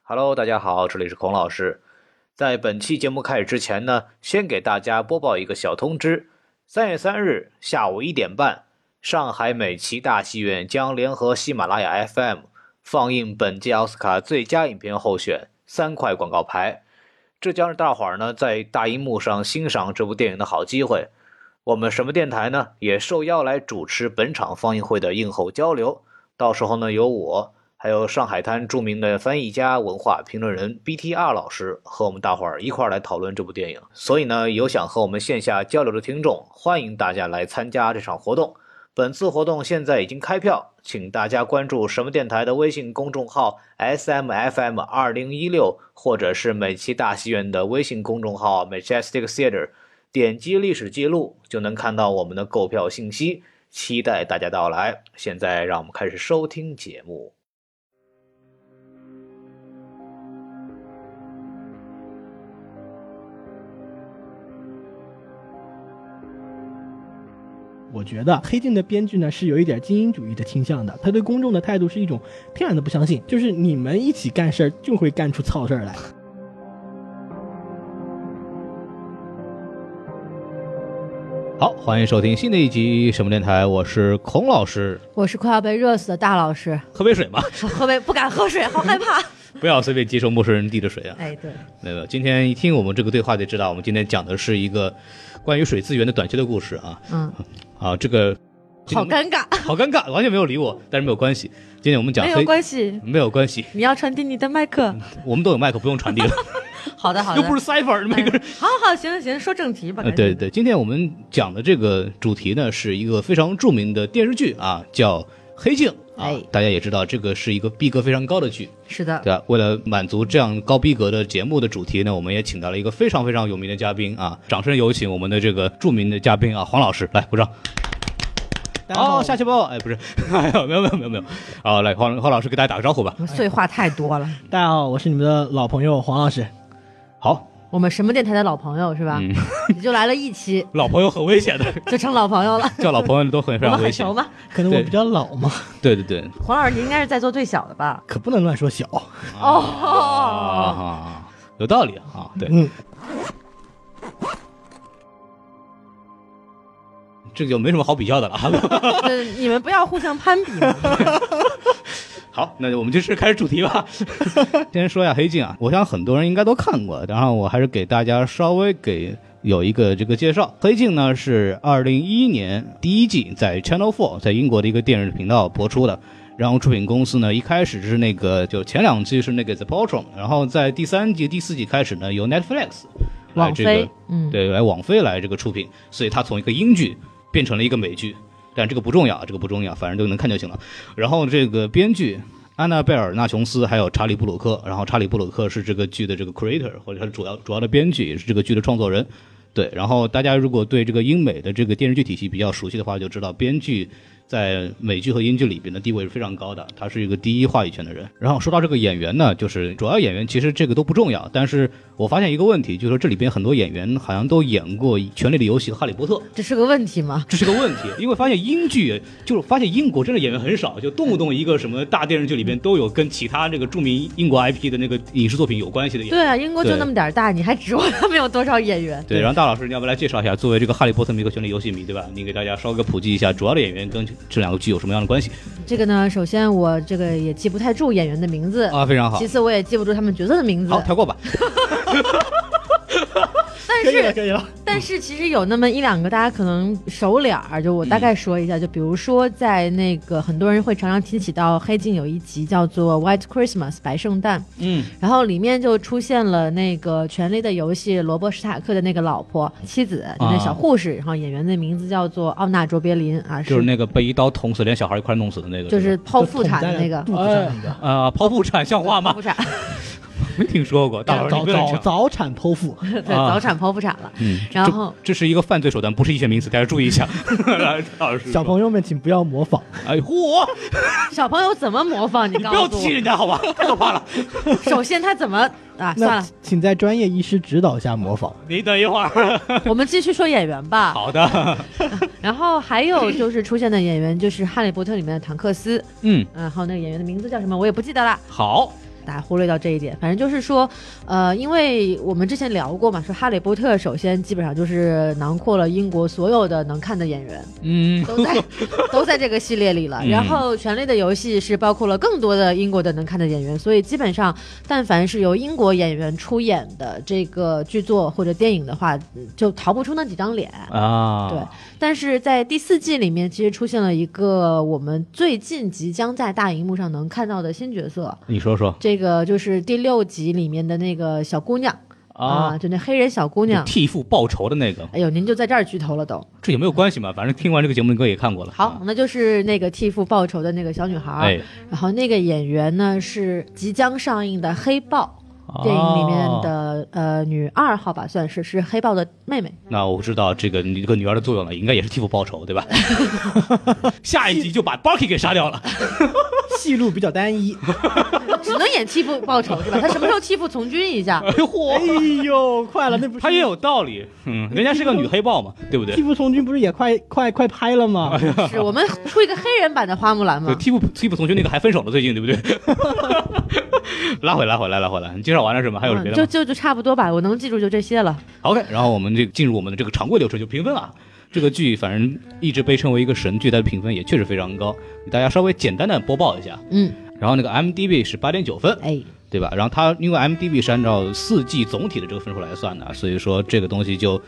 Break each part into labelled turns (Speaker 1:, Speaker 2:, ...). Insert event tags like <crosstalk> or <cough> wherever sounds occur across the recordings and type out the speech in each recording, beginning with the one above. Speaker 1: Hello，大家好，这里是孔老师。在本期节目开始之前呢，先给大家播报一个小通知：三月三日下午一点半，上海美琪大戏院将联合喜马拉雅 FM 放映本届奥斯卡最佳影片候选《三块广告牌》，这将是大伙儿呢在大荧幕上欣赏这部电影的好机会。我们什么电台呢也受邀来主持本场放映会的映后交流，到时候呢由我。还有上海滩著名的翻译家、文化评论人 BTR 老师和我们大伙儿一块儿来讨论这部电影。所以呢，有想和我们线下交流的听众，欢迎大家来参加这场活动。本次活动现在已经开票，请大家关注什么电台的微信公众号 SMFM 二零一六，或者是美琪大戏院的微信公众号 Majestic Theater，点击历史记录就能看到我们的购票信息。期待大家到来。现在让我们开始收听节目。
Speaker 2: 我觉得《黑镜》的编剧呢是有一点精英主义的倾向的，他对公众的态度是一种天然的不相信，就是你们一起干事儿就会干出操事儿
Speaker 3: 哦
Speaker 2: 来。
Speaker 1: 好，欢迎收听新的一集什么电台，我是孔老师。
Speaker 3: 我是快要被热死的大老 <laughs> 师，
Speaker 1: 喝杯水吧，
Speaker 3: 喝杯不敢喝水，好害怕。
Speaker 1: 不要随便接受陌生人递的水啊。
Speaker 3: <laughs> 哎，对，
Speaker 1: 那个，今天一听我们这个对话就知道，我们今天讲的是一个关于水资源的短缺的故事啊。
Speaker 3: 嗯，
Speaker 1: 啊，这个
Speaker 3: 好尴尬，
Speaker 1: 好尴尬，完全没有理我，但是没有关系。今天我们讲
Speaker 3: 没
Speaker 1: 黑
Speaker 3: 有关系，
Speaker 1: 没有关系，
Speaker 3: 你要传递你的麦克。
Speaker 1: 我们都有麦克，不用传递了，
Speaker 3: 好 <laughs> 的，好的，
Speaker 1: 嗯又不是 cipher，每个人。
Speaker 3: 好好行行，说正题吧。
Speaker 1: 呃，
Speaker 3: 赶
Speaker 1: 对
Speaker 3: 紧，
Speaker 1: 对，今天我们讲的这个主题呢，是一个非常著名的电视剧啊，叫《黑镜》啊
Speaker 3: 哎，
Speaker 1: 大家也知道，这个是一个逼格非常高的剧。
Speaker 3: 是的，
Speaker 1: 对吧？为了满足这样高逼格的节目的主题呢，我们也请到了一个非常非常有名的嘉宾啊！掌声有请我们的这个著名的嘉宾啊，黄老师来鼓掌。
Speaker 2: 大家好
Speaker 1: 哦，下期报，哎，不是， <laughs> 哎呦，没有没有没有没有，啊，来黄黄老师给大家打个招呼吧。
Speaker 3: 我们碎话太多了。
Speaker 1: 嗯
Speaker 2: 大家好，我是你们的老朋友黄老师。
Speaker 1: 好，
Speaker 3: 我们什么电台的老朋友是吧？
Speaker 1: 嗯
Speaker 3: 你就来了一期，
Speaker 1: 老朋友很危险的，
Speaker 3: 就成老朋
Speaker 1: <laughs>
Speaker 3: 友了。
Speaker 1: 叫老朋友都很非常
Speaker 3: 我们
Speaker 1: 危
Speaker 3: 很
Speaker 1: 险
Speaker 3: 熟。吗？
Speaker 2: 可能我
Speaker 1: 对
Speaker 2: 比较老嘛，
Speaker 1: 对对对，
Speaker 3: 黄老师，你应该是在座最小的吧？
Speaker 2: 可不能乱说小。
Speaker 3: 哦， <laughs>
Speaker 1: 啊，有道理啊，对。
Speaker 2: 嗯，
Speaker 1: 这个就没什么好比较的了啊。
Speaker 3: 这你们不要互相攀比嘛。
Speaker 1: <laughs> 哎好，那就我们就正式开始主题吧。 <laughs> 先说一下《黑镜》啊，我想很多人应该都看过，然后我还是给大家稍微给有一个这个介绍。《黑镜》呢是二零一一年第一季在 Channel Four 在英国的一个电视频道播出的。然后出品公司呢，一开始是那个，就前两季是那个 The Patron，然后在第三季、第四季开始呢，由 Netflix 来
Speaker 3: 网
Speaker 1: 这个
Speaker 3: 飞，嗯，
Speaker 1: 对，来网飞来这个出品，所以它从一个英剧变成了一个美剧，但这个不重要，这个不重要，反正就能看就行了。然后这个编剧安娜贝尔·纳琼斯还有查理·布鲁克，然后查理·布鲁克是这个剧的这个 creator，或者他主要主要的编剧，也是这个剧的创作人。对，然后大家如果对这个英美的这个电视剧体系比较熟悉的话，就知道编剧在美剧和英剧里边的地位是非常高的，他是一个第一话语权的人。然后说到这个演员呢，就是主要演员其实这个都不重要，但是我发现一个问题，就是说这里边很多演员好像都演过《权力的游戏》和《哈利波特》，
Speaker 3: 这是个问题吗？
Speaker 1: 这是个问题，因为发现英剧就是发现英国真的演员很少，就动不动一个什么大电视剧里边都有跟其他这个著名英国 IP 的那个影视作品有关系的演员。
Speaker 3: 对啊，英国就
Speaker 1: 对
Speaker 3: 那么点儿大，你还指望他们有多少演员？
Speaker 1: 对，然后大老师，你要不来介绍一下，作为这个《哈利波特》迷和《权力游戏》迷，对吧？你给大家稍微普及一下主要的演员跟这两个剧有什么样的关系
Speaker 3: 这个呢，首先我这个也记不太住演员的名字，
Speaker 1: 啊？非常好
Speaker 3: 呃其，次我也记不住他们角色的名字
Speaker 1: 好，。跳过吧。
Speaker 3: 但
Speaker 2: 可以了，
Speaker 3: 是
Speaker 2: 可以了。
Speaker 3: <laughs> 但是其实有那么一两个大家可能熟脸儿，就我大概说一下，就比如说在那个很多人会常常提起到《黑镜》有一集叫做《White Christmas》白圣诞，
Speaker 1: 嗯，
Speaker 3: 然后里面就出现了那个《权力的游戏》罗伯·史塔克的那个老婆妻子，就
Speaker 1: 啊
Speaker 3: 那小护士，然后演员的名字叫做奥娜·卓别林啊，
Speaker 1: 就是那个被一刀捅死，连小孩一块弄死的那个，
Speaker 3: 就是
Speaker 1: 吧
Speaker 3: 剖腹产的那个
Speaker 2: 就。捅在肚子上那个。
Speaker 1: 啊，剖腹产像话
Speaker 3: 剖 <laughs>
Speaker 1: 吗？
Speaker 3: 腹产，
Speaker 1: 没听说过，
Speaker 3: 哎
Speaker 1: 大老师你
Speaker 2: 早
Speaker 1: 不要
Speaker 2: 早
Speaker 1: 讲
Speaker 2: 早产剖
Speaker 3: <laughs>
Speaker 2: 腹，
Speaker 3: 对，
Speaker 1: 啊
Speaker 3: 早产剖腹产了。
Speaker 1: 嗯，
Speaker 3: 然后
Speaker 1: 这这是一个犯罪手段，不是医学名词，大家注意一
Speaker 3: <laughs>
Speaker 1: 下。大老师说，
Speaker 2: 小朋友们请不要模仿。
Speaker 1: 哎嚯，
Speaker 3: 小朋友怎么模仿？你
Speaker 1: 你
Speaker 3: 告
Speaker 1: 不要
Speaker 3: 诉
Speaker 1: 踢
Speaker 3: 我，
Speaker 1: 人家好吧，太可怕了。
Speaker 3: 首先他怎么啊？算
Speaker 1: <laughs>
Speaker 2: 那
Speaker 3: 了，
Speaker 2: 请在专业医师指导下模仿。 <laughs>
Speaker 1: 你等一会儿，
Speaker 3: 我们继续说演员吧。
Speaker 1: 好的，
Speaker 3: 然后还有就是出现的演员就是《哈利波特》里面的唐克斯，
Speaker 1: 嗯，
Speaker 3: 然后那个演员的名字叫什么我也不记得了。
Speaker 1: 好，
Speaker 3: 大家忽略掉这一点。反正就是说，呃，因为我们之前聊过嘛，说《哈利波特》首先基本上就是囊括了英国所有的能看的演员，
Speaker 2: 嗯，
Speaker 1: <laughs>
Speaker 3: 都在都在这个系列里
Speaker 1: 嗯
Speaker 3: 了。然后《权力的游戏》是包括了更多的英国的能看的演员，所以基本上但凡是由英国演员出演的这个剧作或者电影的话，嗯就逃不出那几张脸。
Speaker 4: 啊，
Speaker 3: 对，但是在第四季里面，其实出现了一个我们最近即将在大荧幕上能看到的新角色，
Speaker 4: 你说说
Speaker 3: 这个就是第六集里面的那个小姑娘
Speaker 1: 啊，
Speaker 3: 就那黑人小姑娘。
Speaker 1: 替父报仇的那个，
Speaker 3: 哎呦，您就在这儿剧透了都。
Speaker 1: 这也没有关系嘛，反正听完这个节目，你哥也看过了。
Speaker 3: 好
Speaker 1: 啊，
Speaker 3: 那就是那个替父报仇的那个小女孩儿，
Speaker 1: 哎，
Speaker 3: 然后那个演员呢是即将上映的《黑豹》电影里面
Speaker 1: 哦，
Speaker 3: 的、呃女二号吧，算是是黑豹的
Speaker 1: <laughs>
Speaker 3: 妹妹。
Speaker 1: 那我知道这个你这个女儿的作用了，应该也是替父报仇，对吧？ <laughs> 下一集就把 Barky 给杀掉了。
Speaker 2: 戏路比较单
Speaker 3: <laughs>
Speaker 2: 一。
Speaker 3: 只能演替父报仇是吧？他什么时候替父从军一
Speaker 1: <laughs>
Speaker 3: 下？
Speaker 1: <laughs> 哎嚯，
Speaker 2: 哎呦，快了，那不是
Speaker 1: 他也有道理，嗯，人家是个女黑豹 <laughs> 嘛，对不对
Speaker 2: 替？父从军，不是也快快快拍了
Speaker 1: <laughs>
Speaker 2: 吗？
Speaker 3: 是我们出一个黑人版的花木兰
Speaker 1: 对，
Speaker 3: 嘛？
Speaker 1: 替补替补同学那个还分手了，最近对不 <laughs> 对？拉回来，拉回来，拉回来！你介绍完了是吗？还有别
Speaker 3: 嗯，
Speaker 1: 的
Speaker 3: 就
Speaker 1: 吗、
Speaker 3: 就就差不多吧，我能记住就这些了。
Speaker 1: OK，然后我们这进入我们的这个常规流程，就评分了。这个剧反正一直被称为一个神剧，它的评分也确实非常高，给大家稍微简单的播报一下。
Speaker 3: 嗯，
Speaker 1: 然后那个 MDB 是八点九分，
Speaker 3: 哎，
Speaker 1: 对吧？然后它因为 MDB 是按照四季总体的这个分数来算的，所以说这个东西就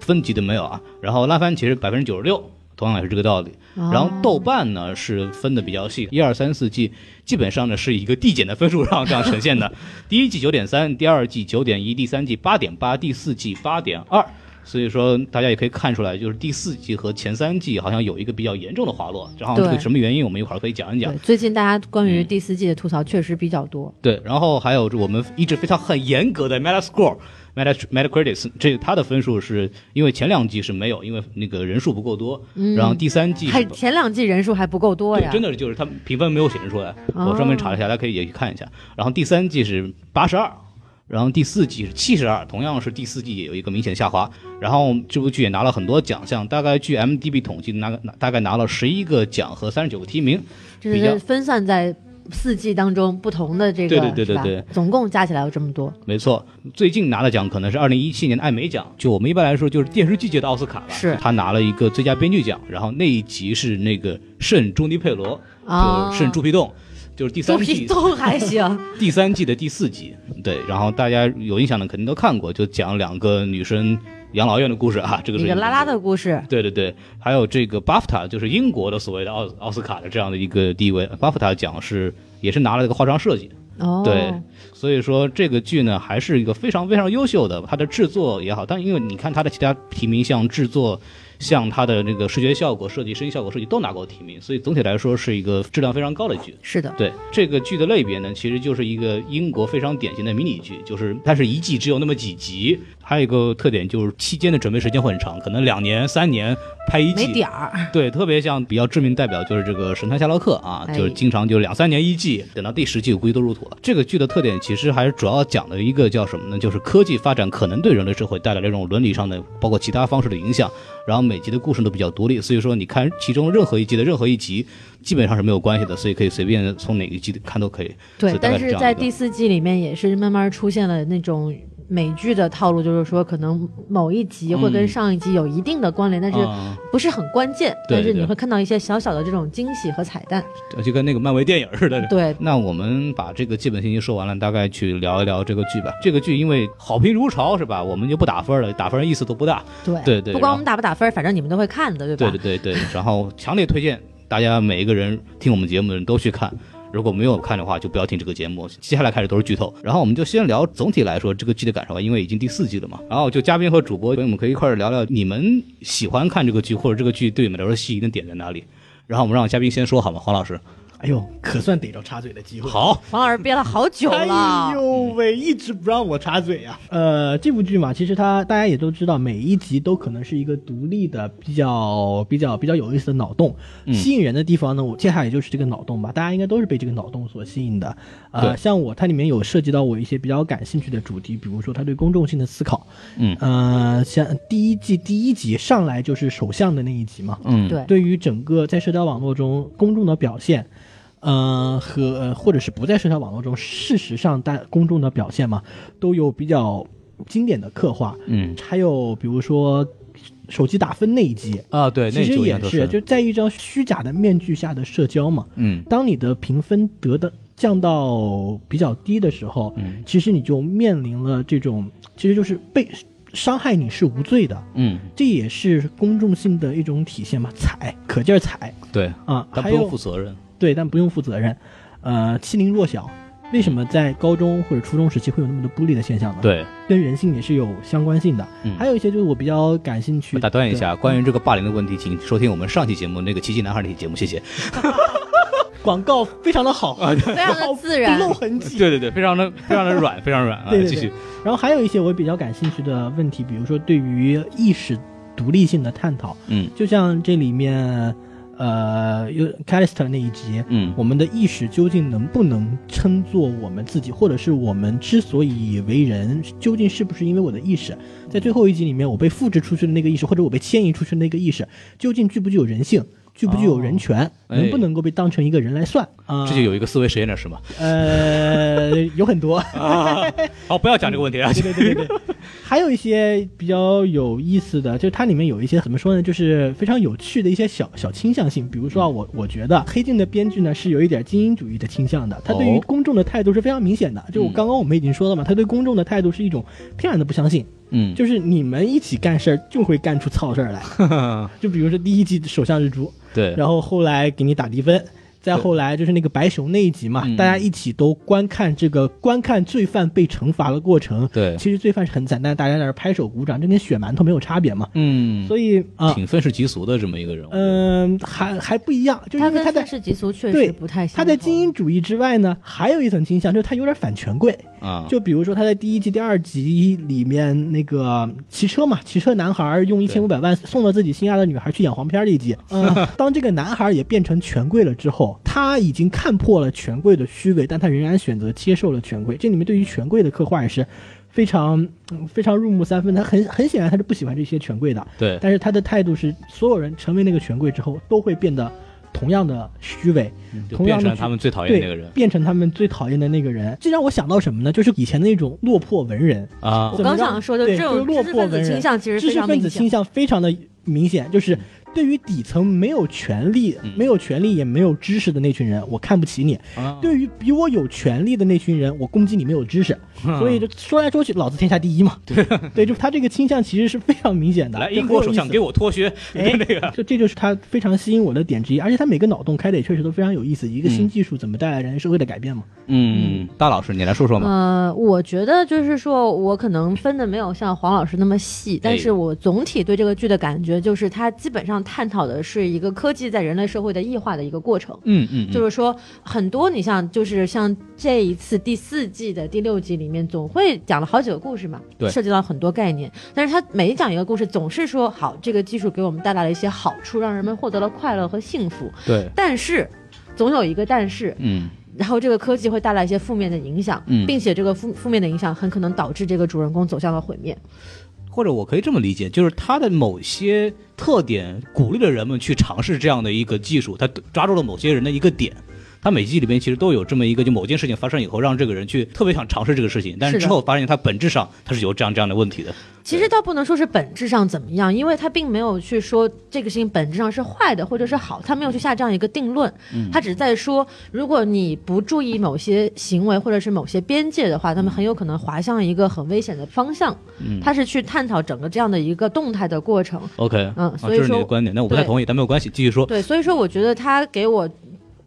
Speaker 1: 分级的没有啊。然后拉番茄是百分之九十六，同样也是这个道理。
Speaker 3: 哦啊
Speaker 1: 然后豆瓣呢是分的比较细，一二三四季基本上呢是以一个递减的分数上这样呈现的，第一季九点三，第二季九点一，第三季八点八，第四季八点二。所以说，大家也可以看出来，就是第四季和前三季好像有一个比较严重的滑落，然后这个
Speaker 3: 对
Speaker 1: 什么原因，我们一会儿可以讲一讲
Speaker 3: 对，。最近大家
Speaker 1: 嗯
Speaker 3: 关于第四季的吐槽确实比较多。
Speaker 1: 对，然后还有我们一直非常很严格的 Metascore。Meta Metacritic 这它的分数是因为前两季是没有，因为那个人数不够多，然后第三季是
Speaker 3: 还前两季人数还不够嗯多
Speaker 1: 对
Speaker 3: 呀，，
Speaker 1: 真的就是它评分没有显示出来，
Speaker 3: 哦
Speaker 1: 我专门查了一下，大家可以也去看一下。然后第三季是八十二，然后第四季是七十二，同样是第四季也有一个明显下滑。然后这部剧也拿了很多奖项，大概据 MDB 统计拿拿大概拿了十一个奖和三十九个提名，
Speaker 3: 就是
Speaker 1: 比较
Speaker 3: 分散在四季当中不同的这个，
Speaker 1: 对对对对
Speaker 3: 是吧
Speaker 1: 对，
Speaker 3: 总共加起来有这么多。
Speaker 1: 没错，最近拿的奖可能是二零一七年的艾美奖，就我们一般来说就是电视剧界的奥斯卡吧。
Speaker 3: 是
Speaker 1: 他拿了一个最佳编剧奖，然后那一集是那个圣朱尼佩罗，
Speaker 3: 啊
Speaker 1: 就是圣猪皮洞，就是第三
Speaker 3: 都
Speaker 1: 季
Speaker 3: 都还 <laughs> 行，
Speaker 1: 第三季的第四集。对，然后大家有印象的肯定都看过，就讲两个女生养老院的故事啊，这个是
Speaker 3: 一个拉拉的故事，
Speaker 1: 对对对，还有这个 BAFTA，就是英国的所谓的奥奥斯卡的这样的一个地位，BAFTA 奖是也是拿了这个化妆设计，
Speaker 3: 哦，
Speaker 1: 对，所以说这个剧呢还是一个非常非常优秀的，它的制作也好，但因为你看它的其他提名，像制作、像它的那个视觉效果设计、声音效果设计都拿过提名，所以总体来说是一个质量非常高的剧。
Speaker 3: 是的，
Speaker 1: 对这个剧的类别呢，其实就是一个英国非常典型的迷你剧，就是但是一季只有那么几集，还有一个特点就是期间的准备时间会很长，可能两年、三年拍一季
Speaker 3: 没，点儿， <laughs>
Speaker 1: 对，特别像比较知名代表就是这个《神探夏洛克》啊，
Speaker 3: 哎
Speaker 1: 就是经常就两三年一季，等到第十季我估计都入土了。这个剧的特点其实还是主要讲的一个叫什么呢？就是科技发展可能对人类社会带来这种伦理上的，包括其他方式的影响。然后每集的故事都比较独立，所以说你看其中任何一季的任何一集，基本上是没有关系的，所以可以随便从哪一季看都可以。所
Speaker 3: 对
Speaker 1: 以，大概
Speaker 3: 但
Speaker 1: 是这
Speaker 3: 是
Speaker 1: 样
Speaker 3: 在
Speaker 1: 一个
Speaker 3: 第四季里面也是慢慢出现了那种。美剧的套路就是说，可能某一集会跟
Speaker 1: 嗯
Speaker 3: 上一集有一定的关联，但是
Speaker 1: 啊、
Speaker 3: 不是很关键。
Speaker 1: 对
Speaker 3: 但是你
Speaker 1: 对
Speaker 3: 会看到一些小小的这种惊喜和彩蛋。
Speaker 1: 就跟那个漫威电影似的，
Speaker 3: 对，
Speaker 1: 那我们把这个基本信息说完了，大概去聊一聊这个剧吧。这个剧因为好评如潮，是吧？我们就不打分了，打分意思都不大。
Speaker 3: 对
Speaker 1: 对对
Speaker 3: 不管我们打不打分，反正你们都会看的，对吧？
Speaker 1: 对对对对，然后强烈推荐大家每一个人听我们节目的人都去看。如果没有看的话，就不要听这个节目。接下来开始都是剧透，然后我们就先聊总体来说这个剧的感受吧，因为已经第四季了嘛。然后就嘉宾和主播，我们可以一块儿聊聊你们喜欢看这个剧，或者这个剧对你们来说吸引的点在哪里。然后我们让嘉宾先说好吗？黄老师，
Speaker 2: 哎呦，可算逮着插嘴的机会。
Speaker 1: 好，
Speaker 3: 黄老师憋了好久了
Speaker 2: 哎，呦喂，一直不让我插嘴呀、呃，这部剧嘛，其实它大家也都知道，每一集都可能是一个独立的、比较、比较、比较有意思的脑洞。
Speaker 1: 嗯
Speaker 2: 吸引人的地方呢，我接下来也就是这个脑洞吧，大家应该都是被这个脑洞所吸引的。呃，
Speaker 1: 对
Speaker 2: 像我，它里面有涉及到我一些比较感兴趣的主题，比如说它对公众性的思考。
Speaker 1: 嗯
Speaker 2: 呃，像第一季第一集上来就是首相的那一集嘛，
Speaker 1: 嗯，
Speaker 3: 对
Speaker 2: 对于整个在社交网络中公众的表现，呃和呃或者是不在社交网络中，事实上大公众的表现嘛，都有比较经典的刻画。
Speaker 1: 嗯
Speaker 2: 还有比如说手机打分那一集，
Speaker 1: 啊，对，那
Speaker 2: 其实
Speaker 1: 九
Speaker 2: 也
Speaker 1: 年
Speaker 2: 是就在一张虚假的面具下的社交嘛。
Speaker 1: 嗯
Speaker 2: 当你的评分得的降到比较低的时候，
Speaker 1: 嗯
Speaker 2: 其实你就面临了这种，其实就是被伤害你是无罪的，
Speaker 1: 嗯，
Speaker 2: 这也是公众性的一种体现嘛，踩，可劲儿踩
Speaker 1: 对，
Speaker 2: 啊，
Speaker 1: 但
Speaker 2: 还
Speaker 1: 不用
Speaker 2: 有
Speaker 1: 负责任。
Speaker 2: 对，但不用负责任，呃，欺凌弱小。为什么在高中或者初中时期会有那么多孤立的现象呢？，
Speaker 1: 对，
Speaker 2: 跟人性也是有相关性的。
Speaker 1: 嗯
Speaker 2: 还有一些就是我比较感兴趣
Speaker 1: 我
Speaker 2: 的，
Speaker 1: 打断一下，关于这个霸凌的问题，请收听我们上期节目那个《奇迹男孩》那期节目，谢
Speaker 2: <laughs>
Speaker 1: 谢。
Speaker 2: 广告，非常的好，
Speaker 3: 非常的自然
Speaker 2: 不露痕迹。
Speaker 1: 啊对对对，非常的非常的
Speaker 2: <laughs>
Speaker 1: 软，非常软啊
Speaker 2: 对对对
Speaker 1: 继续，
Speaker 2: 然后还有一些我比较感兴趣的问题，比如说对于意识独立性的探讨，
Speaker 1: 嗯
Speaker 2: 就像这里面，呃，有 Callister 那一集，
Speaker 1: 嗯
Speaker 2: 我们的意识究竟能不能称作我们自己，或者是我们之所以为人，究竟是不是因为我的意识？在最后一集里面，我被复制出去的那个意识，或者我被迁移出去的那个意识，究竟具不具有人性，具不具有人权，
Speaker 1: 哦
Speaker 2: 能不能够被当成一个人来算？啊、
Speaker 1: 这就嗯有一个思维实验的是吗？
Speaker 2: 呃，有很多。
Speaker 1: 好，不要讲这个问题啊。
Speaker 2: 嗯对对对对，对，还有一些比较有意思的，就是它里面有一些怎么说呢，就是非常有趣的一些小小倾向性。比如说啊，我我觉得《黑镜》的编剧呢是有一点精英主义的倾向的，他对于
Speaker 1: 哦
Speaker 2: 公众的态度是非常明显的。就我
Speaker 1: 嗯
Speaker 2: 刚刚我们已经说了嘛，他对公众的态度是一种天然的不相信，
Speaker 1: <laughs> 嗯，
Speaker 2: 就是你们一起干事儿就会干出操事儿来。就比如说第一季首相日珠，
Speaker 1: <laughs> 对，
Speaker 2: 然后后来给你打低分。再后来就是那个白熊那一集嘛，
Speaker 1: 嗯
Speaker 2: 大家一起都观看这个观看罪犯被惩罚的过程，
Speaker 1: 对，
Speaker 2: 其实罪犯是很惨，但大家在那儿拍手鼓掌，这跟血馒头没有差别嘛。
Speaker 1: 嗯，
Speaker 2: 所以啊，
Speaker 1: 挺愤世嫉俗的这么一个人物。
Speaker 2: 嗯、还还不一样，就是
Speaker 1: 嗯
Speaker 3: 他
Speaker 2: 因为
Speaker 3: 跟
Speaker 2: 他
Speaker 3: 愤
Speaker 2: 在
Speaker 3: 世嫉俗确
Speaker 2: 对
Speaker 3: 实不太相
Speaker 2: 他
Speaker 3: 同。
Speaker 2: 在精英主义之外呢，还有一层倾向，就是他有点反权贵。
Speaker 1: 啊，
Speaker 2: 呃就比如说他在第一季、第二集里面那个骑车嘛，骑车男孩用一千五百万送了自己心爱的女孩去演黄片儿那一集，嗯， <laughs> 当这个男孩也变成权贵了之后，他已经看破了权贵的虚伪，但他仍然选择接受了权贵。这里面对于权贵的刻画也是非常、嗯非常入木三分。他很很显然他是不喜欢这些权贵的，
Speaker 1: 对，
Speaker 2: 但是他的态度是，所有人成为那个权贵之后都会变得同样的虚伪，
Speaker 1: 就
Speaker 2: 同样
Speaker 1: 变
Speaker 2: 的
Speaker 1: 成
Speaker 2: 去
Speaker 1: 他们最讨厌
Speaker 2: 对，
Speaker 1: 的那个人
Speaker 2: 变成他们最讨厌的那个人。这让我想到什么呢？就是以前的那种落魄文人，
Speaker 1: 啊
Speaker 3: 我
Speaker 2: 怎么
Speaker 3: 刚
Speaker 2: 让
Speaker 3: 想说，就
Speaker 2: 对
Speaker 3: 这
Speaker 2: 就是
Speaker 3: 种
Speaker 2: 落
Speaker 3: 知识
Speaker 2: 魄
Speaker 3: 分
Speaker 2: 文
Speaker 3: 子倾
Speaker 2: 人，
Speaker 3: 向其实
Speaker 2: 知
Speaker 3: 非
Speaker 2: 识
Speaker 3: 常
Speaker 2: 分
Speaker 3: 明
Speaker 2: 子
Speaker 3: 显
Speaker 2: 倾。向非常的明显，就是
Speaker 1: 嗯
Speaker 2: 对于底层没有权利、没有权利也没有知识的那群人，我看不起你；
Speaker 1: 啊
Speaker 2: 对于比我有权利的那群人，我攻击你没有知识。
Speaker 1: 啊
Speaker 2: 所以就说来说去，老子天下第一嘛。对，对，就他这个倾向其实是非常明显的。
Speaker 1: 来，
Speaker 2: 就
Speaker 1: 英
Speaker 2: 很有
Speaker 1: 国首
Speaker 2: 意
Speaker 1: 相
Speaker 2: 思
Speaker 1: 给我脱靴，
Speaker 2: 哎
Speaker 1: 跟 <laughs> 那个
Speaker 2: 就这就是他非常吸引我的点之一，而且他每个脑洞开的也确实都非常有意思。一个新技术怎么带来人类社会的改变嘛？
Speaker 1: 嗯，大老师你来说说嘛。
Speaker 3: 呃，我觉得就是说，我可能分的没有像黄老师那么细，
Speaker 1: 哎
Speaker 3: 但是我总体对这个剧的感觉就是，它基本上探讨的是一个科技在人类社会的异化的一个过程。
Speaker 1: 嗯嗯，
Speaker 3: 就是说，很多你像就是像这一次第四季的第六集里面，总会讲了好几个故事嘛，
Speaker 1: 对
Speaker 3: 涉及到很多概念。但是它每讲一个故事，总是说好，这个技术给我们带来了一些好处，让人们获得了快乐和幸福。
Speaker 1: 对，
Speaker 3: 但是，总有一个但是，
Speaker 1: 嗯
Speaker 3: 然后这个科技会带来一些负面的影响，
Speaker 1: 嗯
Speaker 3: 并且这个负负面的影响很可能导致这个主人公走向了毁灭。
Speaker 1: 或者我可以这么理解，就是他的某些特点鼓励了人们去尝试这样的一个技术，他抓住了某些人的一个点。他每季里面其实都有这么一个，就某件事情发生以后，让这个人去特别想尝试这个事情，但是
Speaker 3: 是的
Speaker 1: 之后发现他本质上他是有这样这样的问题的。
Speaker 3: 其实倒不能说是本质上怎么样，因为他并没有去说这个事情本质上是坏的或者是好，他没有去下这样一个定论，他只是在说，如果你不注意某些行为或者是某些边界的话，他们很有可能滑向一个很危险的方向。他是去探讨整个这样的一个动态的过程。
Speaker 1: OK，
Speaker 3: 嗯
Speaker 1: 啊
Speaker 3: 所以
Speaker 1: 这是你的
Speaker 3: 说
Speaker 1: 观点，但我不太
Speaker 3: 对
Speaker 1: 同意，但没有关系，继续说。
Speaker 3: 对，所以说我觉得他给我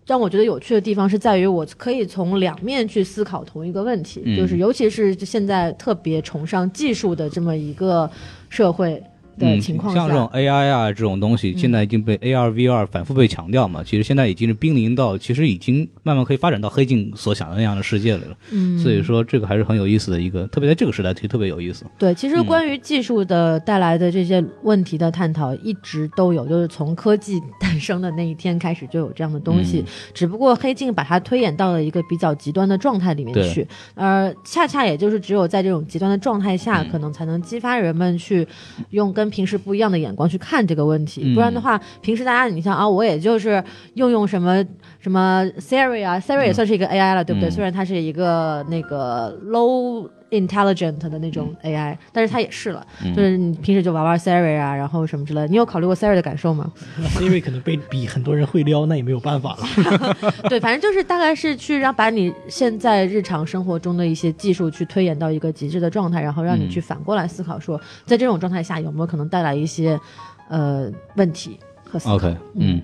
Speaker 3: 让我觉得有趣的地方是在于，我可以从两面去思考同一个问题，
Speaker 1: 嗯
Speaker 3: 就是尤其是现在特别崇尚技术的这么一个社会的情况下，
Speaker 1: 嗯像
Speaker 3: 嗯
Speaker 1: 这种 AI 啊这种东西，现在已经被 AR、VR 反复被强调嘛，其实现在已经是濒临到，其实已经慢慢可以发展到黑镜所想的那样的世界里了。嗯，所以说这个还是很有意思的一个，特别在这个时代，其实特别有意思。
Speaker 3: 对，其实关于技术的带来的这些问题的探讨一直都有，就是从科技诞生的那一天开始就有这样的东西，
Speaker 1: 嗯
Speaker 3: 只不过黑镜把它推演到了一个比较极端的状态里面
Speaker 1: 对
Speaker 3: 去，
Speaker 1: 嗯
Speaker 3: 而恰恰也就是只有在这种极端的状态下，可能才能激发人们去用跟跟平时不一样的眼光去看这个问题，
Speaker 1: 嗯
Speaker 3: 不然的话，平时大家你像啊，我也就是用用什么什么 Siri 啊，Siri 也算是一个 AI 了，对不对？
Speaker 1: 嗯
Speaker 3: 虽然它是一个那个 low intelligent 的那种
Speaker 1: 嗯
Speaker 3: AI，、但是它也是了，就是你平时就玩玩 Siri 啊，然后什么之类的。你有考虑过 Siri 的感受
Speaker 1: <laughs>
Speaker 3: 吗？
Speaker 1: 嗯
Speaker 2: Siri 可能被比很多人会撩，那也没有办法了。
Speaker 3: 对，反正就是大概是去让把你现在日常生活中的一些技术去推演到一个极致的状态，然后让你去反过来思考说，在这种状态下有没有可能带来一些呃问题和思考。
Speaker 1: OK，嗯，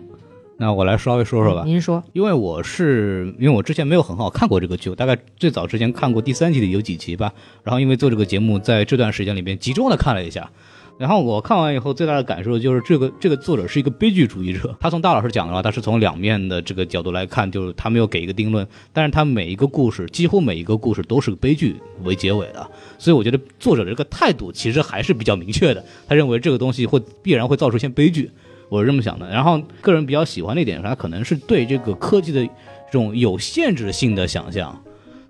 Speaker 1: 那我来稍微说说吧。
Speaker 3: 您说，
Speaker 1: 因为我是因为我之前没有很好看过这个剧，我大概最早之前看过第三季的有几集吧。然后因为做这个节目，在这段时间里面集中的看了一下。然后我看完以后，最大的感受就是这个这个作者是一个悲剧主义者。他从大老师讲的话，他是从两面的这个角度来看，就是他没有给一个定论，但是他每一个故事，几乎每一个故事都是悲剧为结尾的。所以我觉得作者的这个态度其实还是比较明确的，他认为这个东西会必然会造出一些悲剧。我是这么想的。然后个人比较喜欢的一点是，他可能是对这个科技的这种有限制性的想象。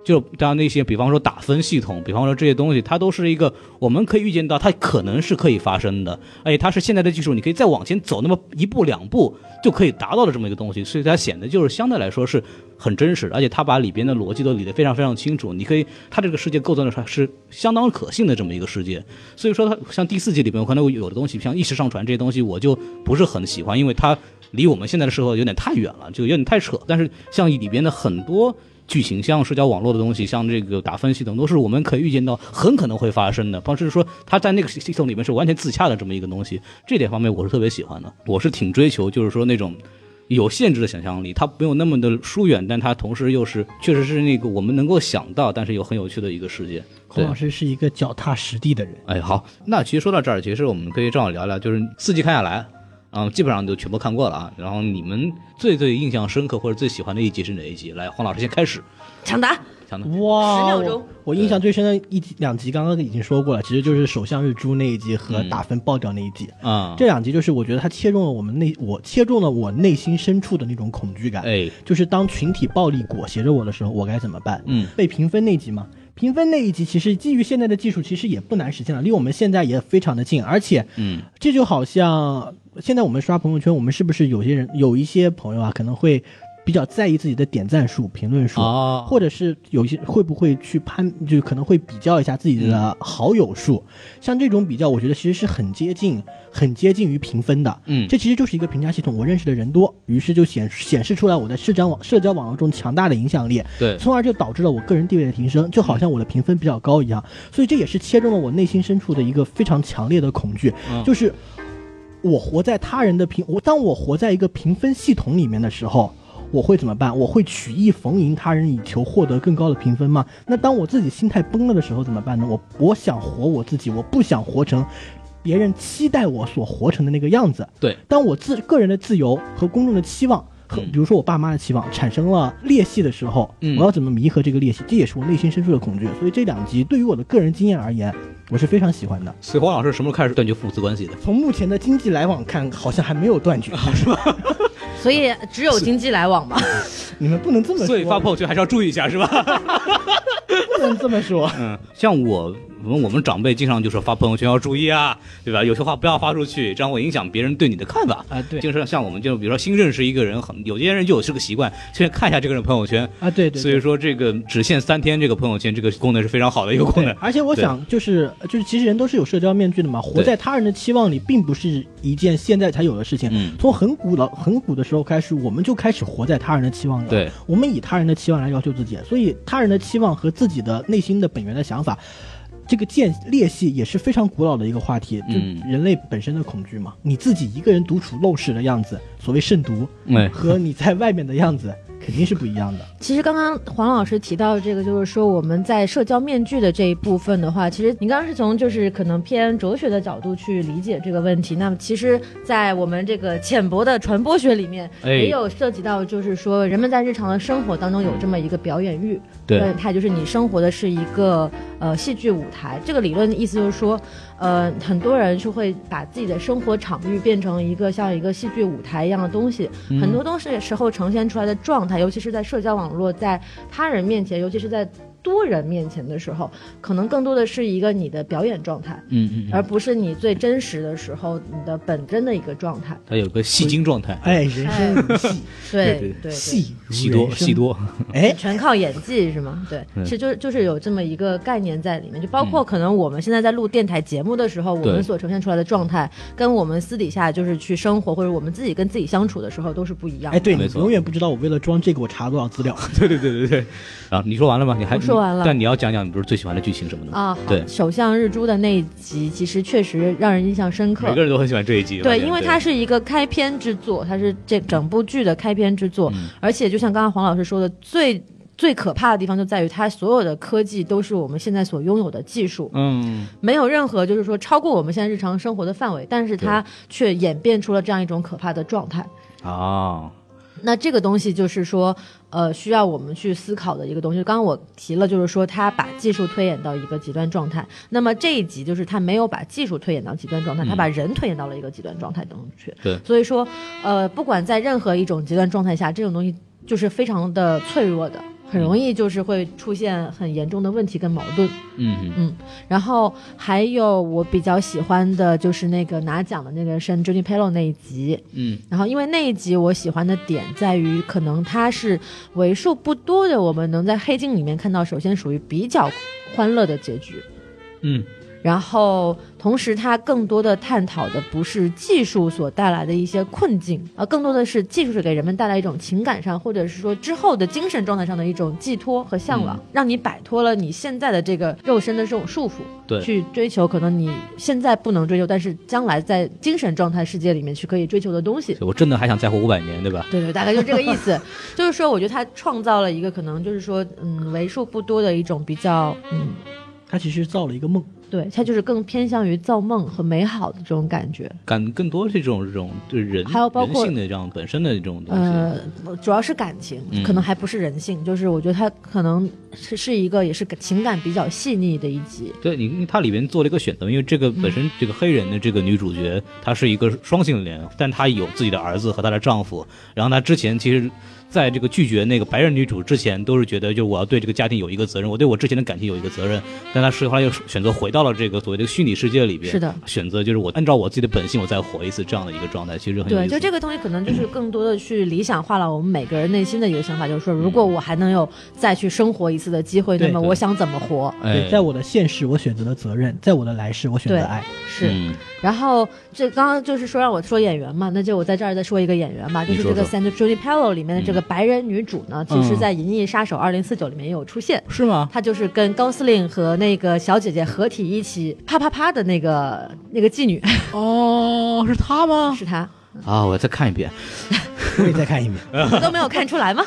Speaker 1: 就当那些，比方说打分系统，比方说这些东西，它都是一个我们可以预见到它可能是可以发生的，而且它是现在的技术，你可以再往前走那么一步两步就可以达到的这么一个东西，所以它显得就是相对来说是很真实的，而且它把里边的逻辑都理得非常非常清楚，你可以它这个世界构造的是相当可信的这么一个世界，所以说它像第四季里面，我可能有的东西，像意识上传这些东西，我就不是很喜欢，因为它离我们现在的社会有点太远了，就有点太扯。但是像里边的很多剧情，像社交网络的东西，像这个打分系统，都是我们可以预见到很可能会发生的，或者是说它在那个系统里面是完全自洽的这么一个东西。这点方面我是特别喜欢的，我是挺追求就是说那种。有限制的想象力，它没有那么的疏远，但它同时又是确实是那个我们能够想到，但是又很有趣的一个世界。
Speaker 2: 孔
Speaker 1: 对
Speaker 2: 老师是一个脚踏实地的人，
Speaker 1: 哎，好，那其实说到这儿，其实我们可以正好聊聊，就是四季看下来，啊、基本上都全部看过了啊。然后你们最最印象深刻或者最喜欢的一集是哪一集？来，黄老师先开始，
Speaker 3: 抢答，
Speaker 1: 强的。
Speaker 2: 哇，
Speaker 3: 十秒钟
Speaker 2: 我。我印象最深的一集两集，刚刚已经说过了，其实就是首相日猪那一集和打分爆掉那一集。
Speaker 1: 嗯啊、
Speaker 2: 这两集就是我觉得它切中了我们内，我切中了我内心深处的那种恐惧感。
Speaker 1: 哎，
Speaker 2: 就是当群体暴力裹挟着我的时候，我该怎么办？
Speaker 1: 嗯，
Speaker 2: 被评分那集嘛，评分那一集其实基于现在的技术，其实也不难实现了，离我们现在也非常的近，而且，
Speaker 1: 嗯，
Speaker 2: 这就好像现在我们刷朋友圈，我们是不是有些人有一些朋友啊，可能会比较在意自己的点赞数、评论数，
Speaker 1: 哦
Speaker 2: 或者是有些会不会去攀，就可能会比较一下自己
Speaker 1: 嗯
Speaker 2: 的好友数，像这种比较，我觉得其实是很接近，很接近于评分的。
Speaker 1: 嗯
Speaker 2: 这其实就是一个评价系统。我认识的人多，于是就显显示出来我在社交网社交网络中强大的影响力，
Speaker 1: 对，
Speaker 2: 从而就导致了我个人地位的提升，就好像我的评分比较高一样。所以这也是切中了我内心深处的一个非常强烈的恐惧，
Speaker 1: 嗯
Speaker 2: 就是我活在他人的评，我当我活在一个评分系统里面的时候。我会怎么办？我会曲意逢迎他人以求获得更高的评分吗？那当我自己心态崩了的时候怎么办呢？我我想活我自己，我不想活成别人期待我所活成的那个样子。
Speaker 1: 对，
Speaker 2: 当我自个人的自由和公众的期望，和比如说我爸妈的期望产生了裂隙的时候，
Speaker 1: 嗯
Speaker 2: 我要怎么弥合这个裂隙？这也是我内心深处的恐惧。所以这两集对于我的个人经验而言，我是非常喜欢的。
Speaker 1: 所以黄老师什么时候开始断绝父子关系的？
Speaker 2: 从目前的经济来往看，好像还没有断绝，
Speaker 1: 啊
Speaker 3: 所以只有经济来往吧。
Speaker 2: <laughs> 你们不能这么说，
Speaker 1: 所以发朋友圈还是要注意一下，是吧？
Speaker 2: 不能这么说。
Speaker 1: 嗯， <laughs> 像我们我们长辈经常就说发朋友圈要注意啊，对吧？有些话不要发出去，这样会影响别人对你的看法。
Speaker 2: 啊，对
Speaker 1: 就是像我们就比如说新认识一个人，很有些人就有这个习惯，先看一下这个人朋友圈，
Speaker 2: 啊，对对对
Speaker 1: 所以说这个只限三天这个朋友圈这个功能是非常好的一个功能
Speaker 2: 对。而且我想，就是就是，其实人都是有社交面具的嘛。活在他人的期望里，并不是一件现在才有的事情。
Speaker 1: 嗯
Speaker 2: 从很古老、很古的时候开始，我们就开始活在他人的期望里了。
Speaker 1: 对，
Speaker 2: 我们以他人的期望来要求自己，所以他人的期望和自己的内心的本源的想法。这个间裂隙也是非常古老的一个话题，就
Speaker 1: 嗯
Speaker 2: 人类本身的恐惧嘛。你自己一个人独处陋室的样子，所谓慎独，
Speaker 1: 哎
Speaker 2: 和你在外面的样子肯定是不一样
Speaker 1: <laughs>
Speaker 2: 的。
Speaker 3: 其实刚刚黄老师提到这个，就是说我们在社交面具的这一部分的话，其实你刚刚是从就是可能偏哲学的角度去理解这个问题。那么其实，在我们这个浅薄的传播学里面，
Speaker 1: 哎
Speaker 3: 也有涉及到，就是说人们在日常的生活当中有这么一个表演欲，
Speaker 1: 对
Speaker 3: 嗯它就是你生活的是一个呃戏剧舞台。这个理论的意思就是说，呃，很多人是会把自己的生活场域变成一个像一个戏剧舞台一样的东西，
Speaker 1: 嗯
Speaker 3: 很多东西时候呈现出来的状态，尤其是在社交网络，在他人面前，尤其是在多人面前的时候，可能更多的是一个你的表演状态，
Speaker 1: 嗯嗯，
Speaker 3: 而不是你最真实的时候你的本真的一个状态。
Speaker 1: 它有个戏精状态，
Speaker 2: 哎，人生如戏，
Speaker 1: 对
Speaker 3: 对
Speaker 1: <laughs> 对
Speaker 3: 对，
Speaker 2: 戏如
Speaker 1: 戏多
Speaker 2: 人生
Speaker 1: 戏，
Speaker 2: <laughs>
Speaker 1: 多，
Speaker 2: 哎，
Speaker 3: 全靠演技是吗？对，嗯
Speaker 1: 嗯
Speaker 3: 是就就是有这么一个概念在里面，就包括可能我们现在在录电台节目的时候，我
Speaker 1: 对
Speaker 3: 们所呈现出来的状态，跟我们私底下就是去生活或者我们自己跟自己相处的时候都是不一样的。
Speaker 2: 哎，对你
Speaker 1: 没错
Speaker 2: 永远不知道我为了装这个我查了多少资料。
Speaker 1: 对对对对对。啊，你说完了吗？你还
Speaker 3: 我说完了
Speaker 1: 但你要讲讲你不是最喜欢的剧情什么的吗？
Speaker 3: 啊，好
Speaker 1: 对
Speaker 3: 首相日珠的那一集其实确实让人印象深刻
Speaker 1: 每。个人都很喜欢这一集，
Speaker 3: 对，
Speaker 1: 发现
Speaker 3: 因为它是一个开篇之作，它是这整部剧的开篇之作，而且就像刚刚黄老师说的，最最可怕的地方就在于它所有的科技都是我们现在所拥有的技术，
Speaker 1: 嗯，
Speaker 3: 没有任何就是说超过我们现在日常生活的范围，但是它却演变出了这样一种可怕的状态。
Speaker 1: 啊，
Speaker 3: 那这个东西就是说，呃，需要我们去思考的一个东西。刚刚我提了，就是说他把技术推演到一个极端状态。那么这一集就是他没有把技术推演到极端状态，他把人推演到了一个极端状态当中去。
Speaker 1: 对
Speaker 3: 所以说，呃，不管在任何一种极端状态下，这种东西就是非常的脆弱的，很容易就是会出现很严重的问题跟矛盾。
Speaker 1: 嗯嗯
Speaker 3: 然后还有我比较喜欢的就是那个拿奖的那个是 Judy p e l o 那一集。
Speaker 1: 嗯
Speaker 3: 然后因为那一集我喜欢的点在于，可能它是为数不多的我们能在黑镜里面看到，首先属于比较欢乐的结局。
Speaker 1: 嗯，
Speaker 3: 然后，同时它更多的探讨的不是技术所带来的一些困境，而更多的是技术是给人们带来一种情感上，或者是说之后的精神状态上的一种寄托和向往，让你摆脱了你现在的这个肉身的这种束缚，
Speaker 1: 对
Speaker 3: 去追求可能你现在不能追求，但是将来在精神状态世界里面去可以追求的东西。
Speaker 1: 我真的还想再活五百年，对吧？
Speaker 3: 对对，大概就这个意思。就是说，我觉得他创造了一个可能，就是说，嗯，为数不多的一种比较，嗯，
Speaker 2: 他其实造了一个梦，
Speaker 3: 对，它就是更偏向于造梦和美好的这种感觉。
Speaker 1: 感更多是这种这种对人
Speaker 3: 还有包括
Speaker 1: 人性的这样本身的这种东西，
Speaker 3: 呃，主要是感情，
Speaker 1: 嗯
Speaker 3: 可能还不是人性。就是我觉得它可能是是一个也是情感比较细腻的一集。
Speaker 1: 对你，因为它里面做了一个选择，因为这个本
Speaker 3: 嗯
Speaker 1: 身这个黑人的这个女主角，她是一个双性恋，但她有自己的儿子和她的丈夫。然后她之前其实，在这个拒绝那个白人女主之前，都是觉得就我要对这个家庭有一个责任，我对我之前的感情有一个责
Speaker 3: 嗯
Speaker 1: 任。但她是后来又选择回到了这个所谓的虚拟世界里边，
Speaker 3: 是的
Speaker 1: 选择就是我按照我自己的本性，我再活一次这样的一个状态，其实很有
Speaker 3: 对，
Speaker 1: 意思。
Speaker 3: 就这个东西可能就是更多的去理想化了我们每个人内心的一个想法，就是说，如果我还能有再去生活一次的机会，
Speaker 2: 对
Speaker 3: 那么
Speaker 1: 嗯对
Speaker 3: 我想怎么活？
Speaker 1: 哎
Speaker 2: 对，在我的现世我选择了责任，在我的来世我选择
Speaker 3: 对
Speaker 2: 爱。
Speaker 3: 是。
Speaker 1: 嗯
Speaker 3: 然后这刚刚就是说让我说演员嘛，那就我在这儿再说一个演员吧，就
Speaker 1: 你
Speaker 3: 是
Speaker 1: 说
Speaker 3: 这个
Speaker 1: 说
Speaker 3: Sandra Judy p e l o 里面的这个白人女主呢，其实
Speaker 1: 嗯
Speaker 3: 在《银翼杀手二零四九》里面也有出现。
Speaker 1: 是吗？
Speaker 3: 她就是跟高司令和那个小姐姐合体一起啪啪啪的那个那个妓女，
Speaker 1: 哦，是她吗？
Speaker 3: <laughs> 是她，
Speaker 1: 啊，我再看一遍。
Speaker 2: 我也再看一
Speaker 1: <laughs>
Speaker 2: 遍。
Speaker 3: 你都没有看出来吗？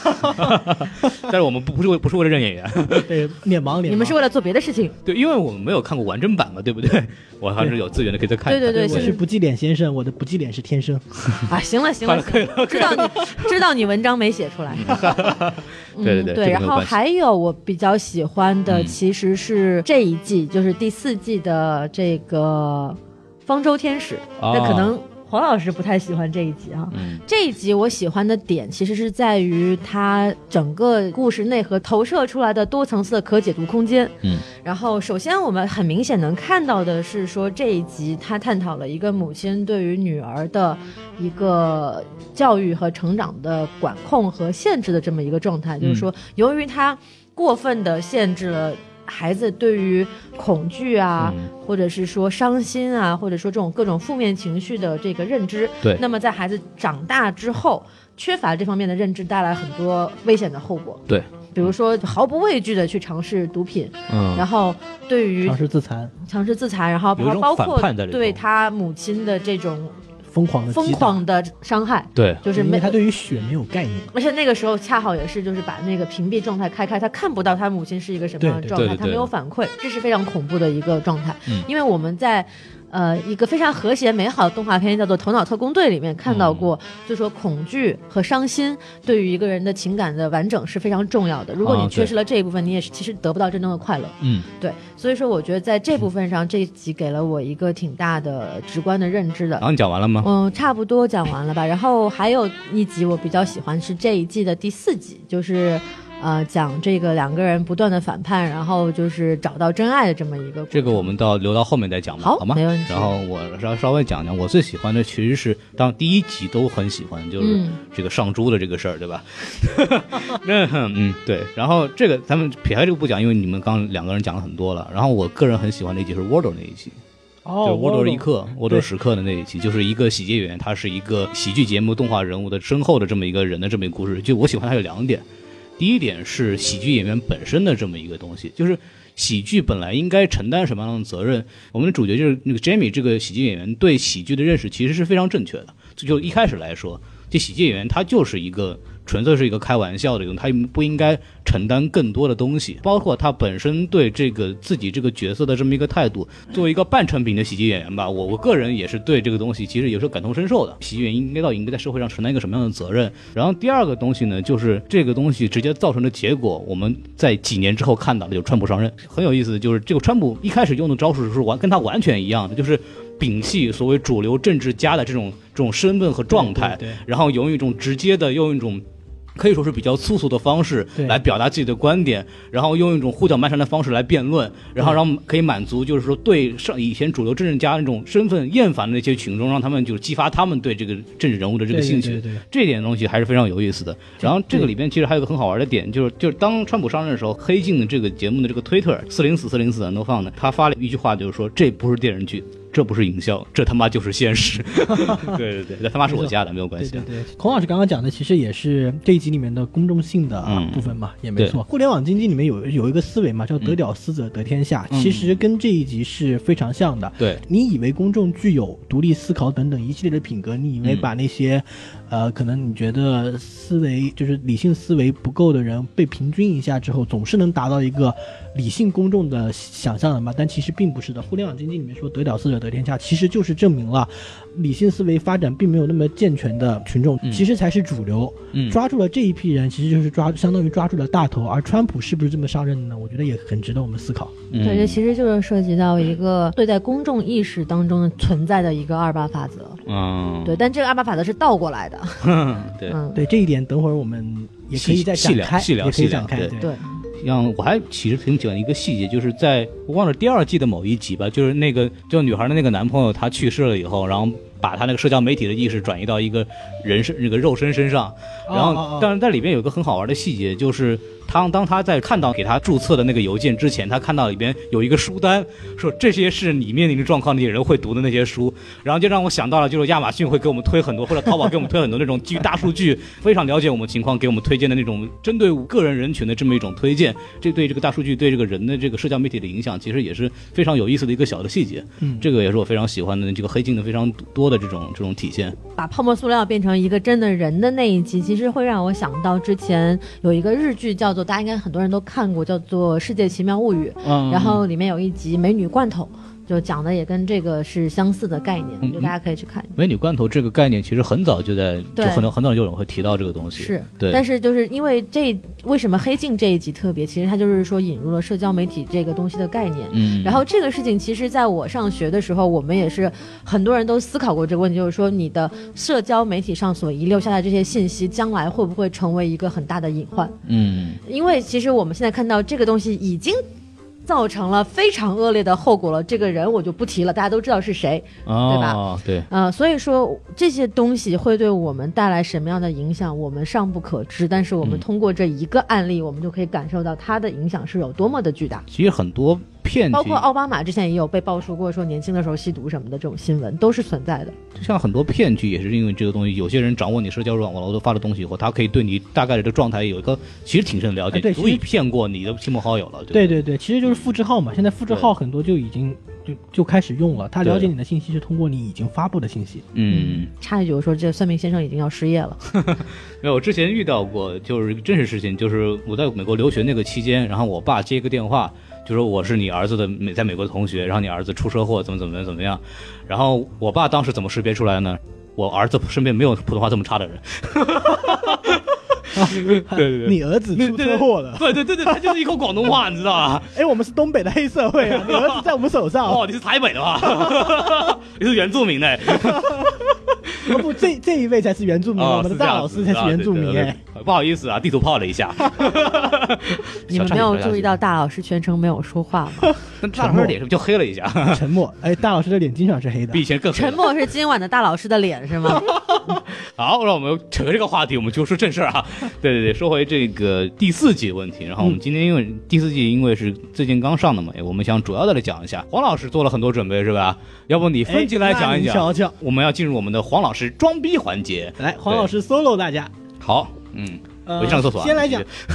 Speaker 1: 但是我们不不是为不是为了认演员，
Speaker 2: 对，脸盲脸盲。
Speaker 3: 你们是为了做别的事情？
Speaker 1: 对，因为我们没有看过完整版嘛，对不对？我还是有资源的，可以再看一看。
Speaker 3: 对
Speaker 2: 我
Speaker 3: 对对现
Speaker 2: 是
Speaker 3: 在
Speaker 2: 不记脸先生，我的不记脸是天生。
Speaker 3: <laughs> 啊，行了行了，行了知道你知道你文章没写出来。嗯
Speaker 1: <laughs> 对对对这个没有
Speaker 3: 然后
Speaker 1: 关系
Speaker 3: 还有我比较喜欢的
Speaker 1: 嗯
Speaker 3: 其实是这一季，就是第四季的这个《方舟天使》，
Speaker 1: 啊
Speaker 3: 那可能黄老师不太喜欢这一集啊。
Speaker 1: 嗯
Speaker 3: 这一集我喜欢的点其实是在于它整个故事内核投射出来的多层次的可解读空间。
Speaker 1: 嗯，
Speaker 3: 然后首先我们很明显能看到的是说这一集它探讨了一个母亲对于女儿的一个教育和成长的管控和限制的这么一个状态，
Speaker 1: 嗯
Speaker 3: 就是说由于它过分的限制了。孩子对于恐惧
Speaker 1: 嗯
Speaker 3: 啊，或者是说伤心啊，或者说这种各种负面情绪的这个认知，
Speaker 1: 对
Speaker 3: 那么在孩子长大之后，缺乏这方面的认知，带来很多危险的后果。
Speaker 1: 对，
Speaker 3: 比如说毫不畏惧的去尝试毒品，
Speaker 1: 嗯
Speaker 3: 然后对于
Speaker 2: 尝试自残，
Speaker 3: 尝试自残，然后
Speaker 1: 有一种
Speaker 3: 包
Speaker 1: 反
Speaker 3: 括
Speaker 1: 叛在里头
Speaker 3: 对他母亲的这种
Speaker 2: 疯狂的
Speaker 3: 疯狂的伤害，
Speaker 1: 对，
Speaker 3: 就是
Speaker 2: 因为
Speaker 3: 没
Speaker 2: 他。对于血没有概念。
Speaker 3: 而且那个时候恰好也是，就是把那个屏蔽状态开开，他看不到他母亲是一个什么样的
Speaker 2: 对对
Speaker 3: 状态，
Speaker 1: 对对
Speaker 3: 他没有反馈，这是非常恐怖的一个状态。
Speaker 1: 嗯
Speaker 3: 因为我们在呃一个非常和谐美好的动画片叫做《头脑特工队》里面看到过，
Speaker 1: 嗯
Speaker 3: 就说恐惧和伤心对于一个人的情感的完整是非常重要的。如果
Speaker 1: 啊
Speaker 3: 你
Speaker 1: 对
Speaker 3: 缺失了这一部分，你也是其实得不到真正的快乐。
Speaker 1: 嗯
Speaker 3: 对，所以说我觉得在这部分上，这一集给了我一个挺大的直观的认知的
Speaker 1: 然。后你讲完了吗？
Speaker 3: 嗯，差不多讲完了吧。然后还有一集我比较喜欢是这一季的第四集，就是。呃，讲这个两个人不断的反叛，然后就是找到真爱的这么一个故事。
Speaker 1: 这个我们到留到后面再讲吧，
Speaker 3: 好
Speaker 1: 好吗？
Speaker 3: 没问题
Speaker 1: 然后我稍稍微讲讲，我最喜欢的其实是当然第一集都很喜欢，就是
Speaker 3: 嗯
Speaker 1: 这个上猪的这个事儿，对吧？ <laughs> 那嗯对。然后这个咱们撇开这个不讲，因为你们刚两个人讲了很多了。然后我个人很喜欢的一集是 Wardo 那一集，
Speaker 2: 哦，
Speaker 1: 就
Speaker 2: 我
Speaker 1: 沃
Speaker 2: 懂
Speaker 1: 德一刻，沃德时刻的那一期，就是一个喜剧演员，他是一个喜剧节目动画人物的身后的这么一个人的这么一个故事。就我喜欢他有两点，第一点是喜剧演员本身的这么一个东西，就是喜剧本来应该承担什么样的责任。我们的主角就是那个 Jamie 这个喜剧演员，对喜剧的认识其实是非常正确的。就就一开始来说，这喜剧演员他就是一个纯粹是一个开玩笑的人，他不应该承担更多的东西，包括他本身对这个自己这个角色的这么一个态度。作为一个半成品的喜剧演员吧，我我个人也是对这个东西其实有时候感同身受的。喜剧演员应该到应该在社会上承担一个什么样的责任？然后第二个东西呢，就是这个东西直接造成的结果，我们在几年之后看到的，就是川普上任很有意思，就是这个川普一开始用的招数是完跟他完全一样的，就是摒弃所谓主流政治家的这种这种身份和状态，
Speaker 2: 对对对
Speaker 1: 然后用一种直接的，用一种。可以说是比较粗俗的方式
Speaker 2: 对
Speaker 1: 来表达自己的观点，然后用一种胡搅蛮缠的方式来辩论，然后让可以满足就是说对上以前主流政治家那种身份厌烦的那些群众，让他们就是激发他们对这个政治人物的这个
Speaker 2: 对对
Speaker 1: 兴趣。
Speaker 2: 对对
Speaker 1: 这点东西还是非常有意思的。然后这个里边其实还有一个很好玩的点，就是就是当川普上任的时候，黑镜的这个节目的这个推特四零四四零四都放的，他发了一句话，就是说这不是电视剧，这不是营销，这他妈就是现
Speaker 2: <laughs>
Speaker 1: 实。对对对，这他妈是我家的，没有关
Speaker 2: 对
Speaker 1: 系啊
Speaker 2: 对。对，孔老师刚刚讲的其实也是这一集里面的公众性的啊
Speaker 1: 嗯
Speaker 2: 部分嘛，也没错。互联网经济里面有有一个思维嘛，叫
Speaker 1: 嗯
Speaker 2: 得屌丝者得天下，其实跟这一集是非常像的。
Speaker 1: 对
Speaker 2: 你以为公众具有独立思考等等一系列的品格，你以
Speaker 1: 嗯
Speaker 2: 为把那些，呃，可能你觉得思维就是理性思维不够的人被平均一下之后，总是能达到一个理性公众的想象的嘛？但其实并不是的。互联网经济里面说得屌丝者得天下，其实就是证明了理性思维发展并没有那么健全的群众，其实才是主流。
Speaker 1: 嗯
Speaker 2: 抓住了这一批人，其实就是抓相当于抓住了大头。而川普是不是这么上任的呢？我觉得也很值得我们思考。
Speaker 1: 嗯
Speaker 3: 对，这其实就是涉及到一个对待公众意识当中存在的一个二八法则。
Speaker 1: 嗯，
Speaker 3: 对，但这个二八法则是倒过来的。
Speaker 1: 对
Speaker 3: 嗯，
Speaker 2: 对这一点，等会儿我们也可以再
Speaker 1: 细细
Speaker 2: 展
Speaker 1: 聊
Speaker 2: 开，
Speaker 1: 细聊
Speaker 2: 也可
Speaker 1: 细
Speaker 2: 以
Speaker 1: 聊
Speaker 2: 展开。
Speaker 1: 对
Speaker 3: 对，
Speaker 1: 让我还其实挺喜欢一个细节，就是在我忘了第二季的某一集吧，就是那个就女孩的那个男朋友他去世了以后，然后把他那个社交媒体的意识转移到一个人身那个肉身身上，然
Speaker 2: 哦哦
Speaker 1: 后
Speaker 2: 哦
Speaker 1: 但是在里边有一个很好玩的细节，就是他当他在看到给他注册的那个邮件之前，他看到里边有一个书单，说这些是你面临的状况，那些人会读的那些书，然后就让我想到了，就是亚马逊会给我们推很多，或者淘宝给我们推很多那种基于大数据非常了解我们情况，给我们推荐的那种针对个人人群的这么一种推荐，这对这个大数据对这个人的这个社交媒体的影响，其实也是非常有意思的一个小的细节。
Speaker 2: 嗯
Speaker 1: 这个也是我非常喜欢的这个黑镜的非常多的这种这种体现。
Speaker 3: 把泡沫塑料变成一个真的人的那一集，其实会让我想到之前有一个日剧，叫做大家应该很多人都看过，叫做《世界奇妙物语》，
Speaker 1: 嗯
Speaker 3: 然后里面有一集《美女罐头》，就讲的也跟这个是相似的概
Speaker 1: 嗯
Speaker 3: 念，就大家可以去看。
Speaker 1: 美女罐头这个概念其实很早就在，就
Speaker 3: 对
Speaker 1: 很早很早就有人会提到这个东西。
Speaker 3: 是，
Speaker 1: 对，
Speaker 3: 但是就是因为这为什么黑镜这一集特别？其实它就是说引入了社交媒体这个东西的概念。
Speaker 1: 嗯，
Speaker 3: 然后这个事情，其实在我上学的时候，我们也是很多人都思考过这个问题，就是说你的社交媒体上所遗留下来这些信息，将来会不会成为一个很大的隐患？
Speaker 1: 嗯
Speaker 3: 因为其实我们现在看到这个东西已经。造成了非常恶劣的后果了，这个人我就不提了，大家都知道是谁，
Speaker 1: 哦，对吧？
Speaker 3: 呃，所以说这些东西会对我们带来什么样的影响，我们尚不可知。但是我们通过这一个案例，我们就可以感受到它的影响是有多么的巨大。
Speaker 1: 其实很多骗局，
Speaker 3: 包括奥巴马之前也有被爆出过说年轻的时候吸毒什么的这种新闻，都是存在的。
Speaker 1: 像很多骗局也是因为这个东西，有些人掌握你社交软网络发的东西以后，他可以对你大概的这个状态有一个其实挺深的了解，
Speaker 2: 哎
Speaker 3: 啊
Speaker 2: 对
Speaker 1: 足以
Speaker 2: 其实
Speaker 1: 骗过你的亲朋好友了。
Speaker 2: 对
Speaker 1: 对吧，
Speaker 2: 对对，其实就是复制号嘛。现在复制号很多就已经就就开始用了，它了解你的信息是通过你已经发布的信息。
Speaker 1: 嗯，
Speaker 3: 插一句，我说这算命先生已经要失业了。
Speaker 1: 没有，我之前遇到过，就是真实事情，就是我在美国留学那个期间，然后我爸接一个电话，就说我是你儿子的美在美国的同学，然后你儿子出车祸，怎么怎么样怎么样，然后我爸当时怎么识别出来呢？我儿子身边没有普通话这么差的人，对对
Speaker 2: 你儿子出车祸了，
Speaker 1: 对对对对，他就是一口广东话，你知道吧？
Speaker 2: 哎，我们是东北的黑社会啊，你儿子在我们手上。
Speaker 1: 哦，你是台北的吧？你是原住民的。
Speaker 2: 哦不，这这一位才是原住民，
Speaker 1: 哦啊
Speaker 2: 我们的大老师才是原住民。哎，，
Speaker 1: 这样子不好意思啊，地图炮了一下。
Speaker 3: 你们没有注意到大老师全程没有说话吗？
Speaker 1: 那大老师脸是不是就黑了一下？ <laughs>
Speaker 2: <laughs> 沉默。哎，大老师的脸经常是黑的
Speaker 1: 比。以前更黑了
Speaker 3: 沉默是今晚的大老师的脸是吗？
Speaker 1: 好，让我们扯开这个话题，我们就说正事儿啊。对对对，说回这个第四季的问题。然
Speaker 2: 嗯
Speaker 1: 后我们今天因为、第四季因为是最近刚上的嘛，我们想主要的来讲一下。黄老师做了很多准备是吧？要不你分级来讲一
Speaker 2: 哎
Speaker 1: 讲。
Speaker 2: 那你瞧瞧，
Speaker 1: 我们要进入我们的黄老师装逼环节。
Speaker 2: 来，黄老师 solo 大家。
Speaker 1: 好，嗯，
Speaker 2: 呃
Speaker 1: 我去上厕所、啊。
Speaker 2: 先来讲
Speaker 1: 你，继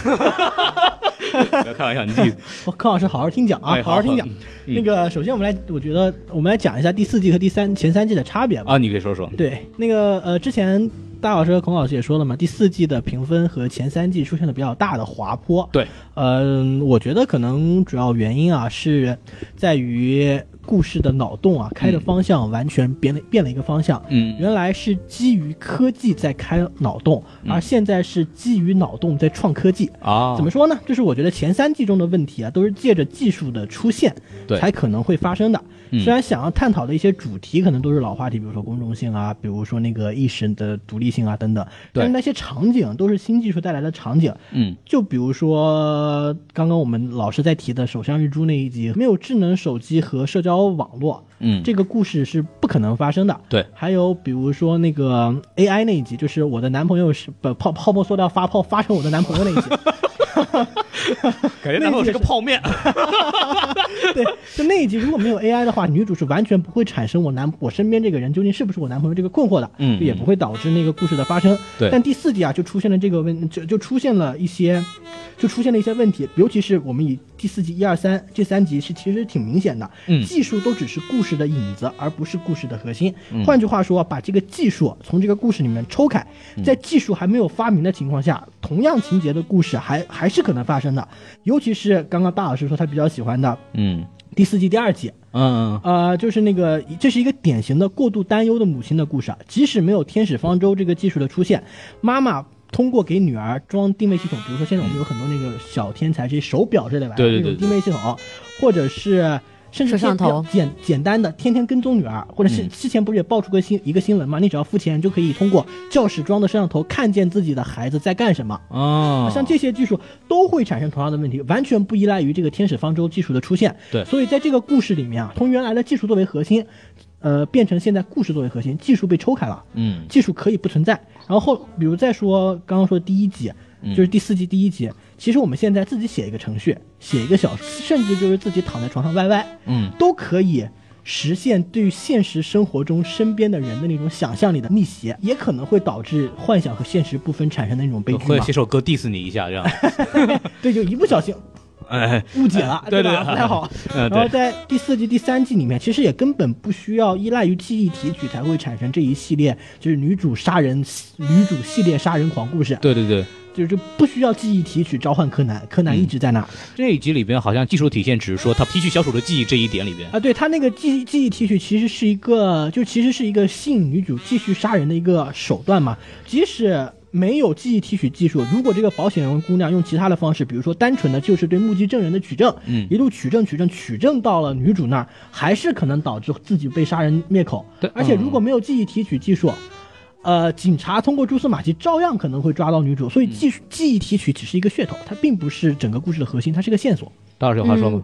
Speaker 1: 续 <laughs> 不要开玩笑，你自己
Speaker 2: 我康哦老师好好听讲 <laughs> 啊，
Speaker 1: 哎
Speaker 2: 好好听讲
Speaker 1: 好。嗯
Speaker 2: 那个，首先我们来，我觉得我们来讲一下第四季和第三前三季的差别吧。
Speaker 1: 啊，你可以说说。
Speaker 2: 对，那个呃，之前大老师和孔老师也说了嘛，第四季的评分和前三季出现了比较大的滑坡。
Speaker 1: 对，
Speaker 2: 嗯、我觉得可能主要原因啊是在于故事的脑洞啊开的方向完全变了、变了一个方向。
Speaker 1: 嗯
Speaker 2: 原来是基于科技在开脑洞，
Speaker 1: 嗯
Speaker 2: 而现在是基于脑洞在创科技。
Speaker 1: 啊，
Speaker 2: 怎么说呢？就是我觉得前三季中的问题啊，都是借着技术的出现
Speaker 1: 对
Speaker 2: 才可能会发生的。
Speaker 1: 嗯
Speaker 2: 虽然想要探讨的一些主题可能都是老话题，比如说公众性啊，比如说那个意识的独立性啊等等，
Speaker 1: 对
Speaker 2: 但是那些场景都是新技术带来的场景。
Speaker 1: 嗯，
Speaker 2: 就比如说刚刚我们老师在提的《首相日珠》那一集，没有智能手机和社交网络，
Speaker 1: 嗯
Speaker 2: 这个故事是不可能发生的。
Speaker 1: 对
Speaker 2: 还有比如说那个 AI 那一集，就是我的男朋友是把泡泡沫塑料发泡发成我的男朋友那一集，
Speaker 1: 感觉男朋友是个泡
Speaker 2: <laughs>
Speaker 1: 面。
Speaker 2: 对，就那一集如果没有 AI 的话，女主是完全不会产生我男我身边这个人究竟是不是我男朋友这个困惑的，
Speaker 1: 嗯
Speaker 2: 就也不会导致那个故事的发生。
Speaker 1: 对
Speaker 2: 但第四季啊就出现了这个问，就就出现了一些，就出现了一些问题，尤其是我们以第四季一二三这三集是其实挺明显的，
Speaker 1: 嗯
Speaker 2: 技术都只是故事的影子，而不是故事的核心。
Speaker 1: 嗯
Speaker 2: 换句话说，把这个技术从这个故事里面抽开，
Speaker 1: 嗯
Speaker 2: 在技术还没有发明的情况下，同样情节的故事还还是可能发生的，尤其是刚刚大老师说他比较喜欢的。
Speaker 1: 嗯
Speaker 2: 第四季第二季，
Speaker 1: 嗯
Speaker 2: 呃，就是那个，这是一个典型的过度担忧的母亲的故事啊。即使没有天使方舟这个技术的出现，妈妈。通过给女儿装定位系统，比如说现在我们有很多那个小天才，这些手表之类的玩意儿，
Speaker 1: 对对
Speaker 2: 这
Speaker 1: 对
Speaker 2: 种定位系统，啊或者是甚至
Speaker 3: 摄
Speaker 2: 简
Speaker 3: 像头
Speaker 2: 简简单的天天跟踪女儿，或者是
Speaker 1: 嗯
Speaker 2: 之前不是也爆出个新一个新闻嘛？你只要付钱就可以通过教室装的摄像头看见自己的孩子在干什么。
Speaker 1: 啊
Speaker 2: 像这些技术都会产生同样的问题，完全不依赖于这个天使方舟技术的出现。
Speaker 1: 对
Speaker 2: 所以在这个故事里面啊，从原来的技术作为核心，呃，变成现在故事作为核心，技术被抽开了，
Speaker 1: 嗯
Speaker 2: 技术可以不存在。然后后，比如再说刚刚说第一集，
Speaker 1: 嗯
Speaker 2: 就是第四季第一集，其实我们现在自己写一个程序，写一个小说，甚至就是自己躺在床上 YY，
Speaker 1: 嗯，
Speaker 2: 都可以。实现对于现实生活中身边的人的那种想象力的逆袭，也可能会导致幻想和现实不分产生的那种悲剧
Speaker 1: 会
Speaker 2: 嘛
Speaker 1: 写首歌 diss 你一下这样。
Speaker 2: 对，就一不小心
Speaker 1: <laughs> 哎，
Speaker 2: 误解了，
Speaker 1: 对
Speaker 2: 吧？
Speaker 1: 对
Speaker 2: 不太好。
Speaker 1: 嗯
Speaker 2: 然
Speaker 1: 对，
Speaker 2: 后在第四季、第三季里面，其实也根本不需要依赖于记忆提取才会产生这一系列，就是女主杀人、女主系列杀人狂故事，
Speaker 1: 对对对，
Speaker 2: 就是就不需要记忆提取召唤柯南，柯
Speaker 1: 嗯
Speaker 2: 南一直在那儿、
Speaker 1: 这一集里边好像技术体现只是说他提取小鼠的记忆这一点里边，
Speaker 2: 啊。对他那个记忆记忆提取其实是一个，就其实是一个吸引女主继续杀人的一个手段嘛，即使。没有记忆提取技术，如果这个保险人姑娘用其他的方式，比如说单纯的就是对目击证人的取证，
Speaker 1: 嗯
Speaker 2: 一路取证取证取证到了女主那儿，还是可能导致自己被杀人灭口。
Speaker 1: 对
Speaker 2: 而且
Speaker 1: 嗯
Speaker 2: 如果没有记忆提取技术，呃，警察通过蛛丝马迹照样可能会抓到女主。所以
Speaker 1: 嗯
Speaker 2: 记记忆提取只是一个噱头，它并不是整个故事的核心，它是个线索。
Speaker 1: 大老师有话说吗？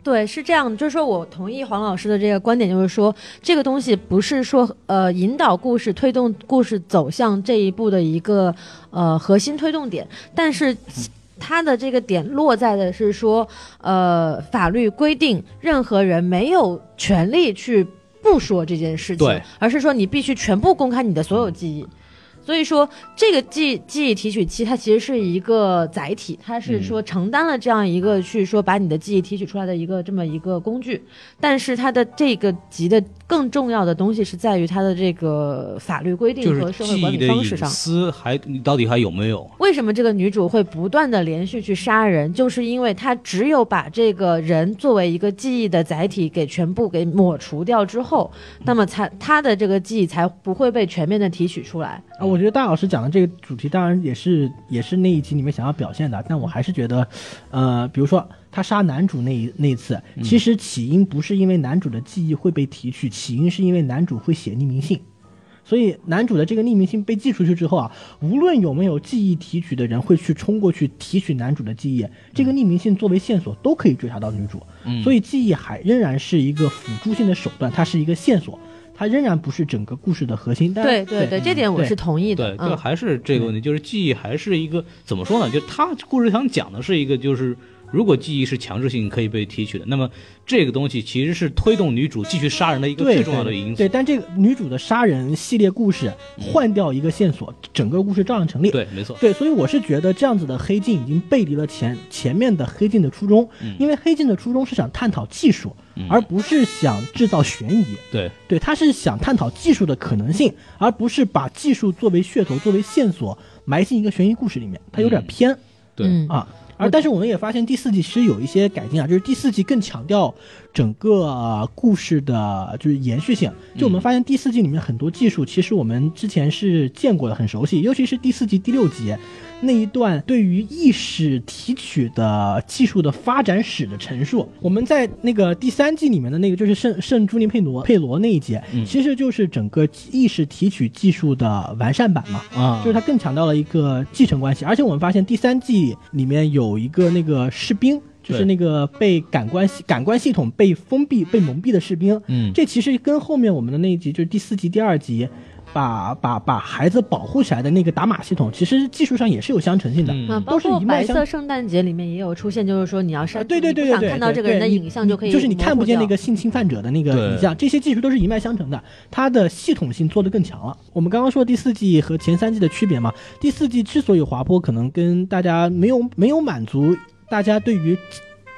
Speaker 3: 对，是这样的，就是说我同意黄老师的这个观点，就是说这个东西不是说呃引导故事、推动故事走向这一步的一个呃核心推动点，但是。它的这个点落在的是说，呃，法律规定任何人没有权利去不说这件事情
Speaker 1: 对，
Speaker 3: 而是说你必须全部公开你的所有记忆。所以说，这个记记忆提取器它其实是一个载体，它
Speaker 1: 嗯
Speaker 3: 是说承担了这样一个去说把你的记忆提取出来的一个这么一个工具，但是它的这个级的更重要的东西是在于它的这个法律规定
Speaker 1: 嗯就是
Speaker 3: 和社
Speaker 1: 记
Speaker 3: 会管
Speaker 1: 忆的
Speaker 3: 理方式
Speaker 1: 隐
Speaker 3: 上。
Speaker 1: 私还你到底还有没有？
Speaker 3: 为什么这个女主会不断的连续去杀人？就是因为她只有把这个人作为一个记忆的载体给全部给抹除掉之后，那么才她的这个记忆才不会被全面的提取出来。
Speaker 2: 啊，我觉得大老师讲的这个主题，当然也是也是那一集里面想要表现的，但我还是觉得，呃，比如说他杀男主那一那一次，其实起因不是因为男主的记忆会被提取，起因是因为男主会写匿名信。所以男主的这个匿名性被寄出去之后啊，无论有没有记忆提取的人会去冲过去提取男主的记忆，这个匿名性作为线索都可以追查到女主。所以记忆还仍然是一个辅助性的手段，它是一个线索，它仍然不是整个故事的核心。但嗯
Speaker 3: 对对对，这点我
Speaker 2: 对
Speaker 3: 是同意的
Speaker 1: 对，。就
Speaker 3: 嗯，
Speaker 1: 还是这个问题，就是记忆还是一个怎么说呢？就他故事想讲的是一个，就是如果记忆是强制性可以被提取的，那么这个东西其实是推动女主继续杀人的一个
Speaker 2: 对
Speaker 1: 最重要的
Speaker 2: 对
Speaker 1: 因素。嗯
Speaker 2: 对，但这个女主的杀人系列故事换掉一个线索，整个故事照样成立。
Speaker 1: 对，没错。
Speaker 2: 对，所以我是觉得这样子的黑镜已经背离了前前面的黑镜的初衷，
Speaker 1: 嗯
Speaker 2: 因为黑镜的初衷是想探讨技术，而不是想制造悬疑。
Speaker 1: 对，
Speaker 2: 对，他是想探讨技术的可能性，而不是把技术作为噱头、作为线索埋进一个悬疑故事里面，它有点偏、
Speaker 1: 对
Speaker 3: 嗯
Speaker 2: 啊。而但是我们也发现第四季其实有一些改进啊，就是第四季更强调整个、呃故事的就是延续性。就我们发现第四季里面很多技术，其实我们之前是见过的，很熟悉，尤其是第四季第六集那一段对于意识提取的技术的发展史的陈述。我们在那个第三季里面的那个就是圣圣朱尼佩罗佩罗那一节，其实就是整个意识提取技术的完善版嘛。
Speaker 1: 啊
Speaker 2: 就是它更强调了一个继承关系，而且我们发现第三季里面有一个那个士兵，就是
Speaker 1: 对
Speaker 2: 那个被感官系感官系统被封闭、被蒙蔽的士兵，
Speaker 1: 嗯
Speaker 2: 这其实跟后面我们的那一集就是第四集、第二集。把把把孩子保护起来的那个打码系统，其实技术上也是有相承性的，
Speaker 1: 嗯
Speaker 3: 啊，包
Speaker 2: 都是
Speaker 3: 括
Speaker 2: 一脉
Speaker 3: 白
Speaker 2: 相
Speaker 3: 色圣诞节里面也有出现，就是说你要删
Speaker 2: 啊
Speaker 3: 除，
Speaker 2: 对对对
Speaker 3: 你
Speaker 2: 对
Speaker 3: 不
Speaker 2: 对，
Speaker 3: 想看到
Speaker 2: 对
Speaker 3: 这个人的
Speaker 2: 对
Speaker 3: 影像就可以，
Speaker 2: 就是你看不见那个。性侵犯者的那个
Speaker 1: 对
Speaker 2: 影像，这些技术都是一脉相承的，它的系统性做得更强了。我们刚刚说第四季和前三季的区别嘛，第四季之所以滑坡，可能跟大家没有没有满足大家对于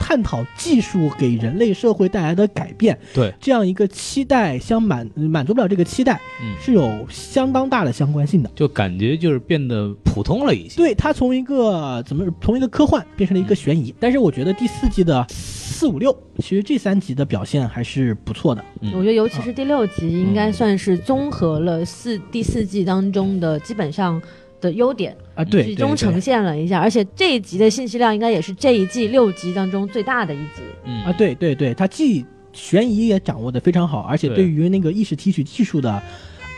Speaker 2: 探讨技术给人类社会带来的改变
Speaker 1: 对，
Speaker 2: 这样一个期待相满满足不了这个期待，
Speaker 1: 嗯
Speaker 2: 是有相当大的相关性的。
Speaker 1: 就感觉就是变得普通了一些。
Speaker 2: 对，它从一个怎么从一个科幻变成了一个悬
Speaker 3: 嗯
Speaker 2: 疑，但是我觉得第四季的四五六，其实这三集的表现还是不错的。
Speaker 1: 嗯
Speaker 3: 我觉得尤其是第六集，应
Speaker 2: 嗯
Speaker 3: 该算是综合了四第四季当中的基本上的优点，
Speaker 2: 啊，对，
Speaker 3: 集
Speaker 2: 对
Speaker 3: 中
Speaker 2: 对
Speaker 3: 嗯呈现了一下。而且这一集的信息量应该也是这一季六集当中最大的一集。
Speaker 1: 嗯
Speaker 2: 啊，对对对，它既悬疑也掌握的非常好，而且
Speaker 1: 对
Speaker 2: 对于
Speaker 3: 嗯
Speaker 2: 那个意识提取技术的，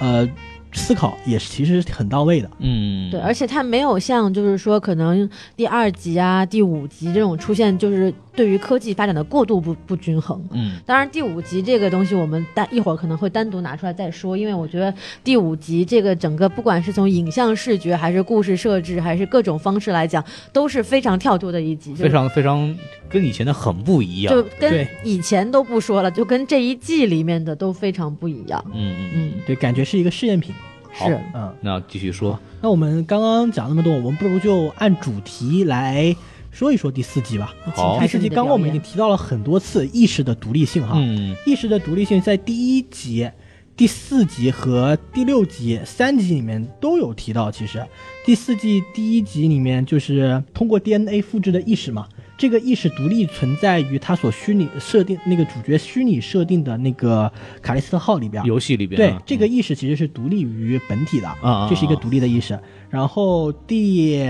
Speaker 2: 呃，思考也是其实是很到位的。
Speaker 1: 嗯，
Speaker 3: 对，而且它没有像就是说可能第二集啊、第五集这种出现，就是对于科技发展的过度不不均衡。
Speaker 1: 嗯，
Speaker 3: 当然，第五集这个东西我们单一会儿可能会单独拿出来再说，因为我觉得第五集这个整个不管是从影像视觉，还是故事设置，还是各种方式来讲，都是非常跳脱的一集，就是
Speaker 1: 非常非常跟以前的很不一样。
Speaker 3: 就
Speaker 2: 对
Speaker 3: 跟以前都不说了，就跟这一季里面的都非常不一样。
Speaker 1: 嗯嗯，
Speaker 3: 嗯，
Speaker 2: 对，感觉是一个试验品。
Speaker 1: 好
Speaker 3: 是，
Speaker 2: 嗯，
Speaker 1: 那继续说，
Speaker 2: 那我们刚刚讲那么多，我们不如就按主题来说一说第四季吧。
Speaker 1: 好
Speaker 2: 第
Speaker 3: 还
Speaker 2: 四
Speaker 3: 是
Speaker 2: 季
Speaker 3: 你的
Speaker 2: 刚刚我们已
Speaker 3: 表
Speaker 2: 经
Speaker 3: 演
Speaker 2: 提到了很多次意识的独立性哈。
Speaker 1: 嗯
Speaker 2: 意识的独立性在第一集、第四集和第六集三集里面都有提到。其实第四季第一集里面就是通过 DNA 复制的意识嘛，这个意识独立存在于他所虚拟设定那个主角虚拟设定的那个卡利斯特号里边。
Speaker 1: 游戏里边
Speaker 2: 对
Speaker 1: 啊，
Speaker 2: 这个意识其实是独立于本体的，
Speaker 1: 啊
Speaker 2: 这是一个独立的意识。然后第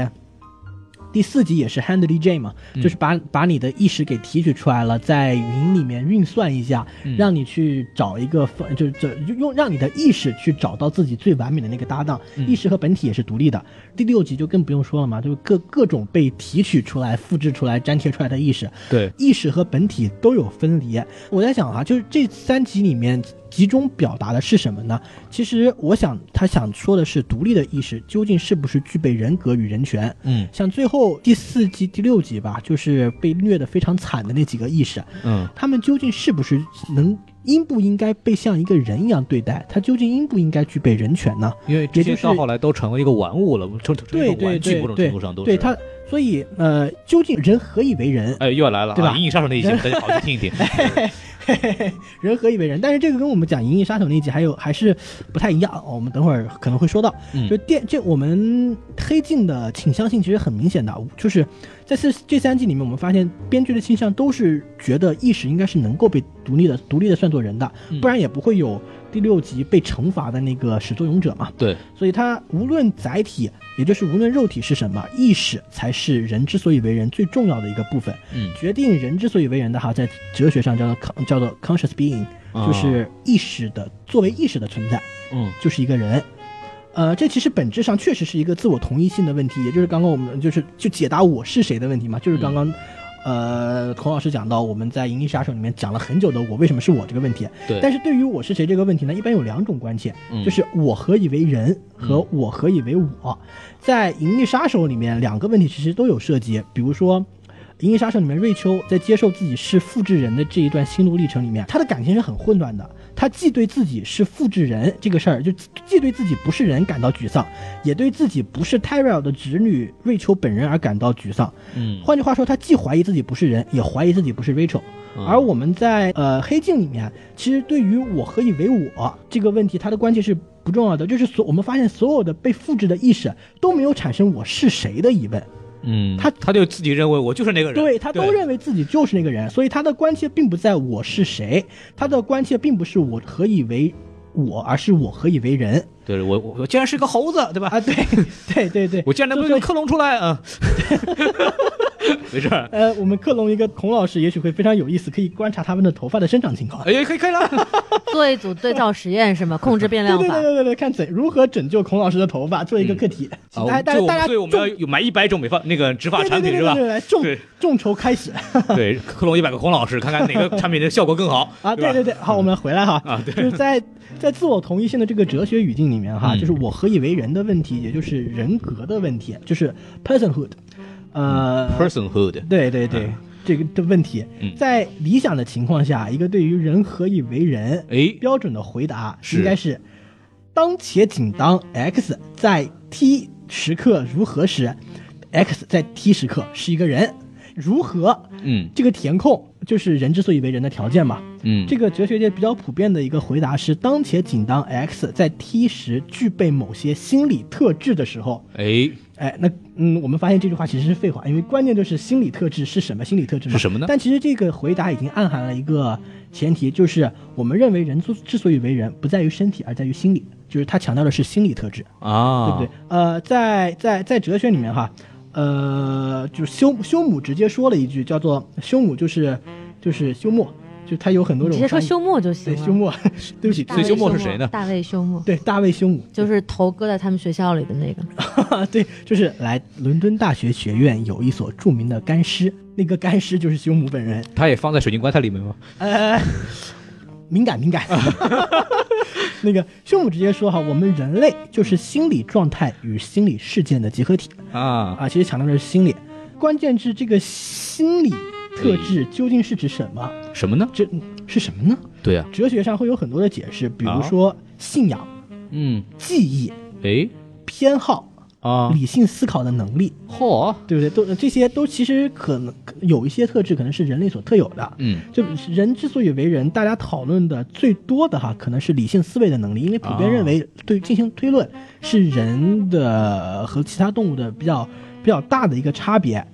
Speaker 2: 第四集也是 Handley J 嘛，
Speaker 1: 嗯
Speaker 2: 就是把把你的意识给提取出来了，在云里面运算一下，
Speaker 1: 嗯
Speaker 2: 让你去找一个分，就是这用让你的意识去找到自己最完美的那个搭档。
Speaker 1: 嗯
Speaker 2: 意识和本体也是独立的。第六集就更不用说了嘛，就是各各种被提取出来、复制出来、粘贴出来的意识，
Speaker 1: 对，
Speaker 2: 意识和本体都有分离。我在想啊，就是这三集里面集中表达的是什么呢？其实我想他想说的是，独立的意识究竟是不是具备人格与人权？
Speaker 1: 嗯
Speaker 2: 像最后第四集、第六集吧，就是被虐得非常惨的那几个意识，
Speaker 1: 嗯
Speaker 2: 他们究竟是不是能应不应该被像一个人一样对待？他究竟应不应该具备人权呢？
Speaker 1: 因为这
Speaker 2: 也就
Speaker 1: 些
Speaker 2: 是
Speaker 1: 到后来都成为一个玩物了，成成为
Speaker 2: 对
Speaker 1: 一个
Speaker 2: 对
Speaker 1: 玩具，某
Speaker 2: 对
Speaker 1: 种
Speaker 2: 对
Speaker 1: 程度上都，是。
Speaker 2: 对他，所以呃，究竟人何以为人？
Speaker 1: 哎，又要来了，
Speaker 2: 对吧哎
Speaker 1: 啊银翼杀手那
Speaker 2: <laughs>
Speaker 1: 一集，大家好好去听一听。
Speaker 2: 人何以为人？但是这个跟我们讲《银翼杀手》那一集还有还是不太一样，哦我们等会儿可能会说到。
Speaker 1: 嗯
Speaker 2: 就电这我们黑镜的倾向性其实很明显的，就是在这这三季里面，我们发现编剧的倾向都是觉得意识应该是能够被独立的独立的算作人的，不然也不会有第六集被惩罚的那个始作俑者嘛。
Speaker 1: 对，
Speaker 2: 所以它无论载体，也就是无论肉体是什么，意识才是人之所以为人最重要的一个部分。
Speaker 1: 嗯
Speaker 2: 决定人之所以为人的哈，在哲学上叫做 con- 叫做 conscious being，就是意识的作为意识的存在，
Speaker 5: 嗯
Speaker 2: 就是一个人。呃，这其实本质上确实是一个自我同一性的问题，也就是刚刚我们就是就解答我是谁的问题嘛，就是刚刚。呃，孔老师讲到我们在《银翼杀手》里面讲了很久的“我为什么是我”这个问题，
Speaker 1: 对
Speaker 2: 但是对于“我是谁”这个问题呢，一般有两种关切，
Speaker 5: 嗯
Speaker 2: 就是我何以为人和我何以为我。在《银翼杀手》里面，两个问题其实都有涉及，比如说。《银翼杀手》里面，瑞秋在接受自己是复制人的这一段心路历程里面，她的感情是很混乱的。她既对自己是复制人这个事儿，就既对自己不是人感到沮丧，也对自己不是 Tyrell 的侄女瑞秋本人而感到沮丧。
Speaker 1: 嗯
Speaker 2: 换句话说，他既怀疑自己不是人，也怀疑自己不是 Rachel。而
Speaker 1: 嗯
Speaker 2: 我们在呃黑镜里面，其实对于我何以为我这个问题，它的关键是不重要的，就是所我们发现所有的被复制的意识都没有产生我是谁的疑问，
Speaker 1: 嗯，
Speaker 2: 他
Speaker 1: 他就自己认为我就是那个人，
Speaker 2: 对他都认为自己就是那个人，所以他的关切并不在我是谁，他的关切并不是我何以为我，而是我何以为人 <laughs>
Speaker 1: 对我我我竟然是个猴子，对吧？
Speaker 2: 啊！对对对对，
Speaker 1: <laughs> 我竟然能
Speaker 2: 就
Speaker 1: 不
Speaker 2: 所
Speaker 1: 能
Speaker 2: 以
Speaker 1: 克隆出来啊？ <laughs> 没事儿，
Speaker 2: 呃，我们克隆一个孔老师，也许会非常有意思，可以观察他们的头发的生长情况。
Speaker 1: 哎，可以可以了。
Speaker 3: 做一组对照实验
Speaker 1: <laughs>
Speaker 3: 是吗？控制变
Speaker 2: 对
Speaker 3: 量
Speaker 2: 对
Speaker 3: 法
Speaker 2: 对。对对对，看怎如何拯救孔老师的头发，做一个课题。请大家大
Speaker 1: 所以啊
Speaker 2: 家
Speaker 1: 我
Speaker 2: 大
Speaker 1: 们
Speaker 2: 家
Speaker 1: 所以我
Speaker 2: 众
Speaker 1: 们要有买一百种美发那个植发
Speaker 2: 对对
Speaker 1: 产
Speaker 2: 对
Speaker 1: 品
Speaker 2: 对
Speaker 1: 是吧
Speaker 2: 对？对来众
Speaker 1: 对
Speaker 2: 众筹开始
Speaker 1: 对，克隆一百个孔老师，看看哪个产品的效果更好
Speaker 2: <laughs> 啊！对
Speaker 1: 吧啊
Speaker 2: 对对，好，我们回来哈，就是在在自我同一性的这个哲学语境里面哈，
Speaker 1: 嗯
Speaker 2: 就是我何以为人的问题，也就是人格的问题，就是 personhood，呃，
Speaker 1: ？Personhood，
Speaker 2: 对对对，这个的问题，
Speaker 1: 嗯
Speaker 2: 在理想的情况下，一个对于人何以为人，
Speaker 1: 哎，
Speaker 2: 标准的回答
Speaker 1: 是
Speaker 2: 应该是：当且仅当 x 在 t 时刻如何时，x 在 t 时刻是一个人，如何
Speaker 1: 嗯
Speaker 2: 这个填空就是人之所以为人的条件嘛。
Speaker 1: 嗯
Speaker 2: 这个哲学界比较普遍的一个回答是：当且仅当 x 在 t 时具备某些心理特质的时候。
Speaker 1: 哎
Speaker 2: 哎，那嗯，我们发现这句话其实是废话，因为关键就是心理特质是什么？心理特质嘛
Speaker 1: 是什么呢
Speaker 2: 但其实这个回答已经暗含了一个前提，就是我们认为人之之所以为人，不在于身体，而在于心理，就是他强调的是心理特质，对
Speaker 1: 啊，
Speaker 2: 不对？呃，在在在哲学里面哈，呃，就是休休姆直接说了一句叫做休姆就是就是休谟，就他有很多
Speaker 3: 你
Speaker 2: 种
Speaker 3: 直接说
Speaker 2: 翻译
Speaker 3: 休谟就行
Speaker 2: 对
Speaker 3: 了。
Speaker 2: 休谟，对不起，
Speaker 3: 大
Speaker 1: 所以
Speaker 3: 卫
Speaker 1: 休谟是谁呢
Speaker 3: 大卫休谟，
Speaker 2: 对大卫休姆，
Speaker 3: 就是头搁在他们学校里的那个。
Speaker 2: <laughs> 啊，对，就是来伦敦大学学院有一所著名的干尸，那个干尸就是休姆本人。
Speaker 1: 他也放在水晶棺材里面吗？
Speaker 2: 呃，敏感敏感。 <laughs> 那个休姆直接说哈，我们人类就是心理状态与心理事件的集合体
Speaker 1: 啊，
Speaker 2: 啊，其实强调的是心理，关键是这个心理特质究竟是指什么？
Speaker 1: 什么呢？
Speaker 2: 这是什么呢？
Speaker 1: 对啊，
Speaker 2: 哲学上会有很多的解释，比如说信仰、
Speaker 1: 嗯，
Speaker 2: 记忆、
Speaker 1: 哎
Speaker 2: 偏好、
Speaker 1: 啊，
Speaker 2: 理性思考的能力。
Speaker 1: 嚯，
Speaker 2: 对不对？都这些都其实可能有一些特质，可能是人类所特有的。
Speaker 1: 嗯
Speaker 2: 就人之所以为人，大家讨论的最多的哈，可能是理性思维的能力，因为普遍
Speaker 1: 哦
Speaker 2: 认为对进行推论是人的和其他动物的比较比较大的一个差别。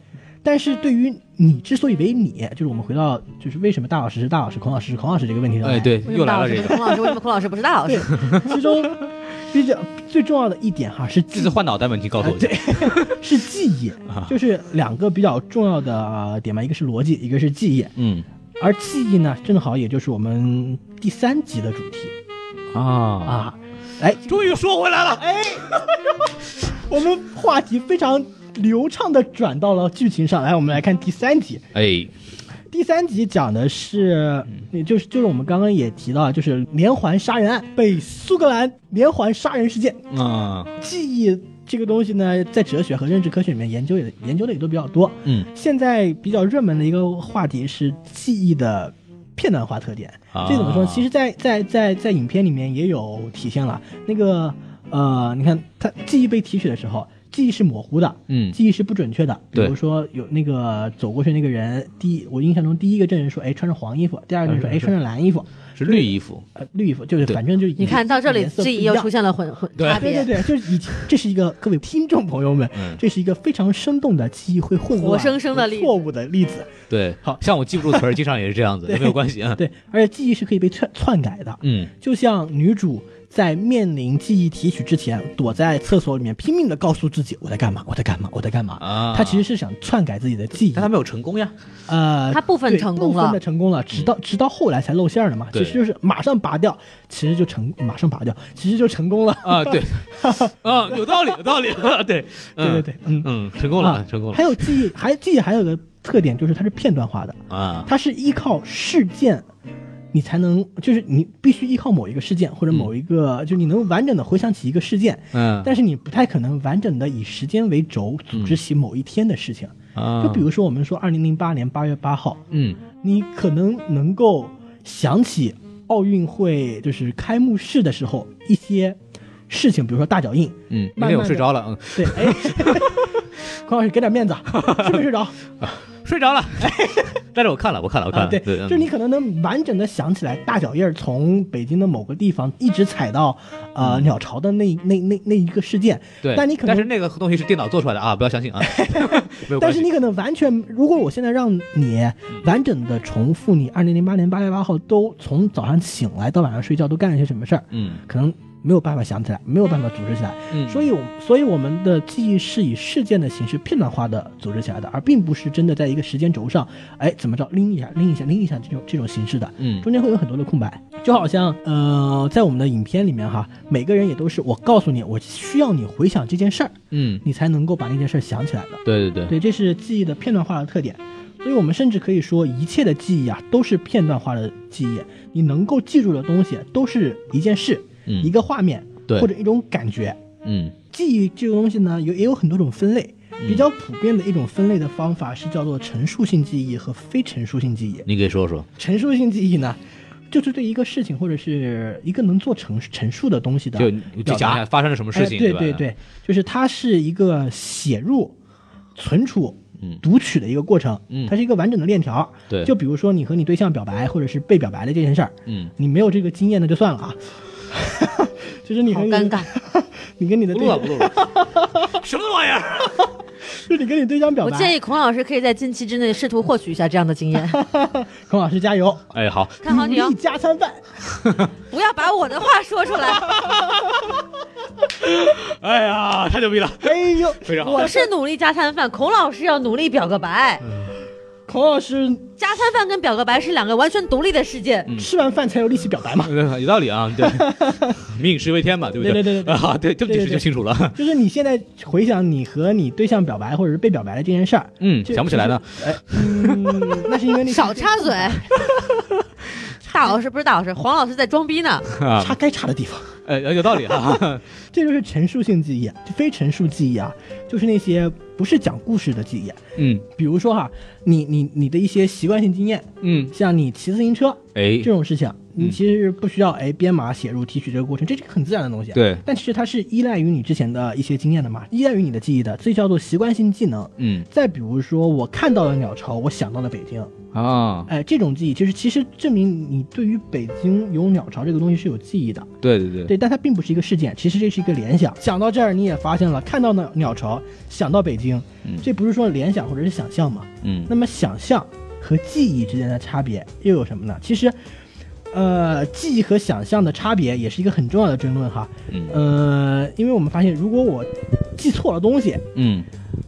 Speaker 2: 但是对于你之所以为你，就是我们回到就是为什么大老师是大老师，孔老师是孔老师这个问题上来，
Speaker 1: 哎，对，
Speaker 3: 为什
Speaker 1: 又
Speaker 3: 么
Speaker 1: 来
Speaker 3: 大
Speaker 1: 了
Speaker 3: 老师
Speaker 1: 这
Speaker 3: 不是
Speaker 1: 个，
Speaker 3: 孔老师？为什么孔老师不是大老师？
Speaker 2: 其中比较最重要的一点哈是
Speaker 1: 这
Speaker 2: 记
Speaker 1: 次换脑袋问题告
Speaker 2: <laughs>
Speaker 1: 诉我一下，
Speaker 2: 啊是记忆，就是两个比较重要的呃点嘛，一个是逻辑，一个是记忆。
Speaker 1: 嗯
Speaker 2: 而记忆呢，正好也就是我们第三集的主题
Speaker 1: 啊，
Speaker 2: 啊。哎，
Speaker 1: 终于说回来了，哎，
Speaker 2: 我们话题非常流畅的转到了剧情上来，我们来看第三集。
Speaker 1: 哎，
Speaker 2: 第三集讲的是，也就是就是我们刚刚也提到，就是连环杀人案，北苏格兰连环杀人事件。
Speaker 1: 啊，
Speaker 2: 记忆这个东西呢，在哲学和认知科学里面研究也研究的也都比较多。
Speaker 1: 嗯
Speaker 2: 现在比较热门的一个话题是记忆的片段化特点。
Speaker 1: 啊
Speaker 2: 这怎么说？其实在，在在在影片里面也有体现了。那个呃，你看它记忆被提取的时候，记忆是模糊的，
Speaker 1: 嗯
Speaker 2: 记忆是不准确的。比
Speaker 1: 对
Speaker 2: 如说有那个走过去那个人，第一我印象中第一个证人说，哎，穿着黄衣服；第二个证人说，哎，穿着蓝衣服。
Speaker 1: 是绿衣服，
Speaker 2: 呃，绿衣服就是，
Speaker 1: 对
Speaker 2: 反正就
Speaker 3: 你看到这里
Speaker 2: 颜色不
Speaker 3: ，G
Speaker 2: 一
Speaker 3: 又
Speaker 2: 样
Speaker 3: 出现了混 <laughs> 混差
Speaker 2: 对对
Speaker 3: 别，
Speaker 2: 对，就是以前这是一个各位听众朋友们，
Speaker 1: 嗯
Speaker 2: 这是一个非常生动的记忆会混乱、
Speaker 3: 活生生的例子
Speaker 2: 错误的例子。
Speaker 1: 对，
Speaker 2: 好
Speaker 1: 像我记不住词儿，经常也是这样子，
Speaker 2: 对
Speaker 1: 没有关系啊，
Speaker 2: 对，而且记忆是可以被篡篡改的，
Speaker 1: 嗯
Speaker 2: 就像女主在面临记忆提取之前，躲在厕所里面拼命的告诉自己我在干嘛，我在干嘛，我在干嘛。
Speaker 1: 啊
Speaker 2: 他其实是想篡改自己的记忆
Speaker 4: 但，他没有成功呀。
Speaker 2: 呃，
Speaker 3: 他部分
Speaker 2: 对
Speaker 3: 成功
Speaker 2: 部分
Speaker 3: 了
Speaker 2: 的成功了，直到直到后来才露馅儿的嘛。
Speaker 1: 嗯对
Speaker 2: 其实就是马上拔掉，其实就成马上拔掉，其实就成功了。
Speaker 1: 啊， <laughs> 对，啊，有道理，有道理，对，嗯
Speaker 2: 对对对，嗯，
Speaker 1: 嗯，成功了，
Speaker 2: 啊
Speaker 1: 成功了
Speaker 2: 还有记忆，还记忆还有个特点就是它是片段化的，
Speaker 1: 啊，
Speaker 2: 它是依靠事件，你才能就是你必须依靠某一个事件或者某一个，就你能完整的回想起一个事件，
Speaker 1: 嗯，
Speaker 2: 但是你不太可能完整的以时间为轴组织起某一天的事情。
Speaker 1: 啊
Speaker 2: 就比如说我们说二零零八年八月八号，
Speaker 1: 嗯
Speaker 2: 你可能能够想起奥运会就是开幕式的时候一些事情，比如说大脚印，
Speaker 1: 嗯，因
Speaker 2: 慢慢地
Speaker 1: 为我睡着了，嗯，
Speaker 2: 对，哎， <laughs> 孔老师给点面子，啊睡 <laughs> 没睡着？
Speaker 1: 睡着了， <laughs> 但是我看了，我看了，我看
Speaker 2: 啊，
Speaker 1: 了，
Speaker 2: 对，
Speaker 1: 对，嗯
Speaker 2: 就是你可能能完整的想起来大脚印儿从北京的某个地方一直踩到呃鸟巢的那那那那一个事件，
Speaker 1: 对，
Speaker 2: 但你可能
Speaker 1: 但是那个东西是电脑做出来的啊，不要相信 <laughs> 啊，没有
Speaker 2: 但
Speaker 1: 关
Speaker 2: 是
Speaker 1: 系
Speaker 2: 你可能完全，如果我现在让你完整的重复你二零零八年八月八号都从早上醒来到晚上睡觉都干了些什么事儿，
Speaker 1: 嗯
Speaker 2: 可能没有办法想起来，没有办法组织起来。
Speaker 1: 嗯，
Speaker 2: 所以我，所以我们的记忆是以事件的形式片段化的组织起来的，而并不是真的在一个时间轴上，哎，怎么着拎一下、拎一下、拎一下这种这种形式的。
Speaker 1: 嗯
Speaker 2: 中间会有很多的空白，就好像呃，在我们的影片里面哈，每个人也都是我告诉你，我需要你回想这件事儿，
Speaker 1: 嗯，
Speaker 2: 你才能够把那件事儿想起来的。
Speaker 1: 对对对，
Speaker 2: 对，这是记忆的片段化的特点。所以我们甚至可以说，一切的记忆啊，都是片段化的记忆。你能够记住的东西，都是一件事、
Speaker 1: 嗯
Speaker 2: 一个画面
Speaker 1: 对
Speaker 2: 或者一种感觉。
Speaker 1: 嗯
Speaker 2: 记忆这个东西呢，有也有很多种分类。比较普遍的一种分类的方法是叫做陈述性记忆和非陈述性记忆。
Speaker 1: 你给说说，
Speaker 2: 陈述性记忆呢，就是对一个事情或者是一个能做陈陈述的东西的
Speaker 1: 就
Speaker 2: 表
Speaker 1: 就讲
Speaker 2: 达
Speaker 1: 讲发生了什么事情，
Speaker 2: 哎、对
Speaker 1: 吧？
Speaker 2: 对对，就是它是一个写入、存储、读取的一个过程，
Speaker 1: 嗯
Speaker 2: 它是一个完整的链条。
Speaker 1: 对
Speaker 2: 就比如说你和你对象表白，或者是被表白的这件事儿，
Speaker 1: 嗯，
Speaker 2: 你没有这个经验那就算了啊。 <laughs> 就是你和
Speaker 3: 好
Speaker 2: 你
Speaker 3: 尴尬，
Speaker 2: 你跟你的
Speaker 1: 不
Speaker 2: 对
Speaker 1: 录了
Speaker 2: 象
Speaker 1: 不，录了，
Speaker 2: <laughs>
Speaker 1: 什么玩意儿？
Speaker 2: 就是你跟你对象表
Speaker 3: 我
Speaker 2: 白，
Speaker 3: 建议孔老师可以在近期之内试图获取一下这样的
Speaker 2: <laughs>
Speaker 3: 经验。
Speaker 2: 孔老师加油，
Speaker 1: 哎，好，
Speaker 3: 看好你
Speaker 2: 努
Speaker 3: 哦
Speaker 2: 力，加餐饭。
Speaker 3: 不要把我的话说出
Speaker 2: <laughs>
Speaker 3: 来。
Speaker 1: 哎呀，太牛逼了，
Speaker 2: 哎呦，
Speaker 1: 非常好
Speaker 2: 我
Speaker 3: 我是努力加餐饭，孔老师要努力表个白。
Speaker 2: 孔老师
Speaker 3: 加餐饭跟表个白是两个完全独立的世界。
Speaker 2: 吃完饭才有力气表白嘛。
Speaker 1: 有道理
Speaker 2: <laughs>
Speaker 1: 啊，对，民以食为天嘛，对不
Speaker 2: 对
Speaker 1: 对
Speaker 2: 对对对对
Speaker 1: 啊，对，这么解释就清楚了，
Speaker 2: 就是你现在回想你和你对象表白或者是被表白的这件事儿，
Speaker 1: 嗯，
Speaker 2: 就哎
Speaker 1: 想不起来呢，
Speaker 2: 嗯，那是因为那
Speaker 3: 少插
Speaker 2: <laughs>
Speaker 3: 嘴。大老师不是大老师，黄老师在装逼呢。
Speaker 1: 啊，
Speaker 2: 插该插的地方。
Speaker 1: 呃，有道理
Speaker 2: <laughs>
Speaker 1: 啊，
Speaker 2: 这就是陈述性记忆，非陈述记忆啊，就是那些不是讲故事的记忆。啊
Speaker 1: 嗯
Speaker 2: 比如说哈，你你你的一些习惯性经验，
Speaker 1: 嗯，
Speaker 2: 像你骑自行车
Speaker 1: 哎
Speaker 2: 这，种事情，
Speaker 1: 嗯
Speaker 2: 你其实是不需要哎编码写入提取这个过程，这是个很自然的东西。啊
Speaker 1: 对
Speaker 2: 但其实它是依赖于你之前的一些经验的嘛，依赖于你的记忆的，这叫做习惯性技能。
Speaker 1: 嗯
Speaker 2: 再比如说，我看到了鸟巢，我想到了北京，
Speaker 1: 啊，
Speaker 2: 哎，这种记忆其实其实证明你对于北京有鸟巢这个东西是有记忆的。
Speaker 1: 对对对，
Speaker 2: 对，但它并不是一个事件，其实这是一个联想。想到这儿，你也发现了，看到鸟鸟巢，想到北京，这不是说联想或者是想象嘛？
Speaker 1: 嗯
Speaker 2: 那么想象和记忆之间的差别又有什么呢？其实，呃，记忆和想象的差别也是一个很重要的争论哈。
Speaker 1: 嗯
Speaker 2: 呃，因为我们发现，如果我记错了东西，
Speaker 1: 嗯，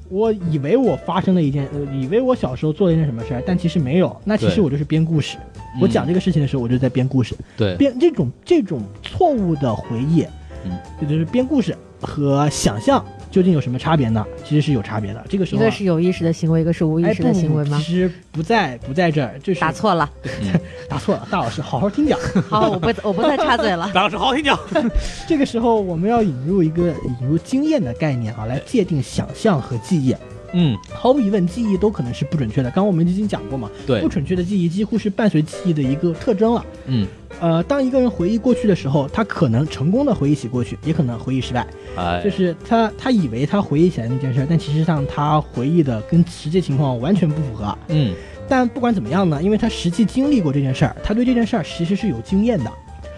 Speaker 2: 我以为我发生了一件，呃以为我小时候做了一件什么事儿，但其实没有。那其实
Speaker 1: 对嗯
Speaker 2: 我就是编故事。我讲这个事情的时候，我就在编故事。
Speaker 1: 对，
Speaker 2: 编这种这种错误的回忆，
Speaker 1: 嗯，
Speaker 2: 也就是编故事和想象究竟有什么差别呢？其实是有差别的。这个时
Speaker 3: 一
Speaker 2: 候啊、
Speaker 3: 个是有意识的行为，一个是无意
Speaker 2: 哎
Speaker 3: 识的
Speaker 2: 不
Speaker 3: 行为
Speaker 2: 不不
Speaker 3: 吗
Speaker 2: 其？实不在不在这儿，就是
Speaker 3: 打
Speaker 2: <laughs>
Speaker 3: 错了，
Speaker 2: 打错了。大老师，好好听讲。
Speaker 3: 好，我不我不再插
Speaker 2: <laughs>
Speaker 3: 嘴了。
Speaker 1: 大老师好好听讲，
Speaker 2: 这个时候我们要引入一个引入经验的概念啊，来界定想象和记忆。
Speaker 1: 嗯，
Speaker 2: 毫无疑问，记忆都可能是不准确的。刚刚我们已经讲过嘛，
Speaker 1: 对
Speaker 2: 不准确的记忆几乎是伴随记忆的一个特征了。
Speaker 1: 嗯，
Speaker 2: 呃，当一个人回忆过去的时候，他可能成功的回忆起过去，也可能回忆失败。
Speaker 1: 哎，
Speaker 2: 就是他他以为他回忆起来那件事，但其实上他回忆的跟实际情况完全不符合。
Speaker 1: 嗯
Speaker 2: 但不管怎么样呢，因为他实际经历过这件事儿，他对这件事儿其实是有经验的。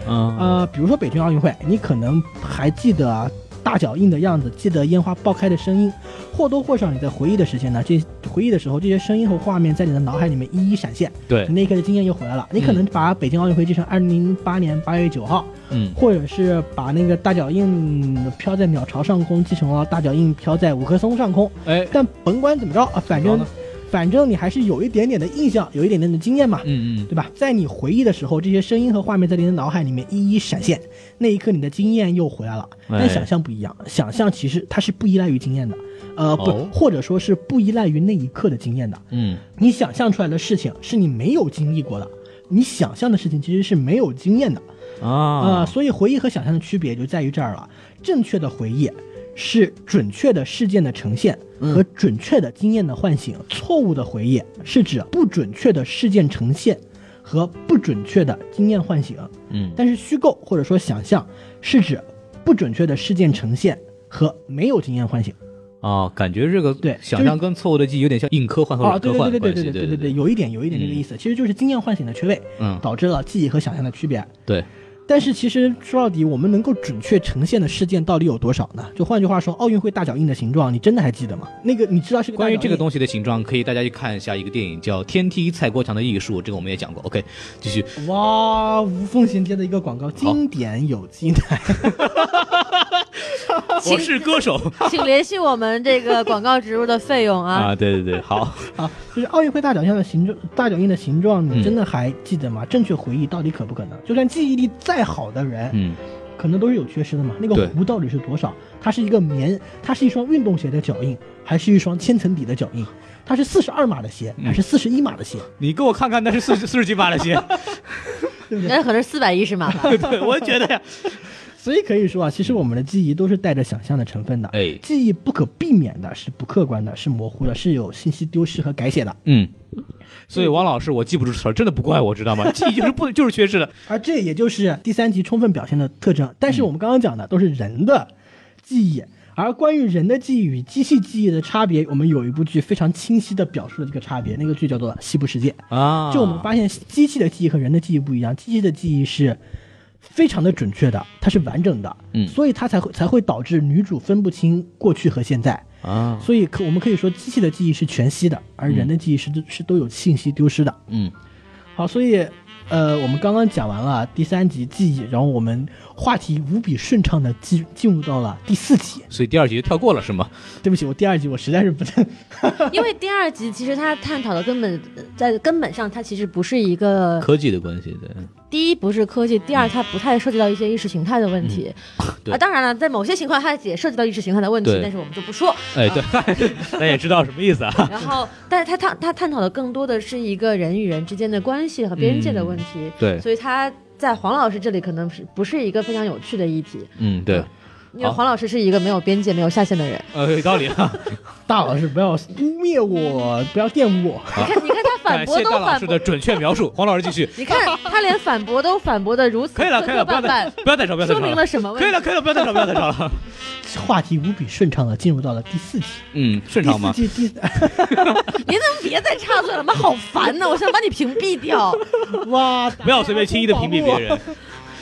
Speaker 1: 嗯
Speaker 2: 呃，比如说北京奥运会，你可能还记得大脚印的样子，记得烟花爆开的声音，或多或少你在回忆的时间呢，这回忆的时候，这些声音和画面在你的脑海里面一一闪现，
Speaker 1: 对
Speaker 2: 你，那一刻的经验又回来了。你可能把北京奥运会记成二零零八年八月九号，
Speaker 1: 嗯，
Speaker 2: 或者是把那个大脚印飘在鸟巢上空记成了大脚印飘在五棵松上空，
Speaker 1: 哎，
Speaker 2: 但甭管怎么着，啊，反
Speaker 1: 怎么着
Speaker 2: 正
Speaker 1: 呢
Speaker 2: 反正你还是有一点点的印象，有一点点的经验嘛，
Speaker 1: 嗯嗯，
Speaker 2: 对吧？在你回忆的时候，这些声音和画面在你的脑海里面一一闪现，那一刻你的经验又回来了。
Speaker 1: 哎
Speaker 2: 但想象不一样，想象其实它是不依赖于经验的，呃，不，
Speaker 1: 哦
Speaker 2: 或者说是不依赖于那一刻的经验的。
Speaker 1: 嗯，
Speaker 2: 你想象出来的事情是你没有经历过的，你想象的事情其实是没有经验的。啊、
Speaker 1: 啊，
Speaker 2: 所以回忆和想象的区别就在于这儿了。正确的回忆是准确的事件的呈现和准确的经验的唤醒，错误的回忆是指不准确的事件呈现和不准确的经验唤醒。
Speaker 1: 嗯，
Speaker 2: 但是虚构或者说想象是指不准确的事件呈现和没有经验唤醒。
Speaker 1: 啊，感觉这个
Speaker 2: 对
Speaker 1: 想象跟错误的记忆有点像硬科幻和
Speaker 2: 啊，
Speaker 1: 软
Speaker 2: 对
Speaker 1: 科幻
Speaker 2: 对
Speaker 1: 的
Speaker 2: 对对
Speaker 1: 关
Speaker 2: 对
Speaker 1: 系，
Speaker 2: 对对
Speaker 1: 对
Speaker 2: 对，有一点有一点这个意思，其实就是经验唤醒的缺位，
Speaker 1: 嗯
Speaker 2: 导致了记忆和想象的区别。
Speaker 1: 对，
Speaker 2: 但是其实说到底，我们能够准确呈现的事件到底有多少呢？就换句话说，奥运会大脚印的形状，你真的还记得吗？那个你知道是个
Speaker 1: 关于这个
Speaker 2: 西，
Speaker 1: 东西的形状，可以大家去看一下一个电影叫《天梯蔡国强的艺术》，这个我们也讲过。OK，继续，
Speaker 2: 哇，无缝衔接的一个广告，经典有机 <laughs> 奶，
Speaker 1: 我是歌手
Speaker 3: 请联系我们这个广告植入的费用啊。
Speaker 1: 啊，对对对，好，
Speaker 2: 就是奥运会大脚印的形状，大脚印的形状，
Speaker 1: 嗯
Speaker 2: 你真的还记得吗？正确回忆到底可不可能？就算记忆力再好的人，
Speaker 1: 嗯，
Speaker 2: 可能都是有缺失的嘛。那个
Speaker 1: 对
Speaker 2: 弧到底是多少？它是一个棉，它是一双运动鞋的脚印，还是一双千层底的脚印？它是四十二码的鞋，
Speaker 1: 嗯
Speaker 2: 还是四十一码的鞋？
Speaker 1: 你给我看看，那是四十四十几码的鞋，
Speaker 3: 那可能是四百一十 <laughs> 码吧。
Speaker 1: 对，我觉得呀，
Speaker 2: 所以可以说啊，其实我们的记忆都是带着想象的成分的。
Speaker 1: 哎
Speaker 2: 记忆不可避免的是不客观的，是模糊的，是有信息丢失和改写的。
Speaker 1: 嗯，所以王老师，我记不住词儿，真的不怪我，知道吗？记忆就是不就是缺失的，
Speaker 2: 而这也就是第三集充分表现的特征。但是我们刚刚讲的都是人的记忆，而关于人的记忆与机器记忆的差别，我们有一部剧非常清晰的表述了这个差别，那个剧叫做《西部世界》。
Speaker 1: 啊
Speaker 2: 就我们发现，机器的记忆和人的记忆不一样，机器的记忆是非常的准确的，它是完整的，
Speaker 1: 嗯
Speaker 2: 所以它才会才会导致女主分不清过去和现在。
Speaker 1: 啊，
Speaker 2: 所以可我们可以说，机器的记忆是全息的，而人的记忆是、是都有信息丢失的。
Speaker 1: 嗯，
Speaker 2: 好，所以呃，我们刚刚讲完了第三集记忆，然后我们话题无比顺畅的进进入到了第四集。
Speaker 1: 所以第二集就跳过了是吗？
Speaker 2: 对不起，我第二集我实在是不太
Speaker 3: 因为第二集其实它探讨的根本在根本上，它其实不是一个
Speaker 1: 科技的关系，对，
Speaker 3: 第一不是科技，第二它不太涉及到一些意识形态的问题。
Speaker 1: 嗯对
Speaker 3: 啊，当然了，在某些情况它也涉及到意识形态的问题
Speaker 1: 对，
Speaker 3: 但是我们就不说。
Speaker 1: 哎对，大家也知道什么意思啊，
Speaker 3: 然后，但是它探它探讨的更多的是一个人与人之间的关系和边界的问题，
Speaker 1: 对，
Speaker 3: 所以它在黄老师这里可能是不是一个非常有趣的议题，
Speaker 1: 嗯对，
Speaker 3: 因为黄老师是一个没有边界、没有下限的人。
Speaker 1: 呃，有道理啊。
Speaker 2: 大老师不要污蔑我，不要玷污我。
Speaker 3: 你看，你看他 <laughs> 反
Speaker 1: 感
Speaker 3: 驳
Speaker 1: 谢
Speaker 3: 都
Speaker 1: 大老
Speaker 3: 反
Speaker 1: 师
Speaker 3: 驳
Speaker 1: 的，准确描述。黄老师继续，
Speaker 3: 你看他连反驳都反驳的如此
Speaker 1: 可以了，
Speaker 3: 磕
Speaker 1: 可以了，
Speaker 3: 磕
Speaker 1: 不要
Speaker 3: 绊
Speaker 1: 再
Speaker 3: 绊，
Speaker 1: 不要再吵，不要再
Speaker 3: 说
Speaker 1: 吵
Speaker 3: 明了什么问
Speaker 1: 可
Speaker 3: 题
Speaker 1: 以？了，可以了，不要再吵，不要再吵
Speaker 3: <laughs>
Speaker 1: 了。
Speaker 2: 话题无比顺畅的进入到了第四集，
Speaker 1: 嗯，顺
Speaker 2: 第
Speaker 1: 畅
Speaker 2: 四
Speaker 1: 吗？
Speaker 2: 季第
Speaker 3: 您能别再插嘴了吗？好烦 <laughs> 呐、我想把你屏蔽掉。
Speaker 2: <laughs> 哇，
Speaker 1: 不要随便轻易的屏蔽别人。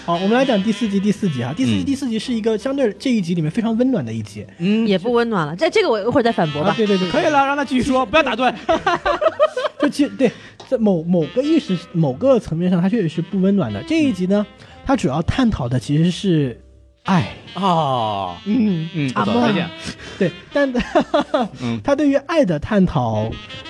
Speaker 2: 好，我们来讲第四集，第四集啊，第四集，
Speaker 1: 嗯
Speaker 2: 第四集是一个相对这一集里面非常温暖的一集。
Speaker 1: 嗯，
Speaker 3: <laughs> 也不温暖了。这这个我一会儿再反驳吧。
Speaker 2: 啊对对对，
Speaker 1: 可以了，让他继续说，不要打断。
Speaker 2: 就其实对，在某某个意识、某个层面上，它确实是不温暖的。这一集呢，它主要探讨的其实是爱，
Speaker 1: 啊，
Speaker 2: 嗯，
Speaker 1: 嗯，
Speaker 2: 阿
Speaker 1: 不
Speaker 2: 梦
Speaker 1: 错，再见。
Speaker 2: 对，但 <laughs>
Speaker 1: 嗯
Speaker 2: 他对于爱的探讨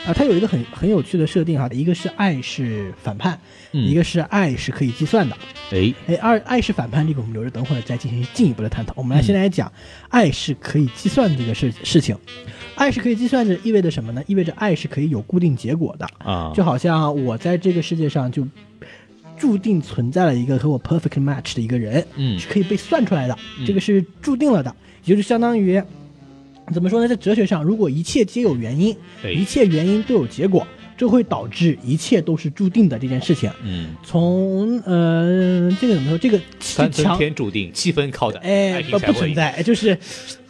Speaker 2: 啊，他有一个很很有趣的设定哈，一个是爱是反叛，
Speaker 1: 嗯
Speaker 2: 一个是爱是可以计算的。
Speaker 1: 哎，
Speaker 2: 哎，二爱是反叛这个，我们留着等会儿再进行进一步的探讨。我
Speaker 1: 嗯
Speaker 2: 们来先来讲，爱是可以计算这个事事情。爱是可以计算的，意味着什么呢？意味着爱是可以有固定结果的。
Speaker 1: 啊，
Speaker 2: 就好像我在这个世界上就注定存在了一个和我 perfect match 的一个人，
Speaker 1: 嗯
Speaker 2: 是可以被算出来的，
Speaker 1: 嗯
Speaker 2: 这个是注定了的，也就是相当于怎么说呢，在哲学上，如果一切皆有原因，
Speaker 1: 哎
Speaker 2: 一切原因都有结果，这会导致一切都是注定的这件事情。
Speaker 1: 嗯，
Speaker 2: 从呃，这个怎么说？这个
Speaker 1: 三分
Speaker 2: 强
Speaker 1: 天注定，七分靠打，
Speaker 2: 哎
Speaker 1: 爱情
Speaker 2: 不
Speaker 1: 才
Speaker 2: 不
Speaker 1: 会
Speaker 2: 存。在，就是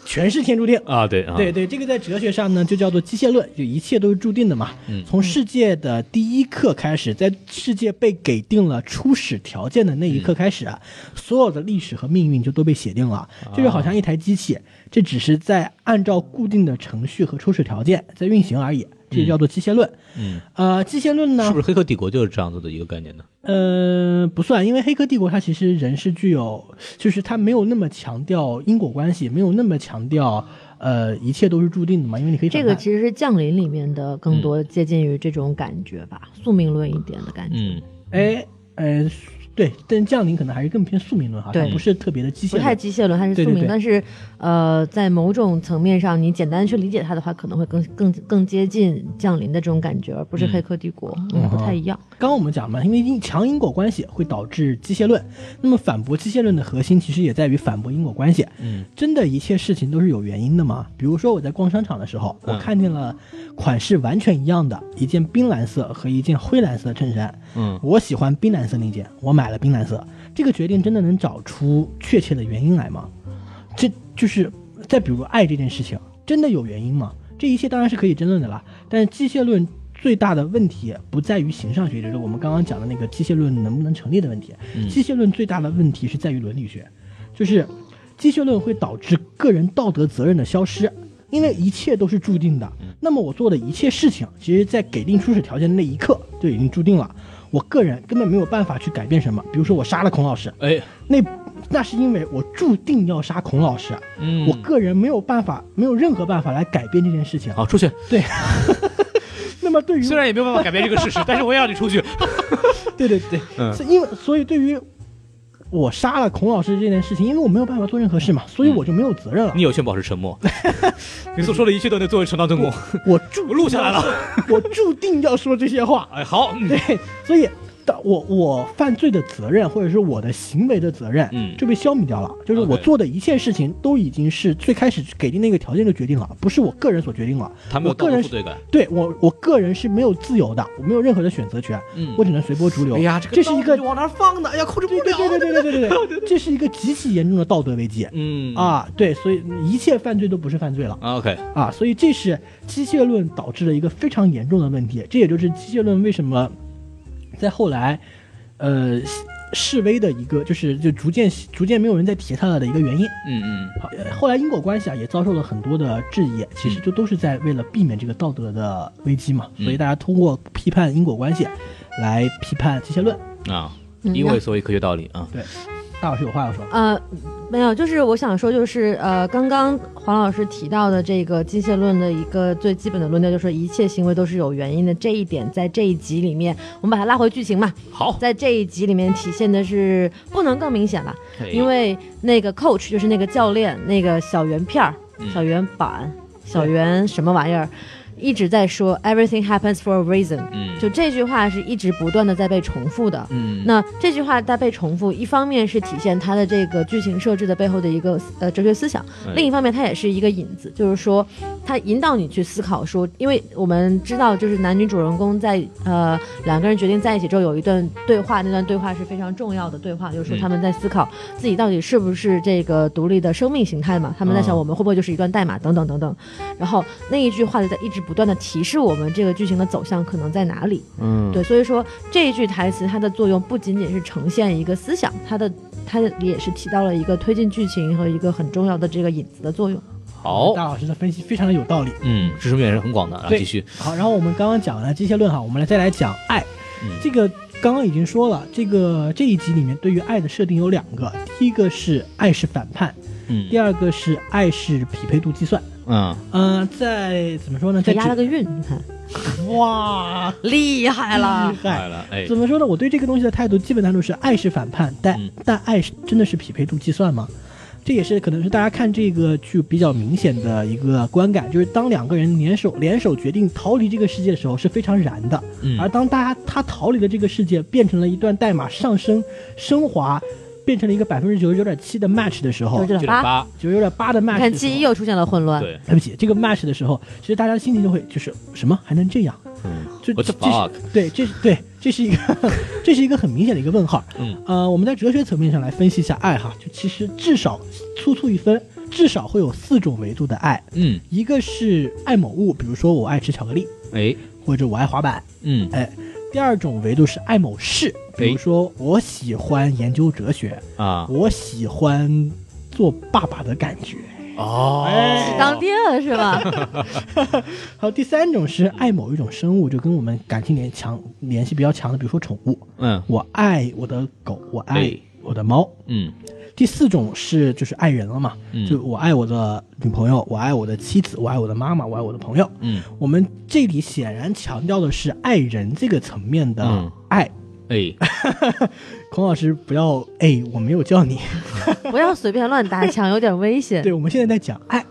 Speaker 2: 全是天注定。
Speaker 1: 啊，对啊，
Speaker 2: 对对，这个在哲学上呢，就叫做机械论，就一切都是注定的嘛。
Speaker 1: 嗯
Speaker 2: 从世界的第一刻开始，在世界被给定了初始条件的那一
Speaker 1: 嗯
Speaker 2: 刻开始啊，所有的历史和命运就都被写定
Speaker 1: 啊
Speaker 2: 了。这就好像一台机器，这只是在按照固定的程序和初始条件在运行而已，这就叫做机械论。
Speaker 1: 嗯，
Speaker 2: 呃，机械论呢，
Speaker 1: 是不是《黑客帝国》就是这样子的一个概念呢？
Speaker 2: 呃，不算，因为《黑客帝国》它其实人是具有，就是它没有那么强调因果关系，没有那么强调呃一切都是注定的嘛，因为你可以
Speaker 3: 这
Speaker 2: 反
Speaker 3: 个
Speaker 2: 叛
Speaker 3: 其实是降临里面的，更多接近于这种感觉吧，宿命论一点的感觉，
Speaker 1: 嗯，
Speaker 2: 哎呃对，但降临可能还是更偏宿命论，好像
Speaker 3: 对
Speaker 2: 不是特别的机械
Speaker 3: 不太
Speaker 2: 论。
Speaker 3: 机械论，它是宿
Speaker 2: 对对
Speaker 3: 命，
Speaker 2: 对
Speaker 3: 但是呃，在某种层面上，你简单去理解它的话，可能会更更更接近降临的这种感觉，而不是黑客帝国，嗯不太一样。
Speaker 2: 刚刚我们讲嘛，因为因强因果关系会导致机械论，那么反驳机械论的核心其实也在于反驳因果关系。
Speaker 1: 嗯，
Speaker 2: 真的一切事情都是有原因的吗？比如说我在逛商场的时候，我
Speaker 1: 嗯
Speaker 2: 看见了款式完全一样的一件冰蓝色和一件灰蓝色的衬衫，
Speaker 1: 嗯，
Speaker 2: 我喜欢冰蓝色那件，我买了冰蓝色。这个决定真的能找出确切的原因来吗？这就是再比如爱这件事情，真的有原因吗？这一切当然是可以争论的啦。但是机械论最大的问题不在于形上学，就是我们刚刚讲的那个机械论能不能成立的问题。机械论最大的问题是在于伦理学，就是机械论会导致个人道德责任的消失。因为一切都是注定的，那么我做的一切事情，其实在给定初始条件的那一刻就已经注定了。我个人根本没有办法去改变什么，比如说我杀了孔老师，
Speaker 1: 哎，
Speaker 2: 那那是因为我注定要杀孔老师，啊
Speaker 1: 嗯
Speaker 2: 我个人没有办法，没有任何办法来改变这件事情。
Speaker 1: 好出去，
Speaker 2: 对，那么对于
Speaker 1: 虽然也没有办法改变这个事
Speaker 3: <laughs>
Speaker 1: 实，但是我也让你出去。
Speaker 2: <laughs> 对对对，
Speaker 1: 嗯
Speaker 2: 是因为所以对于我杀了孔老师这件事情，因为我没有办法做任何事嘛，所以我就没有责任了。
Speaker 1: 嗯你有权保持沉默， <laughs> 你所说的一切都得作为承担正供。
Speaker 2: 我注
Speaker 1: 我录下来了，
Speaker 2: <laughs> 我注定要说这些话。
Speaker 1: 哎，好，嗯
Speaker 2: 对，所以到我我犯罪的责任，或者是我的行为的责任，
Speaker 1: 嗯
Speaker 2: 就被消弭掉了。就是我
Speaker 1: OK
Speaker 2: 做的一切事情都已经是最开始给定那个条件就决定了，不是我个人所决定了。
Speaker 1: 他没有
Speaker 2: 我个
Speaker 1: 道德
Speaker 2: 人
Speaker 1: 负
Speaker 2: 是
Speaker 1: 罪感。
Speaker 2: 对我我个人是没有自由的，我没有任何的选择权，
Speaker 1: 嗯
Speaker 2: 我只能随波逐流。
Speaker 1: 哎呀，这
Speaker 2: 这是一个
Speaker 1: 刀子往哪儿放的？哎呀，控制不
Speaker 2: 对对
Speaker 1: 了。
Speaker 2: 对对对对对对，这是一个极其严重的道德危机。
Speaker 1: 嗯啊
Speaker 2: 啊，对，所以一切犯罪都不是犯罪了。
Speaker 1: ，OK，
Speaker 2: 啊，所以这是机械论导致了一个非常严重的问题，这也就是机械论为什么在后来，呃，示示威的一个就是就逐渐逐渐没有人再提它了的一个原因。
Speaker 1: 嗯嗯
Speaker 2: 好呃后来因果关系啊也遭受了很多的质疑，其
Speaker 3: 嗯
Speaker 2: 实就都是在为了避免这个道德的危机嘛，所以大家通过批判因果关系来批判机械论。
Speaker 1: 嗯啊，
Speaker 3: 嗯
Speaker 1: 因
Speaker 3: 那
Speaker 1: 为所以科学道理啊，
Speaker 2: 对，大老师有话要说吗？
Speaker 3: 呃，没有，就是我想说，就是呃，刚刚黄老师提到的这个机械论的一个最基本的论调，就是一切行为都是有原因的。这一点在这一集里面，我们把它拉回剧情嘛，
Speaker 1: 好，
Speaker 3: 在这一集里面体现的是不能更明显了，
Speaker 1: 嗯
Speaker 3: 因为那个 coach 就是那个教练，那个小圆片儿、小圆板、小圆什么玩意儿，一直在说 everything happens for a reason，
Speaker 1: 嗯
Speaker 3: 就这句话是一直不断的在被重复的。
Speaker 1: 嗯
Speaker 3: 那这句话它被重复，一方面是体现它的这个剧情设置的背后的一个呃哲学思想，
Speaker 1: 哎
Speaker 3: 另一方面它也是一个引子，就是说它引导你去思考说，因为我们知道就是男女主人公在呃两个人决定在一起之后有一段对话，那段对话是非常重要的对话，就是说
Speaker 1: 嗯
Speaker 3: 他们在思考自己到底是不是这个独立的生命形态嘛，他们在想
Speaker 1: 嗯
Speaker 3: 我们会不会就是一段代码等等等等，然后那一句话就在一直不断的提示我们这个剧情的走向可能在哪里。
Speaker 1: 嗯
Speaker 3: 对，所以说这一句台词它的作用不仅仅是呈现一个思想，它的它也是起到了一个推进剧情和一个很重要的这个引子的作用。
Speaker 1: 好，
Speaker 2: 大老师的分析非常的有道理。
Speaker 1: 嗯，知识面也是很广的，啊，
Speaker 2: 对
Speaker 1: 继续，
Speaker 2: 好，然后我们刚刚讲了机械论哈，我们来再来讲爱。
Speaker 3: 嗯
Speaker 2: 这个刚刚已经说了，这个这一集里面对于爱的设定有两个，第一个是爱是反叛，
Speaker 1: 嗯
Speaker 2: 第二个是爱是匹配度计算。
Speaker 1: 嗯，
Speaker 2: 嗯、在怎么说呢？
Speaker 3: 这
Speaker 2: 在
Speaker 3: 押了
Speaker 2: 这
Speaker 3: 个韵，你看
Speaker 2: 哇，
Speaker 3: 厉害了 <laughs>
Speaker 2: 厉。
Speaker 1: 来
Speaker 2: 害！
Speaker 1: 了，哎，
Speaker 2: 怎么说呢？我对这个东西的态度基本态度是爱是反叛，但、
Speaker 1: 嗯
Speaker 2: 但爱是真的是匹配度计算吗？这也是可能是大家看这个剧比较明显的一个观感，就是当两个人联手联手决定逃离这个世界的时候是非常燃的，
Speaker 1: 嗯
Speaker 2: 而当大家他逃离了这个世界，变成了一段代码上升升华，变成了一个百分之九十九点七的 match 的时候
Speaker 3: 九，九
Speaker 1: 这
Speaker 3: 八，
Speaker 1: 八，
Speaker 2: 九十九点八的 match，
Speaker 3: 啊你
Speaker 2: 的
Speaker 3: 看
Speaker 2: 时候
Speaker 3: 记忆又出现了混乱。
Speaker 1: 对，
Speaker 2: 对不起，这个 match 的时候，其实大家心情就会就是什么还能这样，
Speaker 1: 嗯
Speaker 2: 就这
Speaker 1: What the
Speaker 2: 这
Speaker 1: fuck？
Speaker 2: 是对，这是对，这是一个 <laughs> 这是一个很明显的一个问号。
Speaker 1: 嗯，
Speaker 2: 呃，我们在哲学层面上来分析一下爱哈，就其实至少粗粗一分，至少会有四种维度的爱，
Speaker 1: 嗯，
Speaker 2: 一个是爱某物，比如说我爱吃巧克力，
Speaker 1: 哎，
Speaker 2: 或者我爱滑板，
Speaker 1: 嗯，
Speaker 2: 哎。第二种维度是爱某事，比如说我喜欢研究哲学，
Speaker 1: 啊，
Speaker 2: 我喜欢做爸爸的感觉。
Speaker 1: 哦，
Speaker 2: 哎
Speaker 3: 当爹了是吧？ <laughs>
Speaker 2: 还有第三种是爱某一种生物，就跟我们感情联强联系比较强的，比如说宠物，
Speaker 1: 嗯
Speaker 2: 我爱我的狗，我爱
Speaker 1: 哎
Speaker 2: 我的猫。
Speaker 1: 嗯
Speaker 2: 第四种是就是爱人了嘛，
Speaker 1: 嗯
Speaker 2: 就我爱我的女朋友，我爱我的妻子，我爱我的妈妈，我爱我的朋友。
Speaker 1: 嗯，
Speaker 2: 我们这里显然强调的是爱人这个层面的
Speaker 1: 嗯
Speaker 2: 爱。
Speaker 1: 哎，
Speaker 2: 孔老师不要哎，我没有叫你，
Speaker 3: 不要随便乱搭腔，有点危险。
Speaker 2: 对我们现在在讲爱。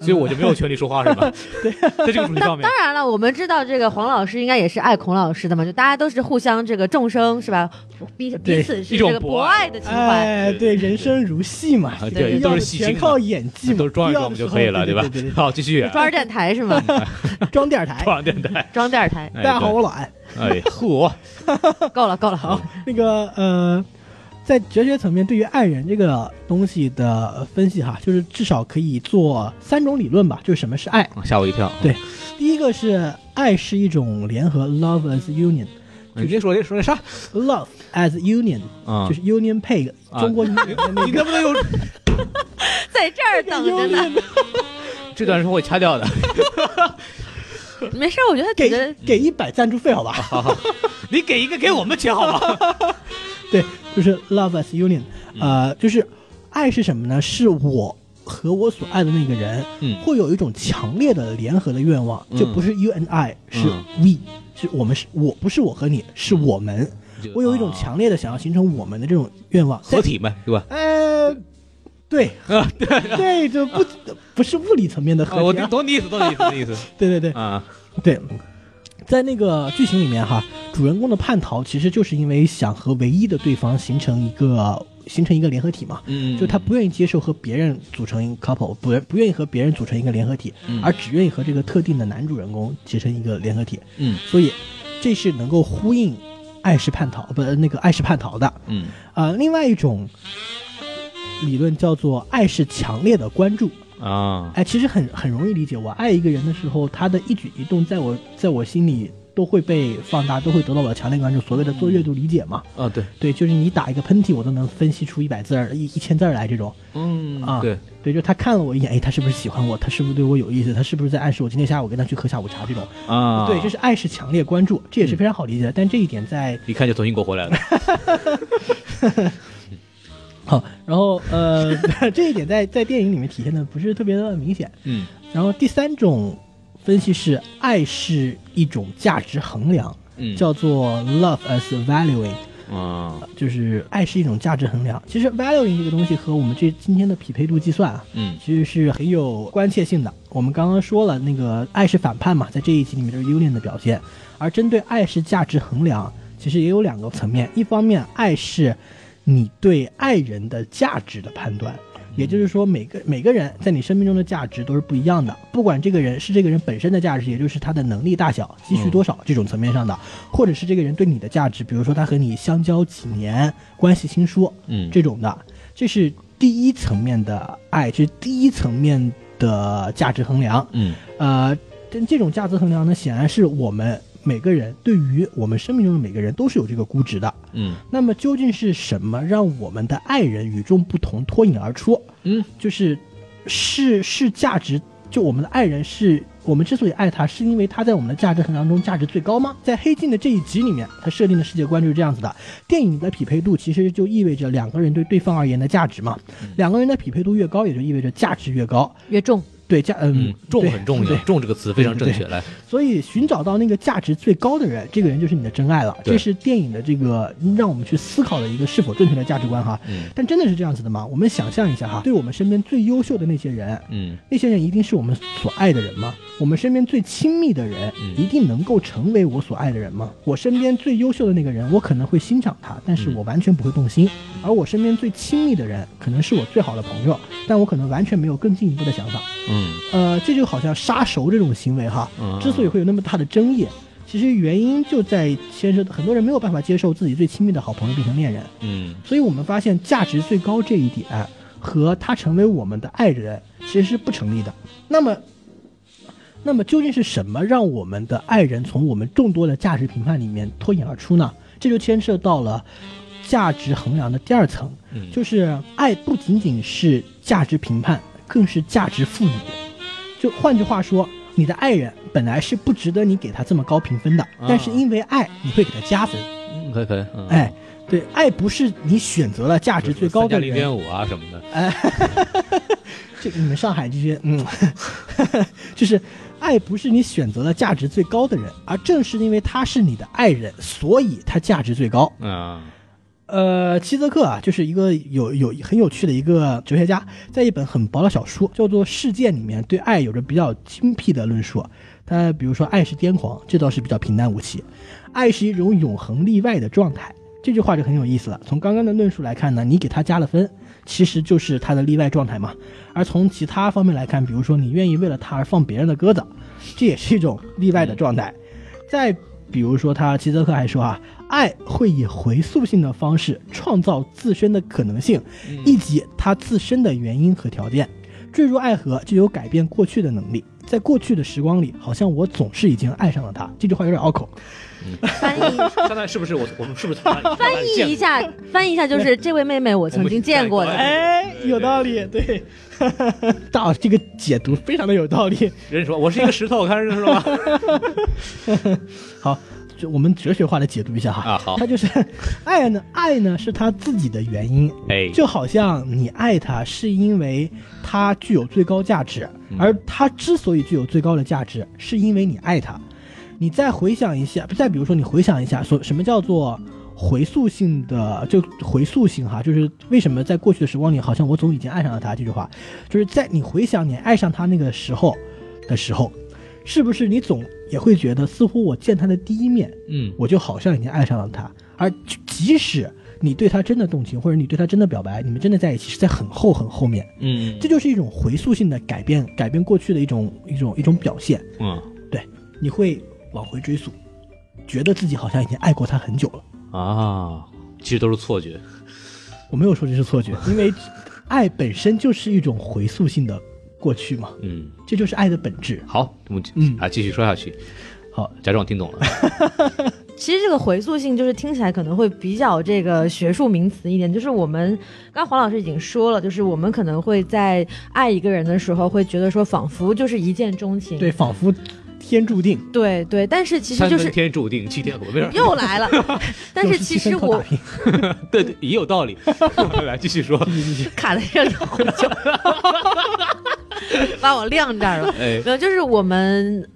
Speaker 1: 所以我就没有权利说话是吧？对，在这个主题上面
Speaker 3: 当，然了，我们知道这个黄老师应该也是爱孔老师的嘛，就大家都是互相这个众生是吧？彼
Speaker 2: 对
Speaker 3: 彼此是
Speaker 1: 一
Speaker 3: 这
Speaker 1: 种
Speaker 3: 个博
Speaker 1: 博
Speaker 3: 爱
Speaker 1: 爱
Speaker 3: 的情怀。
Speaker 2: 哎，对，人生如戏嘛，
Speaker 1: 啊
Speaker 3: 对
Speaker 2: 必要
Speaker 1: 都
Speaker 2: 的
Speaker 1: 是戏精
Speaker 2: 全
Speaker 1: 嘛
Speaker 2: 靠演技嘛，
Speaker 1: 都是装一
Speaker 2: 必要
Speaker 1: 装不
Speaker 2: 的
Speaker 1: 就
Speaker 2: 时
Speaker 1: 可以
Speaker 2: 候
Speaker 1: 了，
Speaker 2: 对
Speaker 1: 吧
Speaker 2: 对对对？对
Speaker 1: 好，继续，
Speaker 3: 装电台
Speaker 1: <laughs>
Speaker 3: 是吗？
Speaker 2: 装电台。
Speaker 1: 装电台，
Speaker 3: 装电台，
Speaker 1: 哎
Speaker 2: 大家好，，我老安。
Speaker 1: 对哎，嚯，
Speaker 3: 够了够了。好，
Speaker 2: 那个呃，在哲学层面，对于爱人这个东西的分析哈，就是至少可以做三种理论吧，就是什么是爱。
Speaker 1: 吓我一跳，
Speaker 2: 对第一个是爱是一种联合，love as union，love
Speaker 1: 你别说这说这啥
Speaker 2: as union，、
Speaker 1: 啊
Speaker 2: 就是 union peg，、
Speaker 1: 啊
Speaker 2: 中
Speaker 1: <laughs>
Speaker 2: 国
Speaker 1: 你能不能有
Speaker 3: 在这儿等着呢，
Speaker 1: 这段是会掐掉的？
Speaker 3: 没事儿，我觉得
Speaker 2: 给
Speaker 3: 觉得
Speaker 2: 给一百赞助费好吧？
Speaker 1: 好好，你给一个给我们钱好吗？
Speaker 2: 对，就是 love as union，呃，
Speaker 1: 嗯
Speaker 2: 就是爱是什么呢？是我和我所爱的那个人，
Speaker 1: 嗯
Speaker 2: 会有一种强烈的联合的愿望，就不是 you and I，是
Speaker 1: 嗯
Speaker 2: we，是我们是我不是我和你，是我们。
Speaker 1: 就
Speaker 2: 我有一种
Speaker 1: 啊
Speaker 2: 强烈的想要形成我们的这种愿望，
Speaker 1: 合体啊嘛，对吧？
Speaker 2: 在。呃，对，对，就不不是物理层面的
Speaker 1: 啊，
Speaker 2: 合
Speaker 1: 我
Speaker 2: 体啊，
Speaker 1: 懂你意思，懂你意思，懂你意思
Speaker 2: 对对对
Speaker 1: 啊，
Speaker 2: 对。在那个剧情里面哈，主人公的叛逃其实就是因为想和唯一的对方形成一个形成一个联合体嘛，
Speaker 1: 嗯，
Speaker 2: 就他不愿意接受和别人组成一个 couple，不不愿意和别人组成一个联合体，
Speaker 1: 嗯
Speaker 2: 而只愿意和这个特定的男主人公结成一个联合体。
Speaker 1: 嗯
Speaker 2: 所以这是能够呼应爱是叛逃不呃那个爱是叛逃的。
Speaker 1: 嗯
Speaker 2: 啊、另外一种理论叫做爱是强烈的关注。
Speaker 1: 啊，
Speaker 2: 哎，其实很很容易理解，我爱一个人的时候，他的一举一动在我在我心里。都会被放大，都会得到我的强烈关注。所谓的做阅读理解嘛，
Speaker 1: 啊对，
Speaker 2: 对，就是你打一个喷嚏，我都能分析出一百字儿、一一千字儿来这种。
Speaker 1: 嗯
Speaker 2: 啊
Speaker 1: 对，
Speaker 2: 对，就他看了我一眼，哎，他是不是喜欢我？他是不是对我有意思？他是不是在暗示我今天下午跟他去喝下午茶这种？
Speaker 1: 啊，
Speaker 2: 对，就是爱是强烈关注，这也是非常好理解的。但这一点在 <laughs>
Speaker 1: 一看就从英国回来的，
Speaker 2: 好，然后呃， <laughs> 这一点在在电影里面体现的不是特别的明显。
Speaker 1: 嗯
Speaker 2: 然后第三种分析是，爱是一种价值衡量，
Speaker 1: 嗯，
Speaker 2: 叫做 love as valuing，
Speaker 1: 啊
Speaker 2: 就是爱是一种价值衡量。其实 valuing 这个东西和我们这今天的匹配度计算啊，
Speaker 1: 嗯
Speaker 2: 其实是很有关切性的。我们刚刚说了，那个爱是反叛嘛，在这一集里面就是 Union 的表现。而针对爱是价值衡量，其实也有两个层面。一方面，爱是你对爱人的价值的判断，也就是说，每个每个人在你生命中的价值都是不一样的。不管这个人是这个人本身的价值，也就是他的能力大小、积蓄多少这种层面上的，或者是这个人对你的价值，比如说他和你相交几年，关系亲疏，
Speaker 1: 嗯
Speaker 2: 这种的，这是第一层面的爱，这是第一层面的价值衡量。
Speaker 1: 嗯
Speaker 2: 呃，但这种价值衡量呢，显然是我们每个人对于我们生命中的每个人都是有这个估值的。
Speaker 1: 嗯
Speaker 2: 那么究竟是什么让我们的爱人与众不同、脱颖而出？
Speaker 1: 嗯，
Speaker 2: 就是是是价值，就我们的爱人是。我们之所以爱他，是因为他在我们的价值衡量中价值最高吗？在《黑镜》的这一集里面，他设定的世界观就是这样子的。电影的匹配度其实就意味着两个人对对方而言的价值嘛。两个人的匹配度越高，也就意味着价值越高。
Speaker 3: 越重，
Speaker 2: 对价，嗯
Speaker 1: 嗯，，重
Speaker 2: 对
Speaker 1: 很重要
Speaker 2: 对，
Speaker 1: 重这个词非常正确，
Speaker 2: 对
Speaker 1: 来，
Speaker 2: 所以寻找到那个价值最高的人，这个人就是你的真爱了。
Speaker 1: 对
Speaker 2: 这是电影的这个让我们去思考的一个是否正确的价值观哈。
Speaker 1: 嗯
Speaker 2: 但真的是这样子的吗？我们想象一下哈，对我们身边最优秀的那些人，
Speaker 1: 嗯
Speaker 2: 那些人一定是我们所爱的人吗？我们身边最亲密的人，
Speaker 1: 嗯
Speaker 2: 一定能够成为我所爱的人吗？我身边最优秀的那个人，我可能会欣赏他，但是
Speaker 1: 嗯
Speaker 2: 我完全不会动心；而我身边最亲密的人，可能是我最好的朋友，但我可能完全没有更进一步的想法。
Speaker 1: 嗯
Speaker 2: 呃，这就好像杀熟这种行为哈，
Speaker 1: 嗯
Speaker 2: 之所以会有那么大的争议，其实原因就在牵涉很多人没有办法接受自己最亲密的好朋友变成恋人，
Speaker 1: 嗯
Speaker 2: 所以我们发现价值最高这一点和他成为我们的爱人其实是不成立的。那么，那么究竟是什么让我们的爱人从我们众多的价值评判里面脱颖而出呢？这就牵涉到了价值衡量的第二层，
Speaker 1: 嗯
Speaker 2: 就是爱不仅仅是价值评判，更是价值赋予。就换句话说，你的爱人本来是不值得你给他这么高评分的，但是因为爱，你会给他加分。
Speaker 1: 嗯可以可以，嗯
Speaker 2: 哎，对，爱不是你选择了价值最高的
Speaker 1: 三加零
Speaker 2: 人，
Speaker 1: 点五啊什么的，
Speaker 2: 这个你们上海这些，嗯， <laughs> 就是爱不是你选择了价值最高的人，而正是因为他是你的爱人，所以他价值最高。
Speaker 1: 嗯
Speaker 2: 呃，齐泽克啊，就是一个有有很有趣的一个哲学家，在一本很薄的小说叫做《事件》里面，对爱有着比较精辟的论述。他比如说，爱是癫狂，这倒是比较平淡无奇；爱是一种永恒例外的状态，这句话就很有意思了。从刚刚的论述来看呢，你给他加了分，其实就是他的例外状态嘛。而从其他方面来看，比如说你愿意为了他而放别人的鸽子，这也是一种例外的状态。再比如说他，齐泽克还说啊，爱会以回溯性的方式创造自身的可能性，
Speaker 1: 嗯
Speaker 2: 以及它自身的原因和条件。坠入爱河就有改变过去的能力。在过去的时光里，好像我总是已经爱上了他。这句话有点拗口。
Speaker 1: <laughs>
Speaker 3: 翻译
Speaker 1: 相当于是不是我我们
Speaker 2: <laughs>
Speaker 1: 是不是翻
Speaker 3: 翻译一下，翻译一下就是这位妹妹，我曾经见过的。
Speaker 2: 哎，有道理，对， <laughs> 大这个解读非常的有道理。
Speaker 1: 人说我是一个石头，我看是吧？
Speaker 2: <laughs> 好，就我们哲学化的解读一下哈。
Speaker 1: 啊好
Speaker 2: 他就是爱呢，爱呢是他自己的原因，
Speaker 1: 哎
Speaker 2: 就好像你爱他是因为他具有最高价值，而他之所以具有最高的价值，是因为你爱他。你再回想一下，再比如说你回想一下，说什么叫做回溯性的，就回溯性哈，就是为什么在过去的时光里，好像我总已经爱上了他这句话，就是在你回想你爱上他那个时候的时候，是不是你总也会觉得，似乎我见他的第一面，
Speaker 1: 嗯
Speaker 2: 我就好像已经爱上了他。而即使你对他真的动情，或者你对他真的表白，你们真的在一起，是在很后很后面。
Speaker 1: 嗯
Speaker 2: 这就是一种回溯性的改变，改变过去的一种一种一种表现。
Speaker 1: 嗯
Speaker 2: 对，你会往回追溯，觉得自己好像已经爱过他很久了。
Speaker 1: 啊，其实都是错觉，
Speaker 2: 我没有说这是错觉，因为爱本身就是一种回溯性的过去嘛，
Speaker 1: 嗯，
Speaker 2: 这就是爱的本质。
Speaker 1: 好，我们
Speaker 2: 嗯
Speaker 1: 啊继续说下去，
Speaker 2: 好，
Speaker 1: 假装我听懂了，
Speaker 3: 其实这个回溯性就是听起来可能会比较这个学术名词一点，就是我们刚黄老师已经说了，就是我们可能会在爱一个人的时候会觉得说仿佛就是一见钟情，
Speaker 2: 对，仿佛天注定。
Speaker 3: 对对，但是其实
Speaker 1: 三
Speaker 3: 就
Speaker 1: 分
Speaker 3: 是
Speaker 1: 天注定，七天我没事儿，
Speaker 3: 又来 <laughs> 了，但是其实我
Speaker 1: 对对，也有道理。 <laughs> 来继续
Speaker 2: <laughs>
Speaker 1: 说，
Speaker 3: 卡在这里好久， <laughs> 把我晾这儿了。
Speaker 1: 哎，
Speaker 3: 没有，就是我们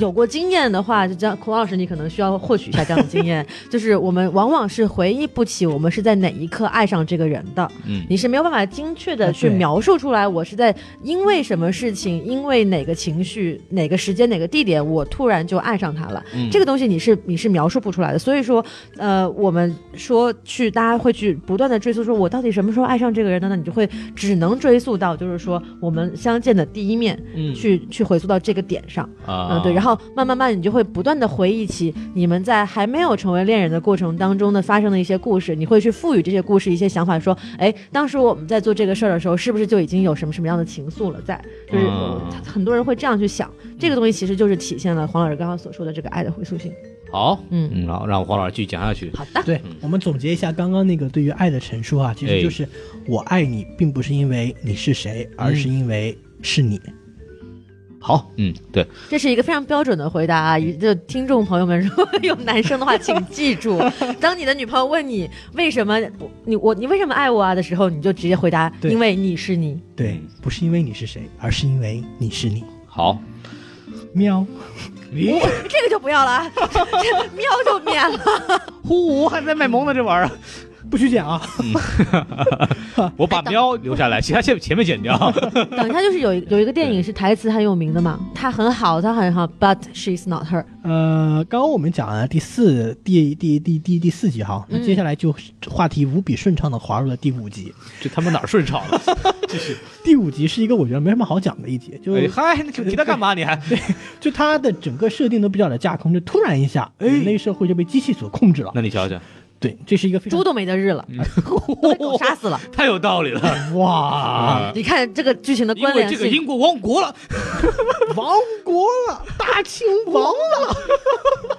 Speaker 3: 有过经验的话，就这样，孔老师，你可能需要获取一下这样的经验。 <laughs> 就是我们往往是回忆不起我们是在哪一刻爱上这个人的，
Speaker 1: 嗯
Speaker 3: 你是没有办法精确的去
Speaker 2: 啊对
Speaker 3: 描述出来，我是在因为什么事情，因为哪个情绪、哪个时间、哪个地点，我突然就爱上他了。
Speaker 2: 嗯
Speaker 3: 这个东西你是你是描述不出来的。所以说，呃，我们说去，大家会去不断的追溯，说我到底什么时候爱上这个人的呢？你就会只能追溯到，就是说我们相见的第一面，
Speaker 1: 嗯
Speaker 3: 去去回溯到这个点上。
Speaker 1: 啊
Speaker 3: 嗯，对，然后慢慢慢，你就会不断的回忆起你们在还没有成为恋人的过程当中的发生的一些故事，你会去赋予这些故事一些想法，说，哎，当时我们在做这个事儿的时候，是不是就已经有什么什么样的情愫了在？就是、
Speaker 1: 嗯
Speaker 3: 很多人会这样去想，这个东西其实就是体现了黄老师刚刚所说的这个爱的回溯性。
Speaker 1: 好，
Speaker 3: 嗯
Speaker 1: 嗯，然后让黄老师继续讲下去。
Speaker 3: 好的，
Speaker 2: 对我们总结一下刚刚那个对于爱的陈述啊，其
Speaker 1: 哎
Speaker 2: 实就是我爱你，并不是因为你是谁，而是因为是你。
Speaker 1: 嗯好，嗯，对，
Speaker 3: 这是一个非常标准的回答啊！一就听众朋友们，如果有男生的话，请记 <laughs> 住，当你的女朋友问你为什么你我你为什么爱我啊的时候，你就直接回答，
Speaker 2: 对
Speaker 3: 因为你是你。
Speaker 2: 对，
Speaker 1: 嗯
Speaker 2: 不是因为你是谁，而是因为你是你。
Speaker 1: 好，
Speaker 2: 喵，
Speaker 1: 咦，
Speaker 3: <laughs> 这个就不要了， <laughs> 啊，这喵就免了。
Speaker 1: 呼，还在卖萌呢，这玩意儿，
Speaker 2: <laughs> 不许剪啊！
Speaker 1: 我把喵留下来，其他前前面剪掉。
Speaker 3: 等一下，就是有一有一个电影是台词很有名的嘛，她很好，她很好，but she's not her。
Speaker 2: 呃，刚刚我们讲了第四、第第第第第四集
Speaker 1: 嗯
Speaker 2: 哈，那接下来就话题无比顺畅的滑入了第五集。
Speaker 1: <laughs> 这他妈哪儿顺畅了？
Speaker 2: 第五集是一个我觉得没什么好讲的一集，就
Speaker 1: 哎嗨，你提他干嘛？你还
Speaker 2: 就它的整个设定都比较的架空，就突然一下，人类社会就被机器所控制了。
Speaker 1: 哎那你瞧瞧，
Speaker 2: 对，这是一个非常
Speaker 3: 猪都没得日了， <laughs> 都被狗杀死了。
Speaker 1: <laughs> 太有道理了。
Speaker 2: 哇，
Speaker 1: 啊
Speaker 3: 你看嗯这个剧情的
Speaker 1: 因
Speaker 3: 关
Speaker 1: 为
Speaker 3: 联
Speaker 1: 这个
Speaker 3: 性，
Speaker 1: 英国亡国了，
Speaker 2: 亡国了，大清亡了。
Speaker 1: <laughs>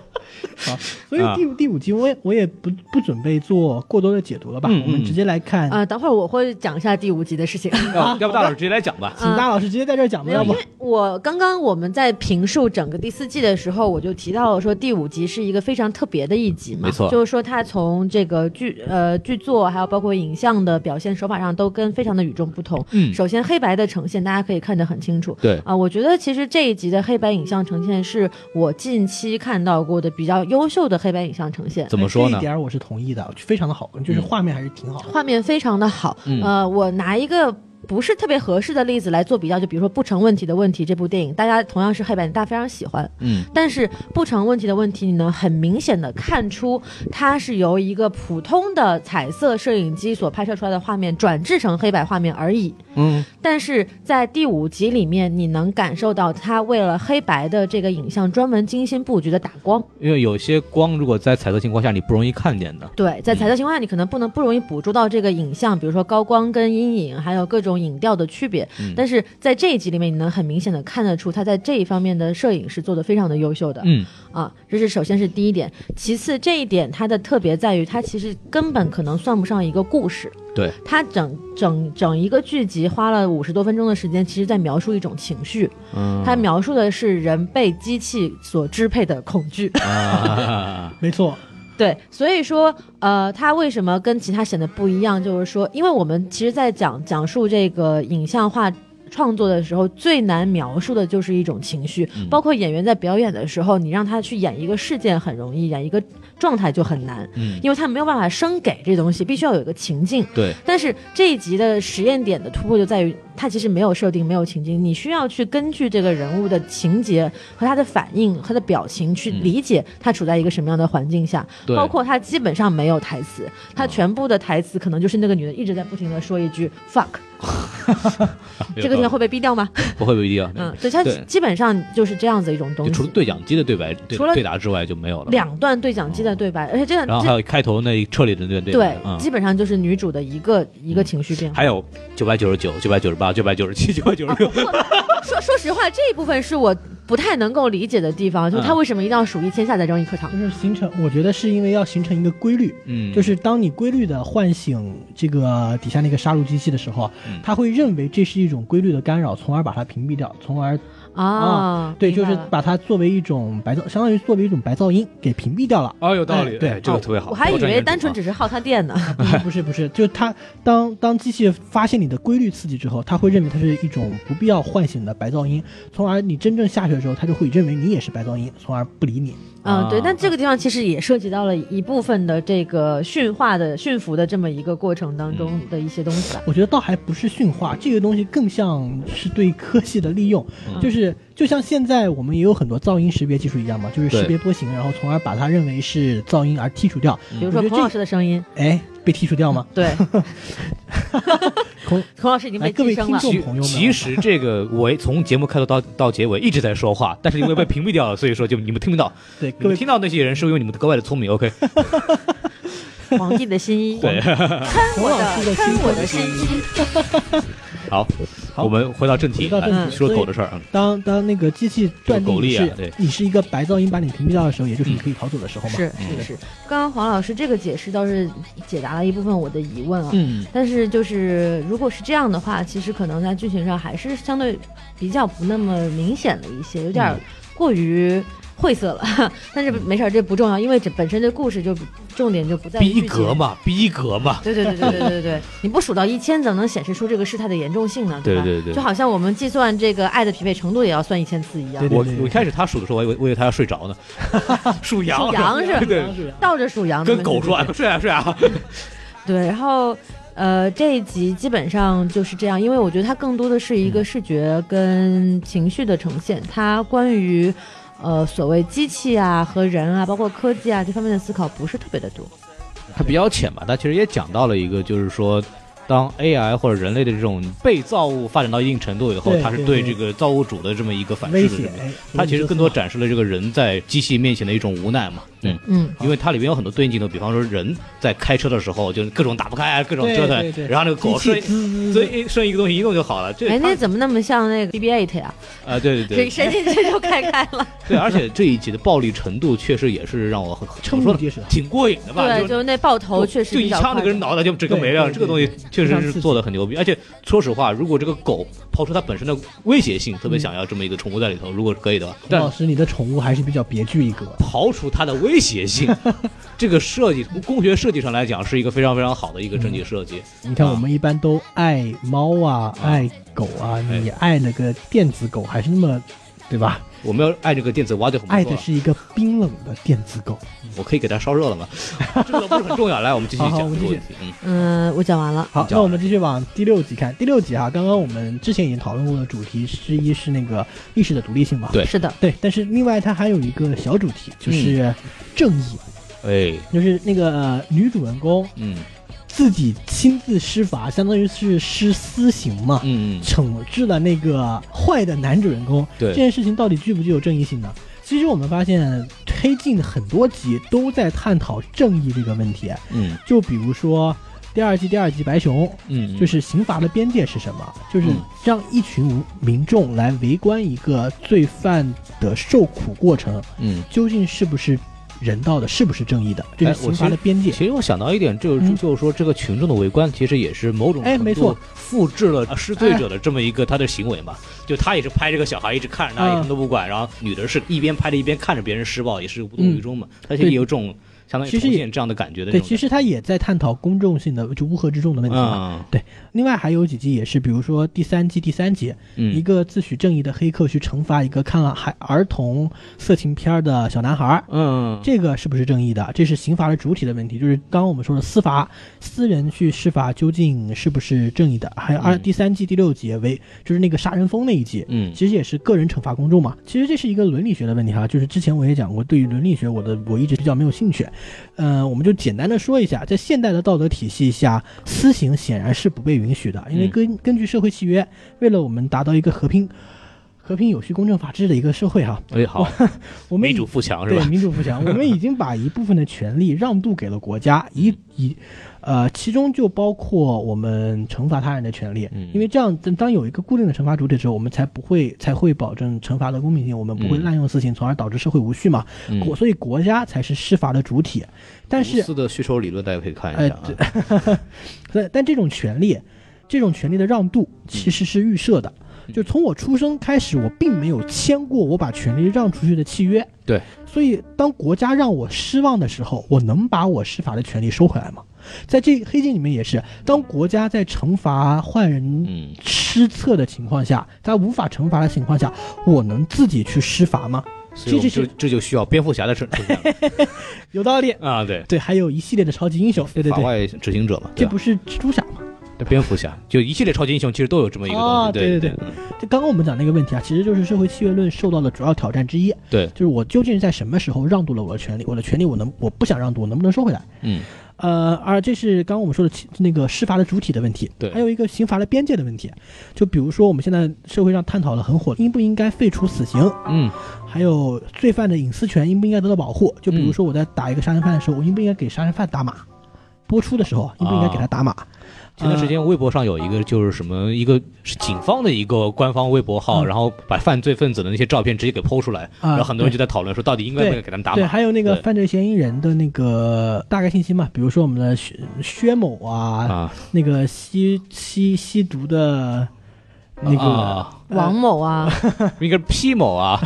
Speaker 2: 好，所以
Speaker 1: 啊
Speaker 2: 第五第五集我也我也不不准备做过多的解读了吧，
Speaker 1: 嗯
Speaker 2: 我们直接来看，
Speaker 3: 啊、等会儿我会讲一下第五集的事情。
Speaker 1: <laughs> 要要不大老师直接来讲吧。
Speaker 2: 请大老师直接在这儿讲吧，
Speaker 3: 没有，
Speaker 2: 要
Speaker 3: 因
Speaker 2: 不
Speaker 3: 为我刚刚我们在评述整个第四季的时候，我就提到了说第五集是一个非常特别的一集嘛，
Speaker 1: 没错
Speaker 3: 就是说它从这个剧呃剧作还有包括影像的表现手法上都跟非常的与众不同。
Speaker 1: 嗯
Speaker 3: 首先黑白的呈现大家可以看得很清楚。
Speaker 1: <laughs> 对
Speaker 3: 啊、我觉得其实这一集的黑白影像呈现是我近期看到过的比较优秀的黑白影像呈现。
Speaker 1: 怎么说
Speaker 2: 这
Speaker 1: 呢
Speaker 2: 一？点儿我是同意的，非常的好，就是画面还是挺好的。
Speaker 3: 画面非常的好。
Speaker 1: 嗯
Speaker 3: 呃，我拿一个。不是特别合适的例子来做比较，就比如说《不成问题的问题》这部电影，大家同样是黑白，大家非常喜欢。
Speaker 1: 嗯，
Speaker 3: 但是《不成问题的问题》呢，很明显的看出它是由一个普通的彩色摄影机所拍摄出来的画面转制成黑白画面而已。
Speaker 1: 嗯，
Speaker 3: 但是在第五集里面，你能感受到他为了黑白的这个影像专门精心布局的打光。
Speaker 1: 因为有些光如果在彩色情况下你不容易看见的。
Speaker 3: 对，在彩色情况下，你可能不能不容易捕捉到这个影像，比如说高光跟阴影，还有各种影调的区别。
Speaker 1: 嗯
Speaker 3: 但是在这一集里面，你能很明显的看得出，他在这一方面的摄影是做的非常的优秀的。
Speaker 1: <laughs> 嗯，
Speaker 3: 啊，这是首先是第一点，其次这一点它的特别在于，它其实根本可能算不上一个故事。
Speaker 1: 对，
Speaker 3: 它整整整一个剧集花了五十多分钟的时间，其实在描述一种情绪，
Speaker 1: 嗯
Speaker 3: 它描述的是人被机器所支配的恐惧。
Speaker 1: <laughs> 啊，
Speaker 2: 没错，
Speaker 3: 对，所以说，呃，它为什么跟其他显得不一样？就是说，因为我们其实，在讲讲述这个影像化创作的时候，最难描述的就是一种情绪，包括演员在表演的时候，你让他去演一个事件很容易，演一个状态就很难，
Speaker 1: 嗯
Speaker 3: 因为他没有办法生给这东西，必须要有一个情境。
Speaker 1: 对，
Speaker 3: 但是这一集的实验点的突破就在于，它其实没有设定，没有情境，你需要去根据这个人物的情节和他的反应、他的表情去理解他处在一个什么样的环境下。
Speaker 1: 对
Speaker 3: 包括他基本上没有台词，他全部的台词可能就是那个女的一直在不停的说一句
Speaker 1: <laughs>
Speaker 3: “fuck”，这个地方会被逼掉吗？
Speaker 1: 不会不一定。
Speaker 3: 嗯，对，他
Speaker 1: 对
Speaker 3: 基本上就是这样子一种
Speaker 1: 就
Speaker 3: 东
Speaker 1: 除
Speaker 3: 西
Speaker 1: 了。对讲机的对白、对
Speaker 3: 除了
Speaker 1: 对答之外就没有了。
Speaker 3: 两段对讲机的对白，而且这
Speaker 1: 然
Speaker 3: 两
Speaker 1: 后还
Speaker 3: 这
Speaker 1: 有开头那撤离的那段对白
Speaker 3: 对，
Speaker 1: 嗯
Speaker 3: 基本上就是女主的一个一个情绪变化。
Speaker 1: 还有九百九十九、九百九十八、九百九十七、 <laughs> 九百九十六，
Speaker 3: 说说实话，这一部分是我不太能够理解的地
Speaker 1: 嗯
Speaker 3: 方，就是他为什么一定要数一千下再扔一颗糖
Speaker 2: 就？是形成，我觉得是因为要形成一个规律，
Speaker 1: 嗯
Speaker 2: 就是当你规律的唤醒这个底下那个杀戮机器的时候，啊它会认为这是一种规律的干扰，从而把它屏蔽掉，从而
Speaker 1: 嗯
Speaker 3: 啊，
Speaker 2: 对，
Speaker 3: 明
Speaker 2: 就
Speaker 3: 白
Speaker 2: 是
Speaker 3: 了
Speaker 2: 把它作为一种白噪，相当于作为一种白噪音给屏蔽掉
Speaker 3: <laughs>
Speaker 2: 了。
Speaker 1: 哦，有
Speaker 2: 道理哎对
Speaker 1: 哎这个特别好。
Speaker 3: 哦我还以为单纯
Speaker 1: 只
Speaker 3: 只是耗他电呢。
Speaker 2: 不是不是不是，就是它当当机器发现你的规律刺激之后，它会认为它是一种不必要唤醒的白噪音，从而你真正下去的时候，它就会认为你也是白噪音，从而不理你。
Speaker 3: 嗯，对
Speaker 1: 啊，
Speaker 3: 但这个地方其实也涉及到了一部分的这个驯化的驯服的这么一个过程当中
Speaker 2: 嗯
Speaker 3: 的一些东西吧。
Speaker 2: 我觉得倒还不是驯化，这个东西更像是对科技的利用，
Speaker 1: 嗯
Speaker 2: 就是就像现在我们也有很多噪音识别技术一样嘛，就是识
Speaker 1: 对
Speaker 2: 别波形，然后从而把它认为是噪音而剔除掉。
Speaker 3: 比如说
Speaker 2: 嗯我觉得
Speaker 3: 孔
Speaker 2: 这
Speaker 3: 老师的
Speaker 2: <laughs>
Speaker 3: 声音，
Speaker 2: 哎，被剔除掉吗？
Speaker 3: 对，
Speaker 2: 孔
Speaker 3: 孔老师已经
Speaker 2: 来
Speaker 3: 被
Speaker 2: 各位
Speaker 3: 寄生
Speaker 2: 听
Speaker 3: 了。
Speaker 2: 众朋友们，
Speaker 1: 其实这个我从节目开头到到结尾一直在说话，但是因为被屏蔽掉了，所以说就你们听不到。
Speaker 2: 对各
Speaker 1: 你们
Speaker 2: 位
Speaker 1: 听到那些人是因为你们格外的聪明。OK，
Speaker 3: 皇帝的新衣，
Speaker 1: 对，
Speaker 3: 看
Speaker 2: 孔
Speaker 3: 我
Speaker 2: 老
Speaker 3: 的
Speaker 2: 师的
Speaker 3: 看
Speaker 2: 辛苦
Speaker 3: 我的新衣，
Speaker 1: <laughs> 好，
Speaker 2: 好
Speaker 1: 我们回到正题，
Speaker 2: 回到正
Speaker 1: 来
Speaker 2: 题
Speaker 1: 说
Speaker 2: 所以
Speaker 1: 狗的事儿啊。
Speaker 2: 当当那个机器断定
Speaker 1: 狗
Speaker 2: 你
Speaker 1: 力啊
Speaker 2: 是、
Speaker 1: 对
Speaker 2: 你是一个白噪音把你屏蔽掉的时候，也就是你可以逃走的时候嘛。
Speaker 3: 是是是。刚刚黄老师这个解释倒是解答了一部分我的疑问啊。
Speaker 1: 嗯，
Speaker 3: 但是就是如果是这样的话，其实可能在剧情上还是相对比较不那么明显的一些，有
Speaker 1: 嗯
Speaker 3: 点儿过于。晦涩了， <laughs> 但是没事儿，这不重要，因为这本身这故事就重点就不在于
Speaker 1: 逼
Speaker 3: 剧情
Speaker 1: 格。嘛，逼格嘛。
Speaker 3: 对对对对对对对对，你不数到一千，怎么能显示出这个事态的严重性呢？吧？
Speaker 1: 对对对
Speaker 3: 就好像我们计算这个爱的匹配程度也要算一千次一样
Speaker 2: 对，对
Speaker 1: 我
Speaker 2: 对
Speaker 1: 我一开始他数的时候，我以为我以为他要睡着呢， <laughs> 数羊，
Speaker 3: 数羊是吧
Speaker 1: <laughs> 对，
Speaker 3: 倒着数羊。
Speaker 1: 跟狗说
Speaker 3: 对
Speaker 1: 哎
Speaker 3: 对对
Speaker 1: 睡啊睡啊，
Speaker 3: 对，然后呃，这一集基本上就是这样，因为我觉得它更多的是一
Speaker 1: 嗯
Speaker 3: 个视觉跟情绪的呈现，它关于。呃，所谓机器啊和人啊，包括科技啊这方面的思考不是特别的多。
Speaker 1: 它比较浅吧，它其实也讲到了一个，就是说，当 AI 或者人类的这种被造物发展到一定程度以后，
Speaker 2: 对
Speaker 1: 它是
Speaker 2: 对
Speaker 1: 对
Speaker 2: 对
Speaker 1: 这个造物主的这么一个反
Speaker 2: 威
Speaker 1: 噬的这
Speaker 2: 胁
Speaker 1: 么一个。，
Speaker 2: 哎
Speaker 1: 它其实更多
Speaker 2: 这个
Speaker 1: 展示了这个人在机器面前的一种无奈嘛，嗯
Speaker 3: 嗯，
Speaker 1: 因为它里面有很多对应镜头，比方说人在开车的时候，就是各种打不开啊，各种
Speaker 2: 对
Speaker 1: 折腾
Speaker 2: 对，对
Speaker 1: 然后那个狗
Speaker 2: 机
Speaker 1: 剩
Speaker 2: 器滋滋滋
Speaker 1: 一剩一个东西一弄就好了。这
Speaker 3: 哎，
Speaker 1: 它
Speaker 3: 那怎么那么像那个 BB-8 呀？
Speaker 1: 啊，对对
Speaker 3: 谁
Speaker 1: 对
Speaker 3: 谁进去就开开
Speaker 1: <laughs>
Speaker 3: 了，
Speaker 1: 对，而且这一集的暴力程度确实也是让我很怎
Speaker 2: 瞠
Speaker 1: 么
Speaker 2: 目
Speaker 1: 说呢
Speaker 2: 结舌
Speaker 1: 挺过瘾的吧？
Speaker 3: 对，
Speaker 1: 就
Speaker 3: 就是那爆头
Speaker 1: 就
Speaker 3: 确实
Speaker 1: 就一
Speaker 3: 比较
Speaker 1: 枪
Speaker 3: 快
Speaker 1: 那个人脑袋就整个没了，
Speaker 2: 对对
Speaker 1: 这个东西确实是做的很牛逼。而且说实话，如果这个狗抛出它本身的威胁性，
Speaker 2: 嗯
Speaker 1: 特别想要这么一个宠物在里头，如果可以的话，但
Speaker 2: 老师，你的宠物还是比较别具一格。
Speaker 1: 刨除它的威胁
Speaker 2: <laughs>
Speaker 1: 性，这个设计从工学设计上来讲是一个非常非常好的一个整
Speaker 2: 嗯
Speaker 1: 体设计。
Speaker 2: 你看，
Speaker 1: 啊
Speaker 2: 我们一般都爱猫啊，爱狗啊，你
Speaker 1: 哎
Speaker 2: 爱那个电子狗还是那么，对吧？
Speaker 1: 我们要爱这个电子蛙就很不
Speaker 2: 爱
Speaker 1: 错
Speaker 2: 的
Speaker 1: 了。
Speaker 2: 哎是一个冰冷的电子狗。
Speaker 1: 我可以给它烧热了吗？这个不是很重要。来，我们继续
Speaker 2: 好好
Speaker 1: 讲
Speaker 2: 我们
Speaker 1: 这个
Speaker 2: 继续
Speaker 1: 问题。嗯，
Speaker 3: 嗯，我讲完了。
Speaker 2: 好，
Speaker 1: 讲
Speaker 2: 那
Speaker 1: 完
Speaker 2: 我们继续往第六集看。第六集哈、刚刚我们之前已经讨论过的主题之一是那个意识的独立性嘛。
Speaker 1: 对
Speaker 3: 是的，
Speaker 2: 对，但是另外它还有一个小主题，
Speaker 1: 嗯
Speaker 2: 就是正义，
Speaker 1: 哎，
Speaker 2: 就是那个、呃女主人公
Speaker 1: 嗯
Speaker 2: 自己亲自施法，相当于是施私刑嘛，
Speaker 1: 嗯嗯，
Speaker 2: 惩治了那个坏的男主人公。这
Speaker 1: 对，
Speaker 2: 件事情到底具不具有正义性呢？其实我们发现，推进很多集都在探讨正义这个问题，
Speaker 1: 嗯
Speaker 2: 就比如说第二季第二集白熊，
Speaker 1: 嗯，
Speaker 2: 就是刑罚的边界是什么？就是
Speaker 1: 嗯
Speaker 2: 让一群无民众来围观一个罪犯的受苦过程，
Speaker 1: 嗯。
Speaker 2: 究竟是不是人道的，是不是正义的？这
Speaker 1: 哎
Speaker 2: 是刑罚的边界。
Speaker 1: 其实我想到一点，就是、
Speaker 2: 嗯
Speaker 1: 就是说，这个群众的围观其实也是某种
Speaker 2: 哎
Speaker 1: 程
Speaker 2: 没
Speaker 1: 度
Speaker 2: 错啊
Speaker 1: 复制了呃施罪者的这么一个他的行为嘛。就他也是拍这个小孩，一直看着他，
Speaker 2: 嗯
Speaker 1: 也什么都不管。然后女的是一边拍着一边看着别人施暴，也是无动于衷嘛。他其实
Speaker 2: 对
Speaker 1: 也有这种相当于
Speaker 2: 其实
Speaker 1: 重
Speaker 2: 也
Speaker 1: 现这样的感觉的那
Speaker 2: 对，
Speaker 1: 种
Speaker 2: 其
Speaker 1: 感觉。
Speaker 2: 实他也在探讨公众性的就乌合之众的问题嘛。
Speaker 1: 嗯
Speaker 2: 对，另外还有几集也是，比如说第三季第三集，
Speaker 1: 嗯
Speaker 2: 一个自诩正义的黑客去惩罚一个看了孩儿童色情片儿的小男孩儿，
Speaker 1: 嗯
Speaker 2: 这个是不是正义的？这是刑罚的主体的问题，就是刚刚我们说的司法，私人去施法究竟是不是正义的？还有二、
Speaker 1: 嗯
Speaker 2: 第三季第六集为就是那个杀人蜂那一集，
Speaker 1: 嗯
Speaker 2: 其实也是个人惩罚公众嘛。其实这是一个伦理学的问题哈，就是之前我也讲过，对于伦理学我的我一直比较没有兴趣。呃，我们就简单的说一下，在现代的道德体系下，私刑显然是不被允许的，因为
Speaker 1: 嗯
Speaker 2: 根根据社会契约，为了我们达到一个和平、和平、有序、公正、法治的一个社会哈，
Speaker 1: 哎好，
Speaker 2: 我们
Speaker 1: 民
Speaker 2: 已
Speaker 1: 主富强是
Speaker 2: <laughs> 对
Speaker 1: 吧？
Speaker 2: 民主富强，我们已经把一部分的权利让渡给了国家，
Speaker 1: 嗯
Speaker 2: 以以，呃，其中就包括我们惩罚他人的权利，
Speaker 1: 嗯
Speaker 2: 因为这样，当当有一个固定的惩罚主体之后，我们才不会才会保证惩罚的公平性，我们不会
Speaker 1: 嗯
Speaker 2: 滥用私刑，从而导致社会无序嘛。
Speaker 1: 嗯
Speaker 2: 国所以国家才是施法的主体，但
Speaker 1: 无
Speaker 2: 是哎
Speaker 1: 私的需求理论，大家可以看一下啊。
Speaker 2: 但但这种权利，这种权利的让渡
Speaker 1: 嗯
Speaker 2: 其实是预设的。就从我出生开始，我并没有签过我把权利让出去的契约。
Speaker 1: 对，
Speaker 2: 所以当国家让我失望的时候，我能把我施法的权利收回来吗？在这黑镜里面也是，当国家在惩罚坏人
Speaker 1: 嗯
Speaker 2: 失策的情况下，他无法惩罚的情况下，我能自己去施法吗？
Speaker 1: 所以我
Speaker 2: 这
Speaker 1: 们
Speaker 2: 是
Speaker 1: 就这就需要蝙蝠侠的出出现
Speaker 2: <laughs>
Speaker 1: 了
Speaker 2: 有道理。
Speaker 1: 啊，对，
Speaker 2: 对，还有一系列的超级英雄，对对
Speaker 1: 法
Speaker 2: 对，
Speaker 1: 外执行者嘛，对
Speaker 2: 这
Speaker 1: 吧
Speaker 2: 不是蜘蛛侠吗？
Speaker 1: 对蝙蝠侠，就一系列超级英雄其实都有这么一个东
Speaker 2: 哦
Speaker 1: 西，
Speaker 2: 对对
Speaker 1: 对
Speaker 2: 对这刚刚我们讲那个问题啊，其实就是社会契约论受到的主要挑战之一，
Speaker 1: 对，
Speaker 2: 就是我究竟在什么时候让渡了我的权利？我的权利我能我不想让渡，我能不能收回来？
Speaker 1: 嗯
Speaker 2: 呃，而这是刚刚我们说的其那个施罚的主体的问题，
Speaker 1: 对
Speaker 2: 还有一个刑罚的边界的问题，就比如说我们现在社会上探讨的很火，应不应该废除死刑，
Speaker 1: 嗯
Speaker 2: 还有罪犯的隐私权应不应该得到保护？就比如说我在打一个杀人犯的时候，我应不应该给杀人犯打码？播出的时候应不应该给
Speaker 1: 啊
Speaker 2: 他打码？
Speaker 1: 前段时
Speaker 2: 呃
Speaker 1: 间微博上有一个就是什么一个是警方的一个官方微博号，
Speaker 2: 嗯
Speaker 1: 然后把犯罪分子的那些照片直接给剖出来，
Speaker 2: 啊
Speaker 1: 然后很多人
Speaker 2: 对
Speaker 1: 就在讨论说到底应该不应该给他们打
Speaker 2: 对，
Speaker 1: 码。
Speaker 2: 还有那个
Speaker 1: 对
Speaker 2: 犯罪嫌疑人的那个大概信息嘛，比如说我们的薛薛某啊，
Speaker 1: 啊，
Speaker 2: 那个吸吸吸毒的 <laughs> 那个、
Speaker 1: 啊
Speaker 3: 王某啊，
Speaker 1: 应该是 P 某
Speaker 2: <laughs>
Speaker 1: 啊，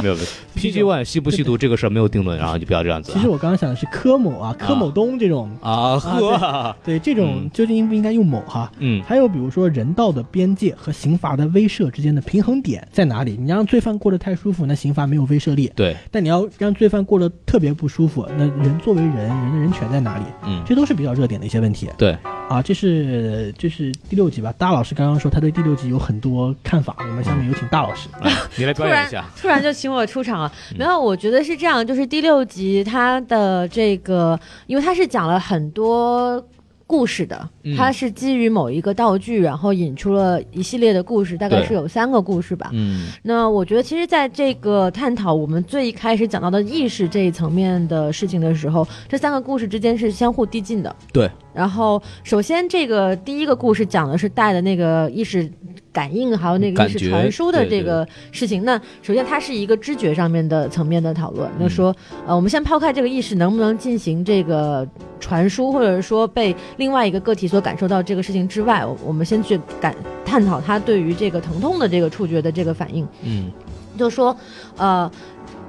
Speaker 1: 没有没有，PG One 吸不吸毒这个事儿没有定论，然后就不要这样子
Speaker 2: 其实我刚刚想的是柯某啊，柯某东这种，
Speaker 1: 啊啊呵啊，
Speaker 2: 对这种
Speaker 1: 嗯
Speaker 2: 究竟应不应该用某哈？
Speaker 1: 嗯
Speaker 2: 还有比如说人道的边界和刑罚的威慑之间的平衡点在哪里？你让罪犯过得太舒服，那刑罚没有威慑力；
Speaker 1: 对，
Speaker 2: 但你要让罪犯过得特别不舒服，那人作为人，人的人权在哪里？
Speaker 1: 嗯
Speaker 2: 这都是比较热点的一些问题。
Speaker 1: 对，
Speaker 2: 啊，这是这是第六集吧？大老师刚刚说他对第六集有很多看法，我们下面有请大老师。
Speaker 1: 啊你来
Speaker 3: 突
Speaker 1: 表演
Speaker 3: 然
Speaker 1: 一下，
Speaker 3: 突然就请我出场了。没有，我觉得是这样，就是第六集它的这个，因为它是讲了很多。故事的，它是基于某一个道具，然后引出了一系列的故事，大概
Speaker 1: 对
Speaker 3: 是有三个故事吧。
Speaker 1: 嗯
Speaker 3: 那我觉得，其实在这个探讨我们最一开始讲到的意识这一层面的事情的时候，这三个故事之间是相互递进的。
Speaker 1: 对。
Speaker 3: 然后，首先这个第一个故事讲的是带的那个意识感应，还有那个
Speaker 1: 感
Speaker 3: 意识
Speaker 1: 觉
Speaker 3: 传输的
Speaker 1: 对对
Speaker 3: 这个事情。那首先它是一个知觉上面的层面的讨
Speaker 1: 嗯
Speaker 3: 论，就说呃，我们先抛开这个意识能不能进行这个传输，或者是说被另外一个个体所感受到这个事情之外，我我们先去感探讨它对于这个疼痛的这个触觉的这个反应。
Speaker 1: 嗯
Speaker 3: 就说，呃，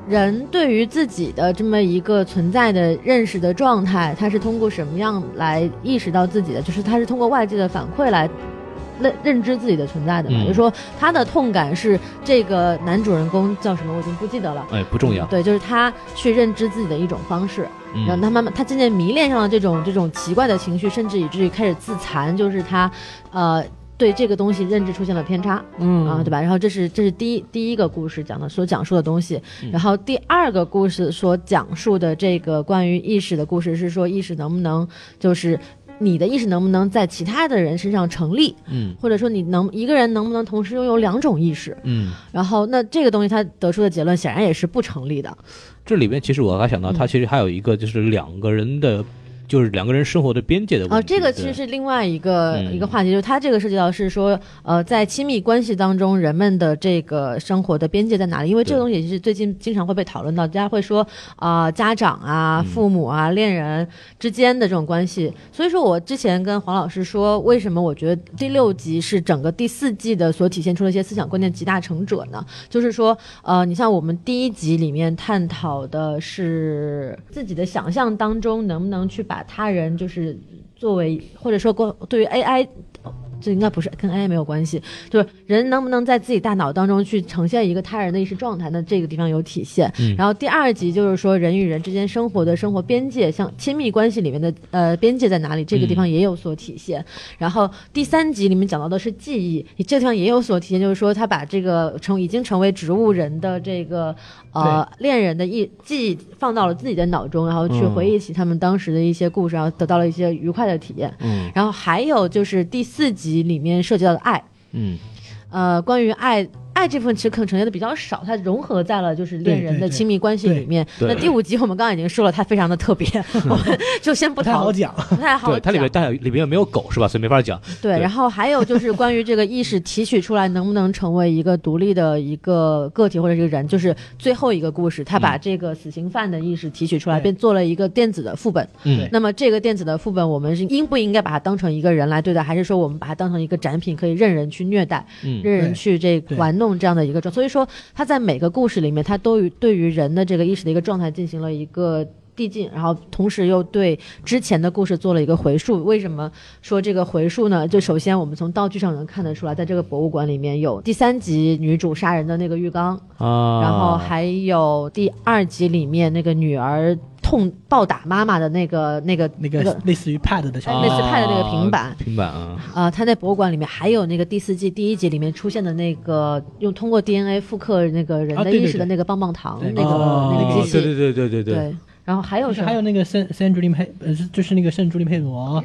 Speaker 3: 人对于自己的这么一个存在的认识的状态，他是通过什么样来意识到自己的？就是他是通过外界的反馈来。认认知自己的存在的嘛，
Speaker 1: 嗯
Speaker 3: 也就是说他的痛感是这个男主人公叫什么，我已经不记得了。
Speaker 1: 哎，不重要。
Speaker 3: 对，就是他去认知自己的一种方式，
Speaker 1: 嗯
Speaker 3: 然后他慢慢，他渐渐迷恋上了这种这种奇怪的情绪，甚至以至于开始自残，就是他，呃，对这个东西认知出现了偏差，
Speaker 2: 嗯
Speaker 3: 啊，对吧？然后这是这是第一第一个故事讲的所讲述的东西，然后第二个故事所讲述的这个关于意识的故事是说意识能不能就是。你的意识能不能在其他的人身上成立，
Speaker 1: 嗯
Speaker 3: 或者说你能一个人能不能同时拥有两种意识？
Speaker 1: 嗯，
Speaker 3: 然后，那这个东西他得出的结论显然也是不成立的。
Speaker 1: 这里边其实我还
Speaker 3: 嗯
Speaker 1: 想到，它其实还有一个就是两个人的，就是两个人生活的边界的问题。
Speaker 3: 哦，这个其
Speaker 1: 对
Speaker 3: 实是另外一个、
Speaker 1: 嗯
Speaker 3: 一个话题，就是它这个涉及到是说，呃，在亲密关系当中，人们的这个生活的边界在哪里？因为这个
Speaker 1: 对
Speaker 3: 东西也是最近经常会被讨论到，大家会说啊、家长
Speaker 1: 嗯
Speaker 3: 啊、父母啊、恋人之间的这种关系。所以说我之前跟黄老师说，为什么我觉得第六集是整个第四季的所体现出的一些思想观念集大成者呢？就是说，呃，你像我们第一集里面探讨的是自己的想象当中能不能去把他人就是作为或者说过对于 AI。这应该不是跟 AI 没有关系，就是人能不能在自己大脑当中去呈现一个他人的意识状态，那这个地方有体现。然后第二集就是说人与人之间生活的生活边界，像亲密关系里面的呃边界在哪里，这个地方也有所体现。然后第三集里面讲到的是记忆，这个地方也有所体现，就是说他把这个成已经成为植物人的这个呃恋人的忆记忆放到了自己的脑中，然后去回忆起他们当时的一些故事，然后得到了一些愉快的体验。
Speaker 1: 嗯
Speaker 3: 然后还有就是第四集里面涉及到的爱，
Speaker 1: 嗯
Speaker 3: 呃，关于爱爱这部分其实可能呈现的比较少，它融合在了就是恋
Speaker 2: 对
Speaker 3: 人
Speaker 2: 对
Speaker 3: 的亲密关系
Speaker 2: 对
Speaker 3: 里面。
Speaker 1: 对
Speaker 3: 那第五集我们刚刚已经说了，它非常的特别，我们就先不
Speaker 2: 不太
Speaker 3: 讨
Speaker 2: 好
Speaker 3: 论，
Speaker 2: 讲。
Speaker 3: 不太好
Speaker 1: 对，它里
Speaker 3: 讲
Speaker 1: 边但里边没有狗是吧？所以没法讲。
Speaker 3: 对，
Speaker 1: 对
Speaker 3: 然后还有就是关于这个意识提取出来能不能成为一个独立的一个个体或者是一个人，就是最后一个故事，他把这个死刑犯的意识提取出来，
Speaker 2: 对
Speaker 3: 并做了一个电子的副本。
Speaker 1: 嗯
Speaker 3: 那么这个电子的副本，我们是应不应该把它当成一个人来对待，还是说我们把它当成一个展品，可以任人去虐待、
Speaker 1: 嗯
Speaker 3: 任人去这
Speaker 2: 对
Speaker 3: 玩弄这样的一个状？所以说，他在每个故事里面，他都与对于人的这个意识的一个状态进行了一个递进，然后同时又对之前的故事做了一个回溯。为什么说这个回溯呢？就首先我们从道具上能看得出来，在这个博物馆里面有第三集女主杀人的那个浴缸，
Speaker 1: 啊，
Speaker 3: 然后还有第二集里面那个女儿痛暴打妈妈的那个那个
Speaker 2: 那个类似于 Pad 的小
Speaker 3: 哎类似派的那个平板
Speaker 1: 啊平板啊，
Speaker 3: 呃，他在博物馆里面还有那个第四季第一集里面出现的那个用通过 DNA 复刻那个人
Speaker 2: 啊
Speaker 3: 的
Speaker 2: 对对
Speaker 3: 意识的
Speaker 2: 对
Speaker 3: 那个棒棒糖
Speaker 2: 对
Speaker 3: 那个
Speaker 2: 哦
Speaker 3: 那个
Speaker 1: 哦
Speaker 3: 机
Speaker 1: 对
Speaker 3: 器，
Speaker 1: 对对对对，
Speaker 3: 对，然后还有什
Speaker 2: 还有
Speaker 3: 么？
Speaker 2: 那个圣圣朱利佩，呃，是就是那个圣朱利佩罗，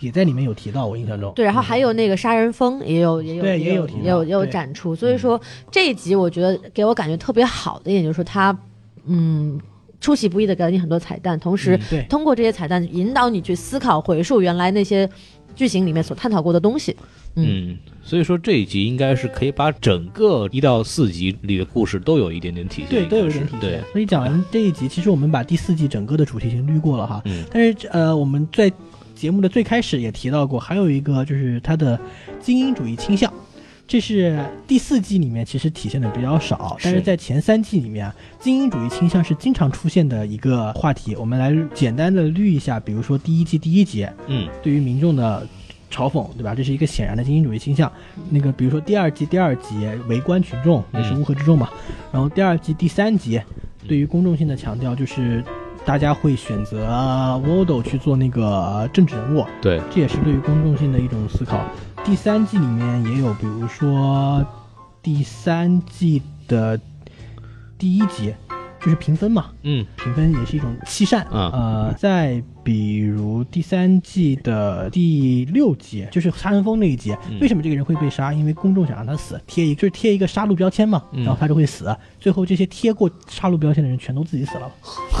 Speaker 2: 也在里面有提到，我印象中。
Speaker 3: 对，然后还有那个杀人蜂也有也有
Speaker 2: 对
Speaker 3: 也
Speaker 2: 也有提
Speaker 3: 也
Speaker 2: 到
Speaker 3: 有也有
Speaker 2: 对嗯
Speaker 3: 展出，所以说这一集我觉得给我感觉特别好的一点就是说它，嗯，出其不意的给了你很多彩蛋，同时
Speaker 2: 嗯对
Speaker 3: 通过这些彩蛋引导你去思考回溯原来那些剧情里面所探讨过的东西。
Speaker 1: 嗯，所以说这一集应该是可以把整个一到四集里的故事都有一点点体现，
Speaker 2: 对，都有
Speaker 1: 应该
Speaker 2: 一
Speaker 1: 是
Speaker 2: 点体
Speaker 1: 对
Speaker 2: 现。，所以讲完这一集，其实我们把第四季整个的主题已经捋过了哈。
Speaker 1: 嗯
Speaker 2: 但是呃，我们在节目的最开始也提到过，还有一个就是它的精英主义倾向，这是第四季里面其实体现的比较少，但是
Speaker 1: 是
Speaker 2: 在前三季里面啊，精英主义倾向是经常出现的一个话题。我们来简单的捋一下，比如说第一季第一节，
Speaker 1: 嗯
Speaker 2: 对于民众的嘲讽，对吧？这是一个显然的精英主义倾向。那个比如说第二季第二集围观群众也是
Speaker 1: 嗯
Speaker 2: 乌合之众嘛，然后第二季第三集对于公众性的强调就是。大家会选择 Waldo 去做那个政治人物，
Speaker 1: 对，
Speaker 2: 这也是对于公众性的一种思考。第三季里面也有，比如说第三季的第一集就是评分嘛，
Speaker 1: 嗯
Speaker 2: 评分也是一种欺善
Speaker 1: 嗯
Speaker 2: 呃，再比如第三季的第六集，就是杀人蜂那一集，为什么这个人会被杀？因为公众想让他死，贴一就是贴一个杀戮标签嘛，然后他就会死。最后这些贴过杀戮标签的人全都自己死了，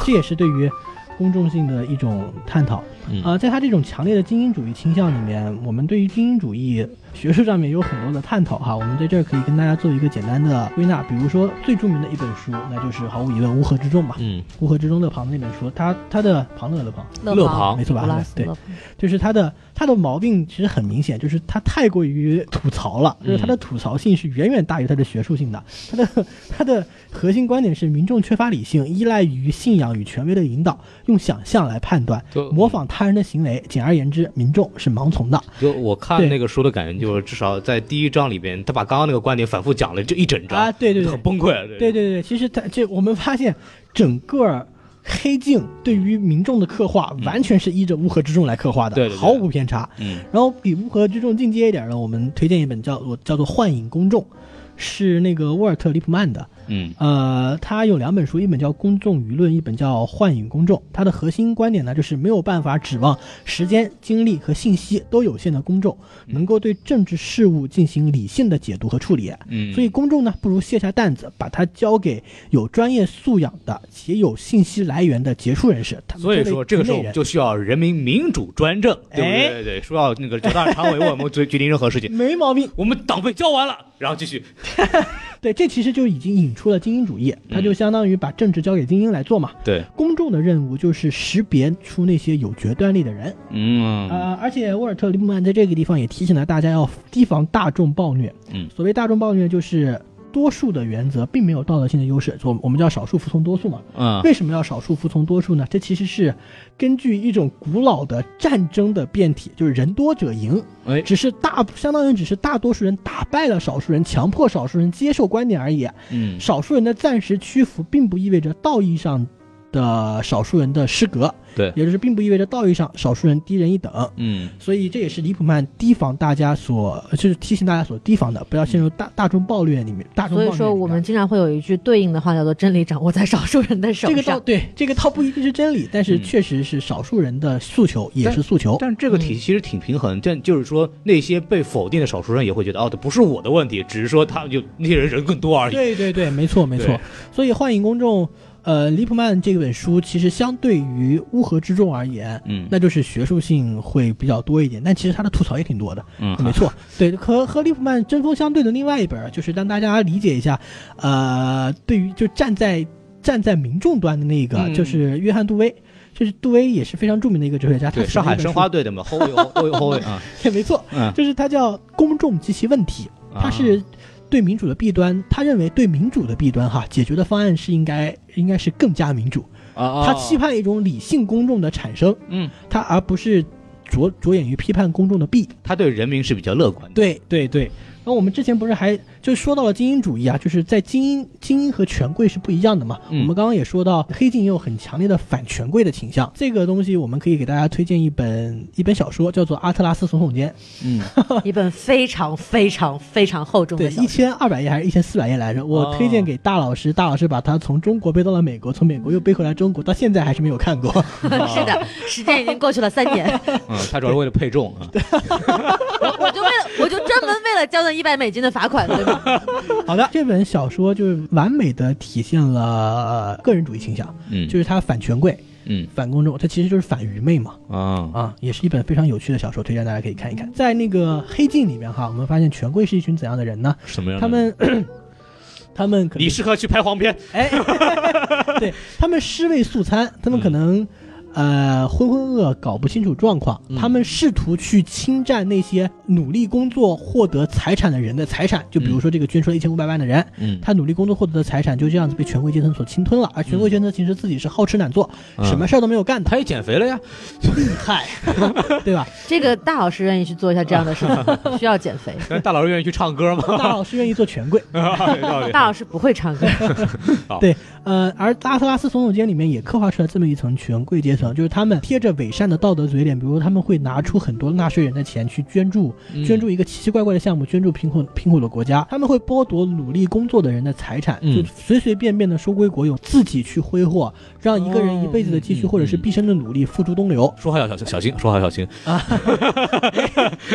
Speaker 2: 这也是对于。公众性的一种探讨，呃，在他这种强烈的精英主义倾向里面，我们对于精英主义学术上面有很多的探讨哈。我们在这儿可以跟大家做一个简单的归纳，比如说最著名的一本书，那就是毫无疑问《乌合之众》嘛，
Speaker 1: 嗯，
Speaker 2: 《乌合之众》勒庞的那本书，他他的庞乐勒庞，
Speaker 1: 乐
Speaker 3: 庞
Speaker 1: 庞
Speaker 2: 没错吧
Speaker 3: 普拉斯
Speaker 2: 对
Speaker 3: 勒庞
Speaker 2: 就是他的他的毛病其实很明显，就是他太过于吐槽了，就是
Speaker 1: 嗯
Speaker 2: 他的吐槽性是远远大于他的学术性的。他的他的核心观点是民众缺乏理性，依赖于信仰与权威的引导，用想象来判断
Speaker 1: 就，
Speaker 2: 模仿他人的行为。简而言之，民众是盲从的。
Speaker 1: 就我看
Speaker 2: 对
Speaker 1: 那个书的感觉，就是至少在第一章里边，他把刚刚那个观点反复讲了这一整章
Speaker 2: 啊对对对
Speaker 1: 很崩溃。
Speaker 2: 对对对，其实他这我们发现，整个黑镜对于民众的刻画，完全是依着乌合之众来刻画
Speaker 1: 嗯
Speaker 2: 的，
Speaker 1: 对对对
Speaker 2: 毫无偏差。
Speaker 1: 嗯，
Speaker 2: 然后比乌合之众进阶一点呢，我们推荐一本叫我叫做《幻影公众》，是那个沃尔特·里普曼的。
Speaker 1: 嗯
Speaker 2: 呃，他有两本书，一本叫《公众舆论》，一本叫《幻影公众》。它的核心观点呢，就是没有办法指望时间、精力和信息都有限的公众能够对政治事务进行理性的解读和处理。
Speaker 1: 嗯，
Speaker 2: 所以公众呢，不如卸下担子，把它交给有专业素养的且有信息来源的杰出人士。他们
Speaker 1: 所以
Speaker 2: 作为
Speaker 1: 说这个时候我
Speaker 2: 局内人
Speaker 1: 们就需要人民民主专政，对不
Speaker 2: 哎
Speaker 1: 对？对对，说要那个九大常委为我们决决定任何事
Speaker 2: <laughs>
Speaker 1: 情，
Speaker 2: 没毛病。
Speaker 1: 我们党费交完了，然后继续。
Speaker 2: 对，这其实就已经引出了精英主义，它就
Speaker 1: 嗯
Speaker 2: 相当于把政治交给精英来做嘛。
Speaker 1: 对，
Speaker 2: 公众的任务就是识别出那些有决断力的人
Speaker 1: 嗯
Speaker 2: 啊、呃而且沃尔特·利布曼在这个地方也提醒了大家要提防大众暴虐。
Speaker 1: 嗯，
Speaker 2: 所谓大众暴虐就是多数的原则并没有道德性的优势，我我们叫少数服从多数嘛。
Speaker 1: 嗯
Speaker 2: 为什么要少数服从多数呢？这其实是根据一种古老的战争的变体，就是人多者赢。
Speaker 1: 哎
Speaker 2: 只是大相当于只是大多数人打败了少数人，强迫少数人接受观点而已。
Speaker 1: 嗯
Speaker 2: 少数人的暂时屈服，并不意味着道义上的少数人的失格，
Speaker 1: 对
Speaker 2: 也就是并不意味着道义上少数人低人一等。
Speaker 1: 嗯
Speaker 2: 所以这也是李普曼提防大家所，就是提醒大家所提防的，不要陷入大大众暴虐里面。大众暴
Speaker 3: 所
Speaker 2: 虐
Speaker 3: 以说，
Speaker 2: 里面
Speaker 3: 我们经常会有一句对应的话，叫做“真理掌握在少数人的手
Speaker 2: 这个倒
Speaker 3: 上
Speaker 2: 对，这个倒不一定是真理，但是
Speaker 1: 嗯
Speaker 2: 确实是少数人的诉求，也
Speaker 1: 但
Speaker 2: 是诉求。
Speaker 1: 但这个体系其实挺平衡，但就是说那些被否定的少数人也会觉得，哦，这不是我的问题，只是说他们就那些人人更多而已。
Speaker 2: 对对对，没错没错
Speaker 1: 对。
Speaker 2: 所以《幻影公众》呃，李普曼这本书其实相对于《乌合之众》而言，
Speaker 1: 嗯
Speaker 2: 那就是学术性会比较多一点，但其实他的吐槽也挺多的。
Speaker 1: 嗯
Speaker 2: 没
Speaker 1: <laughs>
Speaker 2: 错，对，和和利普曼针锋相对的另外一本儿，就是让大家理解一下，呃，对于就站在站在民众端的那个，
Speaker 1: 嗯
Speaker 2: 就是约翰杜威。就是杜威也是非常著名的一个哲学家，他
Speaker 1: 对，
Speaker 2: 写
Speaker 1: 上
Speaker 2: 了一
Speaker 1: 海
Speaker 2: 本
Speaker 1: 申
Speaker 2: 书
Speaker 1: 花队的嘛，后卫后卫后卫 <laughs> 啊，
Speaker 2: 对， <laughs> 没错，
Speaker 1: 嗯
Speaker 2: 就是他叫《公众及其问题》，他
Speaker 1: 啊
Speaker 2: 是对民主的弊端，他认为对民主的弊端哈，解决的方案是应该应该是更加民主，
Speaker 1: 啊
Speaker 2: 他期盼一种理性公众的产生，
Speaker 1: 嗯，
Speaker 2: 他而不是着着眼于批判公众的弊。
Speaker 1: 他对人民是比较乐观的。
Speaker 2: 对对对。然后我们之前不是还就说到了精英主义啊，就是在精英精英和权贵是不一样的嘛。
Speaker 1: 嗯
Speaker 2: 我们刚刚也说到，黑镜也有很强烈的反权贵的倾向。这个东西我们可以给大家推荐一本一本小说，叫做《阿特拉斯总统间》，
Speaker 1: <laughs> 嗯，”，
Speaker 3: <laughs> 一本非常非常非常厚重
Speaker 2: 对，
Speaker 3: 的小
Speaker 2: 一
Speaker 3: 说。
Speaker 2: 千二百页还是一千四百页来着？我
Speaker 1: 哦
Speaker 2: 推荐给大老师，大老师把它从中国背到了美国，从美国又背回来中国，到现在还是没有看过。
Speaker 3: 是的，时间已经过去了三年，
Speaker 1: 嗯，他主要是为了配重啊。
Speaker 3: 我就为了我就专门为了交那一百美金的罚款，对吧？
Speaker 2: <laughs> 好的， <laughs> 这本小说就是完美的体现了呃个人主义倾向，
Speaker 1: 嗯
Speaker 2: 就是它反权贵、
Speaker 1: 嗯
Speaker 2: 反公众，它其实就是反愚昧嘛。
Speaker 1: 啊
Speaker 2: 啊，也是一本非常有趣的小说，推荐大家可以看一看。在那个黑镜里面哈，我们发现权贵是一群怎样的人呢？
Speaker 1: 什么样的？
Speaker 2: 他们， <clears throat> 他们可能
Speaker 1: 你适合去拍黄片。
Speaker 2: 哎， <laughs> 对他们尸位素餐，
Speaker 1: 嗯
Speaker 2: 他们可能、呃浑浑噩噩，搞不清楚状况，
Speaker 1: 嗯
Speaker 2: 他们试图去侵占那些努力工作获得财产的人的财产，就比如说这个捐出了一千五百万的人，
Speaker 1: 嗯
Speaker 2: 他努力工作获得的财产就这样子被权贵阶层所侵吞了，而权贵阶层其实自己是好吃懒做，
Speaker 1: 嗯
Speaker 2: 什么事儿都没有干的，
Speaker 1: 他也减肥了呀。
Speaker 2: 嗨， <laughs> 对吧？
Speaker 3: 这个大老师愿意去做一下这样的事
Speaker 2: <laughs>
Speaker 3: 情，需要减肥。
Speaker 2: 哎
Speaker 1: 但大老师愿意去唱歌吗？ <laughs>
Speaker 2: 大老师愿意做权贵。
Speaker 1: 有道理
Speaker 3: <laughs> 大老师
Speaker 2: <laughs>
Speaker 3: 不会唱歌，
Speaker 2: 对，呃，而《阿特拉斯总统间》里面也刻画出来这么一层权贵阶程，就是他们贴着伪善的道德嘴脸，比如他们会拿出很多纳税人的钱去捐助，
Speaker 1: 嗯
Speaker 2: 捐助一个奇奇怪怪的项目，捐助贫困贫苦的国家，他们会剥夺努力工作的人的财产，
Speaker 1: 嗯
Speaker 2: 就随随便便的收归国有，自己去挥霍，让一个人一辈子的积蓄
Speaker 1: 哦
Speaker 2: 或者是毕生的努力付诸东流。
Speaker 1: 说话要小心，小心，说话要小心。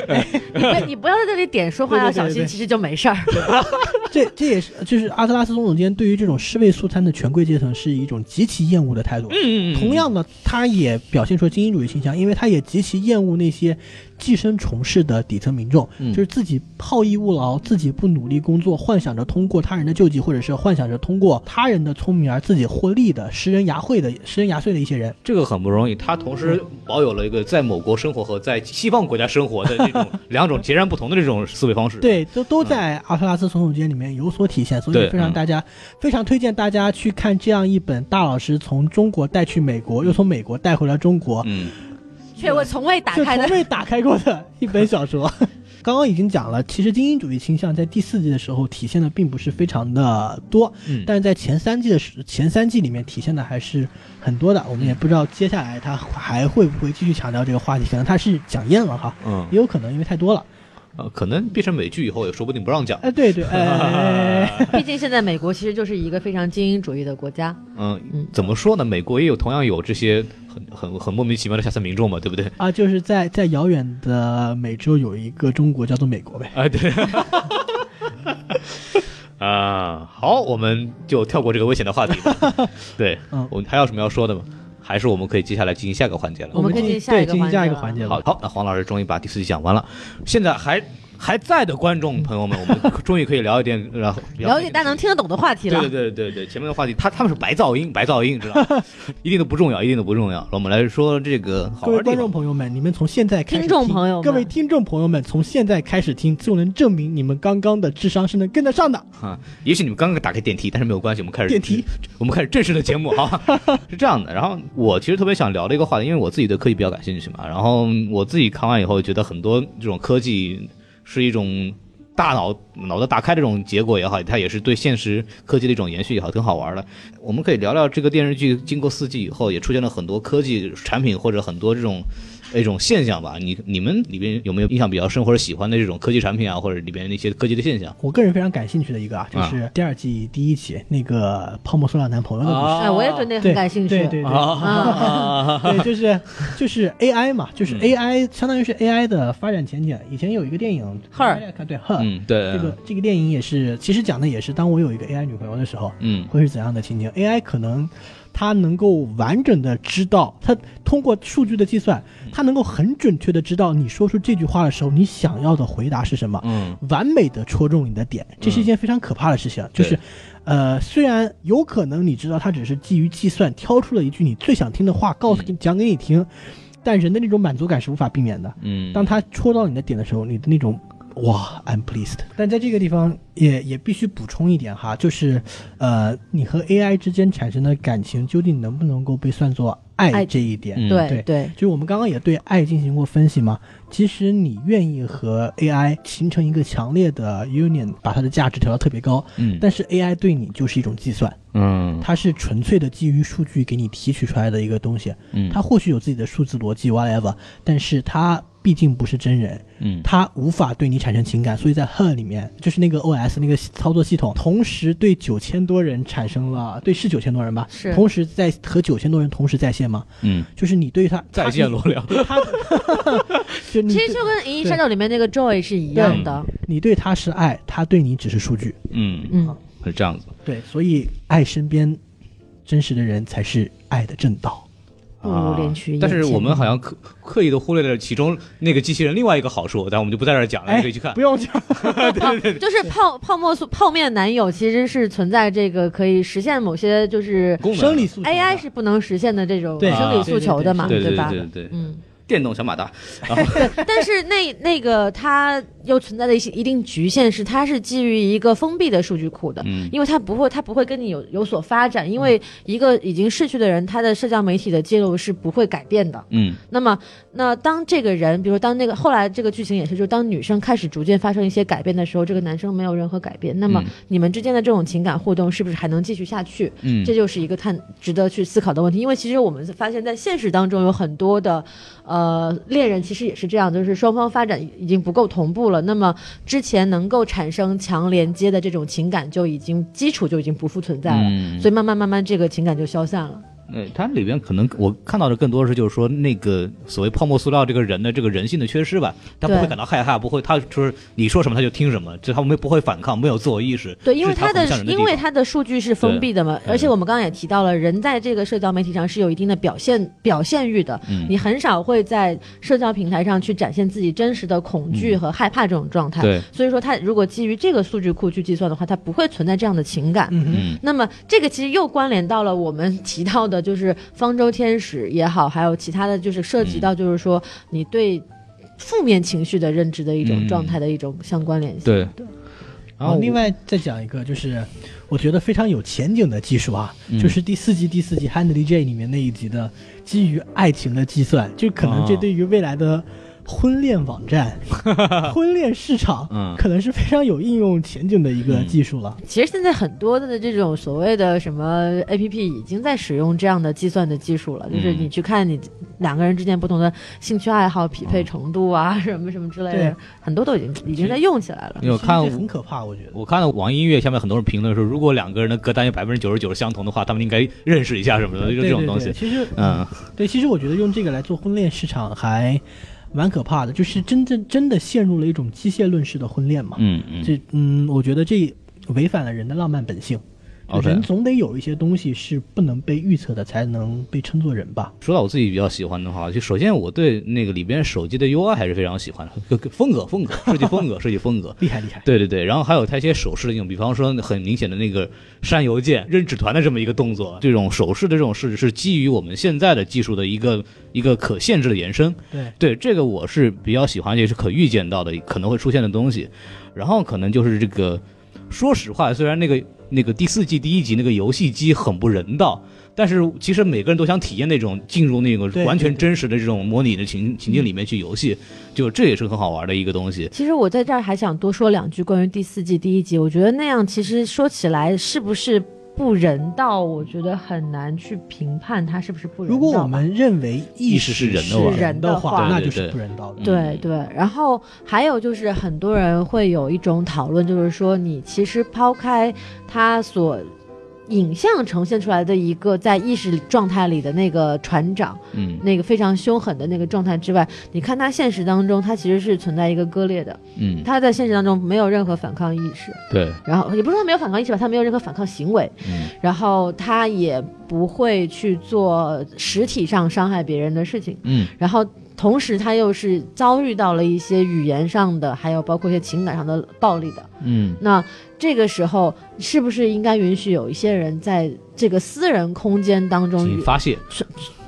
Speaker 3: 你不你不要在这里点说话要小
Speaker 2: 对对对
Speaker 3: 心，
Speaker 2: 对
Speaker 3: 其实就没事儿。
Speaker 2: 这这也是就是阿特拉斯总统监对于这种尸位素餐的权贵阶层是一种极其厌恶的态度。
Speaker 1: 嗯
Speaker 2: 同样呢，他也表现出精英主义倾向，因为他也极其厌恶那些寄生虫式的底层民众，
Speaker 1: 嗯
Speaker 2: 就是自己好逸恶劳，自己不努力工作，幻想着通过他人的救济，或者是幻想着通过他人的聪明而自己获利的食人牙慧的食人牙碎的一些人。
Speaker 1: 这个很不容易，他同时保有了一个在某国生活和在西方国家生活的这种
Speaker 2: <laughs>
Speaker 1: 两种截然不同的这种思维方式。，
Speaker 2: 对，都都在阿特拉斯总统间里面有所体现，所
Speaker 1: 嗯对
Speaker 2: 以非常
Speaker 1: 嗯
Speaker 2: 大家、非常推荐大家去看这样一本大老师从中国带去美国，又从美国带回了中国，
Speaker 1: 嗯
Speaker 3: 却我从未打
Speaker 2: 就
Speaker 3: 开的
Speaker 2: 从未打开过的 <laughs> 一本小说。刚刚已经讲了，其实精英主义倾向在第四季的时候体现的并不是非常的多，
Speaker 1: 嗯
Speaker 2: 但是在前三季的时前三季里面体现的还是很多的。我
Speaker 1: 嗯
Speaker 2: 们也不知道接下来他还会不会继续强调这个话题，可能他是讲厌了哈，
Speaker 1: 嗯，
Speaker 2: 也有可能因为太多了。
Speaker 1: 呃，可能变成美剧以后也说不定不让讲。
Speaker 2: 哎，对对，
Speaker 1: <laughs>
Speaker 2: 哎，
Speaker 3: 毕竟现在美国其实就是一个非常精英主义的国家，嗯
Speaker 1: 嗯，怎么说呢？美国也有同样有这些很很很莫名其妙的下层民众嘛，对不对？
Speaker 2: 啊，就是在在遥远的美洲有一个中国叫做美国呗。
Speaker 1: 啊，对。啊，好，我们就跳过这个危险的话题吧。对
Speaker 2: 嗯，
Speaker 1: 我们还有什么要说的吗？还是我们可以接下来进行下个环节了
Speaker 3: 我。们可以
Speaker 2: 进
Speaker 3: 进下一
Speaker 2: 对
Speaker 3: 个
Speaker 2: 进行下一个
Speaker 3: 环
Speaker 2: 环
Speaker 3: 节
Speaker 2: 节了。
Speaker 1: 好好，那黄老师终于把第四季讲完了，现在还还在的观众朋友们，我们终于可以聊一点，然后
Speaker 3: 了解大家能。听得懂的话题
Speaker 1: 对
Speaker 3: 了。
Speaker 1: 对对对对，前面的话题，他他们是白噪音，白噪音，知道吗？一定都不重要，一定都不重要。我们来说这个好
Speaker 2: 各
Speaker 1: 玩
Speaker 2: 位
Speaker 1: 的地
Speaker 2: 观众
Speaker 1: 方。
Speaker 2: 朋友们，你们从现在开始
Speaker 3: 听众朋友们
Speaker 2: 各位听众朋友们，从现在开始听，就能证明你们刚刚的智商是能跟得上的。
Speaker 1: 啊，也许你们刚刚打开电梯，但是没有关系，我们开始
Speaker 2: 电梯，
Speaker 1: 我们开始正式的节目，好
Speaker 2: <laughs>
Speaker 1: 吧？是这样的，然后我其实特别想聊的一个话题，因为我自己对科技比较感兴趣嘛，然后我自己看完以后觉得很多这种科技是一种。大脑脑袋打开这种结果也好，它也是对现实科技的一种延续也好，挺好玩的。我们可以聊聊这个电视剧经过四季以后，也出现了很多科技产品或者很多这种一种现象吧。你你们里边有没有印象比较深或者喜欢的这种科技产品啊，或者里边的一些科技的现象？
Speaker 2: 我个人非常感兴趣的一个啊，就
Speaker 1: 啊
Speaker 2: 是第二季第一集那个泡沫塑料男朋友的故事。
Speaker 3: 哎，我也对
Speaker 2: 对
Speaker 3: 那很感兴趣。
Speaker 2: 对对对。
Speaker 1: 啊，
Speaker 2: 对，就是就是 AI 嘛，就是
Speaker 1: 嗯
Speaker 2: AI，、相当于是 AI 的发展前景。以前有一个电影
Speaker 3: Her
Speaker 2: 对 Her，、
Speaker 1: 嗯，对，
Speaker 2: 这个这个电影也是，其实讲的也是，当我有一个 AI 女朋友的时候，
Speaker 1: 嗯
Speaker 2: 会是怎样的情景？AI 可能它能够完整的知道，它通过数据的计算，
Speaker 1: 嗯
Speaker 2: 它能够很准确的知道你说出这句话的时候，你想要的回答是什么，
Speaker 1: 嗯
Speaker 2: 完美的戳中你的点。这是一件非常可怕的事情，就
Speaker 1: 对
Speaker 2: 是。呃，虽然有可能你知道它只是基于计算挑出了一句你最想听的话，告诉
Speaker 1: 嗯
Speaker 2: 你讲给你听，但人的那种满足感是无法避免的。
Speaker 1: 嗯，
Speaker 2: 当他戳到你的点的时候，你的那种哇，I'm pleased。但在这个地方也也必须补充一点哈，就是呃，你和 AI 之间产生的感情究竟能不能够被算作爱
Speaker 3: 爱
Speaker 2: 这一点？
Speaker 1: 嗯
Speaker 3: 对
Speaker 2: 对
Speaker 3: 对
Speaker 2: 就是我们刚刚也对爱进行过分析嘛，其实你愿意和 AI 形成一个强烈的 union，把它的价值调到特别高，
Speaker 1: 嗯
Speaker 2: 但是 AI 对你就是一种计算，
Speaker 1: 嗯
Speaker 2: 它是纯粹的基于数据给你提取出来的一个东西，
Speaker 1: 嗯
Speaker 2: 它或许有自己的数字逻辑 whatever，但是它毕竟不是真人，
Speaker 1: 嗯
Speaker 2: 它无法对你产生情感，所以在 Her 里面就是那个 OS 那个操作系统，同时对九千多人产生了，对是九千多人吧，
Speaker 3: 是
Speaker 2: 同时在和九千多人同时在线吗？
Speaker 1: 嗯，
Speaker 2: 就是你对它
Speaker 1: 在线裸聊，
Speaker 2: 它， <laughs> 就
Speaker 1: 嗯
Speaker 2: 你
Speaker 3: 其
Speaker 2: 对
Speaker 3: 实就跟《银翼杀手》里面那个 Joy 是一样的。
Speaker 2: 你对它是爱，它对你只是数据，
Speaker 1: 嗯，
Speaker 3: 嗯，
Speaker 1: 是这样子。
Speaker 2: 对，所以爱身边真实的人才是爱的正道。
Speaker 1: 嗯
Speaker 3: 不如恋曲眼
Speaker 1: 啊但是
Speaker 3: 前
Speaker 1: 我们好像刻刻意的忽略了其中那个机器人另外一个好处，但我们就不在这儿讲了，你可以去看
Speaker 2: 不。用讲，
Speaker 3: 就是泡泡沫塑泡面男友其实是存在这个可以实现某些就是
Speaker 1: 功能
Speaker 2: 生理诉求
Speaker 3: AI 是不能实现的这种
Speaker 2: 对
Speaker 3: 生理
Speaker 1: 啊
Speaker 3: 诉求的嘛，
Speaker 1: 对
Speaker 3: 吧？
Speaker 1: 对对对，
Speaker 3: 嗯，
Speaker 1: 电动小马达，
Speaker 3: 但是那那个他又存在的一些一定局限是，它是基于一个封闭的数据库的，
Speaker 1: 嗯
Speaker 3: 因为它不会，它不会跟你有有所发展，因为一个已经逝去的人，他的社交媒体的记录是不会改变的。
Speaker 1: 嗯
Speaker 3: 那么，那当这个人，比如当那个后来这个剧情也是，就是当女生开始逐渐发生一些改变的时候，这个男生没有任何改变，那么
Speaker 1: 嗯
Speaker 3: 你们之间的这种情感互动是不是还能继续下去？
Speaker 1: 嗯
Speaker 3: 这就是一个探值得去思考的问题。因为其实我们发现，在现实当中有很多的，呃，恋人其实也是这样，就是双方发展已经不够同步了，那么之前能够产生强连接的这种情感就已经基础就已经不复存在了，
Speaker 1: 嗯
Speaker 3: 所以慢慢慢慢这个情感就消散了。
Speaker 1: 呃，它里边可能我看到的更多是就是说那个所谓泡沫塑料这个人的这个人性的缺失吧，他不
Speaker 3: 对
Speaker 1: 会感到害怕，不会他就是你说什么他就听什么，就他没不会反抗，没有自我意识。
Speaker 3: 对，因为
Speaker 1: 他
Speaker 3: 它的
Speaker 1: 的地
Speaker 3: 因为
Speaker 1: 方
Speaker 3: 它的数据是封闭的嘛，
Speaker 1: 对嗯
Speaker 3: 而且我们刚刚也提到了，人在这个社交媒体上是有一定的表现表现欲的，
Speaker 1: 嗯
Speaker 3: 你很少会在社交平台上去展现自己真实的恐惧和害怕这种状态。
Speaker 1: 嗯对
Speaker 3: 所以说它如果基于这个数据库去计算的话，它不会存在这样的情感。
Speaker 2: 嗯哼，
Speaker 1: 嗯
Speaker 3: 那么这个其实又关联到了我们 <laughs> 提到的，就是方舟天使也好，还有其他的就是涉
Speaker 1: 嗯
Speaker 3: 及到就是说你对负面情绪的认知的一种
Speaker 1: 嗯
Speaker 3: 状态的一种相关联系。
Speaker 1: 对，然
Speaker 2: 然后
Speaker 1: 后
Speaker 2: 另外再讲一个，就是我觉得非常有前景的技术啊，
Speaker 1: 嗯
Speaker 2: 就是第四季第四季《Handy J》里面那一集的基于爱情的计算，就可能这
Speaker 1: 哦
Speaker 2: 对于未来的婚恋网站、
Speaker 1: <laughs>
Speaker 2: 婚恋市场，
Speaker 1: 嗯
Speaker 2: 可能是非常有应用前景的一个技术了。
Speaker 3: 其实现在很多的这种所谓的什么 A P P 已经在使用这样的计算的技术了，
Speaker 2: 嗯
Speaker 3: 就是你去看你两个人之间不同的兴趣爱好匹配程度啊，什么什么之类的
Speaker 2: 嗯对，
Speaker 3: 很多都已经已经在用起来了
Speaker 1: 因。为我
Speaker 2: 其实
Speaker 1: 看
Speaker 2: 这很可怕，我觉得。
Speaker 1: 我看到网易音乐下面很多人评论说，如果两个人的歌单有百分之九十九相同的话，他们应该认识一下什么的，就这种东
Speaker 2: 对对对
Speaker 1: 西。
Speaker 2: 其实，
Speaker 1: 嗯，
Speaker 2: 对，其实我觉得用这个来做婚恋市场还蛮可怕的，就是真正真的陷入了一种机械论式的婚恋嘛。
Speaker 1: 嗯嗯，
Speaker 2: 这嗯，我觉得这违反了人的浪漫本性。
Speaker 1: OK
Speaker 2: 人总得有一些东西是不能被预测的，才能被称作人吧。
Speaker 1: 说到我自己比较喜欢的话，就首先我对那个里边手机的 UI 还是非常喜欢的，风格风格设计风格设计风格。
Speaker 2: 厉害厉害！
Speaker 1: 对对对，然后还有它一些手势的应用，比方说很明显的那个删邮件、扔纸团的这么一个动作，这种手势的这种事是基于我们现在的技术的一个一个可限制的延伸。
Speaker 2: 对，
Speaker 1: 对这个我是比较喜欢，也是可预见到的可能会出现的东西。然后可能就是这个，说实话，虽然那个那个第四季第一集那个游戏机很不人道，但是其实每个人都想体验那种进入那个
Speaker 2: 对
Speaker 1: 完
Speaker 2: 对嗯
Speaker 1: 全
Speaker 2: 对
Speaker 1: 真实的这种模拟的情情境里面去游戏，就这也是很好玩的一个东西。
Speaker 3: 其实我在这儿还想多说两句关于第四季第一集，我觉得那样其实说起来是不是不人道，我觉得很难去评判它是不是不人
Speaker 2: 如
Speaker 3: 道吧。
Speaker 2: 果我们认为意识
Speaker 1: 是人的
Speaker 2: 的
Speaker 1: 话
Speaker 2: 的话，
Speaker 3: 对
Speaker 2: 那
Speaker 1: 对
Speaker 2: 就是
Speaker 1: 对
Speaker 2: 不人道的。
Speaker 3: 对
Speaker 1: 嗯
Speaker 3: 对，然后还有就是很多人会有一种讨论，就是说你其实抛开他所影像呈现出来的一个在意识状态里的那个船长，
Speaker 1: 嗯
Speaker 3: 那个非常凶狠的那个状态之外，你看他现实当中，他其实是存在一个割裂的，
Speaker 1: 嗯，
Speaker 3: 他在现实当中没有任何反抗意识，
Speaker 1: 对，
Speaker 3: 然后也不是说没有反抗意识吧，他没有任何反抗行为，
Speaker 1: 嗯
Speaker 3: 然后他也不会去做实体上伤害别人的事情。
Speaker 1: 嗯
Speaker 3: 然后同时他又是遭遇到了一些语言上的，还有包括一些情感上的暴力的。
Speaker 1: 嗯
Speaker 3: 那这个时候是不是应该允许有一些人在这个私人空间当中
Speaker 1: 请发泄。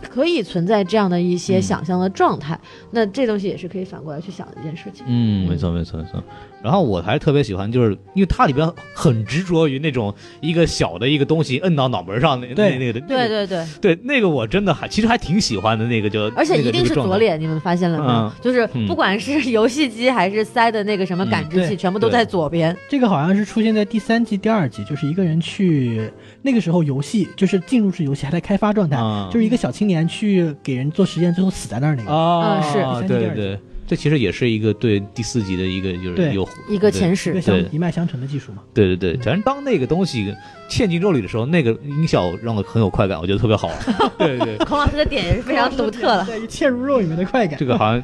Speaker 3: 可以存在这样的一些
Speaker 1: 嗯
Speaker 3: 想象的状态？那这东西也是可以反过来去想的一件事情。
Speaker 1: 嗯，没错没错没错。然后我还特别喜欢，就是因为它里边很执着于那种一个小的一个东西摁到脑门上那
Speaker 2: 对
Speaker 1: 那那个的，
Speaker 3: 对对对，
Speaker 1: 对那个我真的还其实还挺喜欢的那个就，
Speaker 3: 而且
Speaker 1: 那个
Speaker 3: 一定是左，脸，你们发现了没有
Speaker 1: 嗯？
Speaker 3: 就是
Speaker 1: 嗯
Speaker 3: 不管是游戏机还是塞的那个什么感知
Speaker 2: 嗯
Speaker 3: 器，
Speaker 2: 对
Speaker 3: 全部都
Speaker 1: 对
Speaker 3: 在左边。
Speaker 2: 这个好像是出现在第三季第二集，就是一个人去那个时候游戏就是进入式游戏还在开发状态，
Speaker 1: 啊
Speaker 2: 就是一个小青年去给人做实验，最后死在那儿那
Speaker 1: 那
Speaker 2: 个。
Speaker 1: 个啊
Speaker 3: 嗯是
Speaker 2: 第三季第
Speaker 1: 对
Speaker 2: 二集
Speaker 1: 对，这其实也是一个对第四集的一个就是
Speaker 2: 对
Speaker 1: 有
Speaker 3: 一个前世
Speaker 2: 一个相
Speaker 1: 对
Speaker 2: 一脉相承的技术嘛，
Speaker 1: 对对对，反正当那个东西嵌进肉里的时候，那个音效让我很有快感，我觉得特别
Speaker 2: <laughs>
Speaker 1: 好玩。对对，对
Speaker 3: 孔老师的点也是非常独特了，
Speaker 2: 在于嵌入肉里面的快感
Speaker 1: 这。个好像，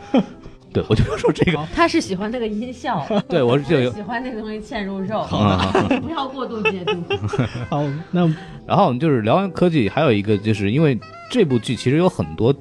Speaker 1: 对我就要说这个，
Speaker 3: 他是喜欢那个音效。
Speaker 1: 对我是这
Speaker 3: <laughs>
Speaker 1: 个
Speaker 3: 喜欢那个东西嵌入肉，
Speaker 1: 啊。
Speaker 3: <laughs> 不要过度解读。
Speaker 2: 好，那
Speaker 1: 然后我们就是聊完科技，还有一个就是因为这部剧其实有很多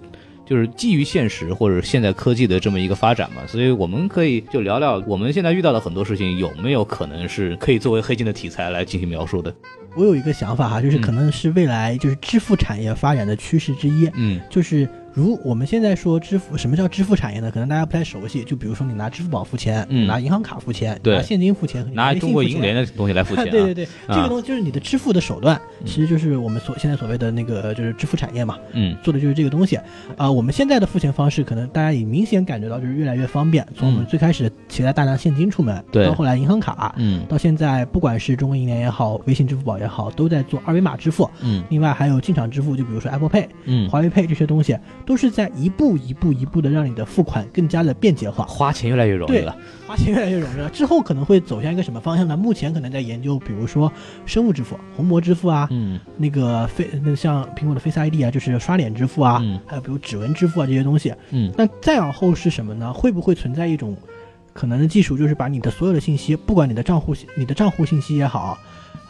Speaker 1: 就是基于现实或者现代科技的这么一个发展嘛，所以我们可以就聊聊我们现在遇到的很多事情有没有可能是可以作为黑镜的题材来进行描述的。
Speaker 2: 我有一个想法哈，就是
Speaker 1: 嗯
Speaker 2: 可能是未来就是支付产业发展的趋势之一，
Speaker 1: 嗯
Speaker 2: 就是如我们现在说支付，什么叫支付产业呢？可能大家不太熟悉。就比如说你拿支付宝付钱，
Speaker 1: 嗯
Speaker 2: 拿银行卡付钱，
Speaker 1: 对
Speaker 2: 拿现金付钱，和你
Speaker 1: 拿
Speaker 2: 微信
Speaker 1: 中国
Speaker 2: 付
Speaker 1: 银
Speaker 2: 钱
Speaker 1: 联的东西来付钱、啊，
Speaker 2: <laughs> 对对对，这
Speaker 1: 啊
Speaker 2: 个东西就是你的支付的手段，其实就是我们所现在所谓的那个就是支付产业嘛，
Speaker 1: 嗯
Speaker 2: 做的就是这个东西。啊、我们现在的付钱方式，可能大家也明显感觉到就是越来越方便。从我们
Speaker 1: 嗯
Speaker 2: 最开始携带大量现金出门，
Speaker 1: 对
Speaker 2: 到后来银行卡，
Speaker 1: 嗯
Speaker 2: 到现在不管是中国银联也好，微信、支付宝也好，都在做二维码支付。
Speaker 1: 嗯
Speaker 2: 另外还有进场支付，就比如说 Apple Pay、
Speaker 1: 嗯，
Speaker 2: 华为 Pay 这些东西，都是在一步一步一步的让你的付款更加的便捷化。
Speaker 1: 花钱越来越容易
Speaker 2: 对
Speaker 1: 了，
Speaker 2: 花钱越来越容易了，之后可能会走向一个什么方向呢？目前可能在研究，比如说生物支付、虹膜支付啊，
Speaker 1: 嗯
Speaker 2: 那个非那像苹果的 Face ID 啊，就是刷脸支付啊，
Speaker 1: 嗯
Speaker 2: 还有比如指纹支付啊这些东西。
Speaker 1: 嗯
Speaker 2: 那再往后是什么呢？会不会存在一种可能的技术，就是把你的所有的信息，不管你的账户、你的账户信息也好，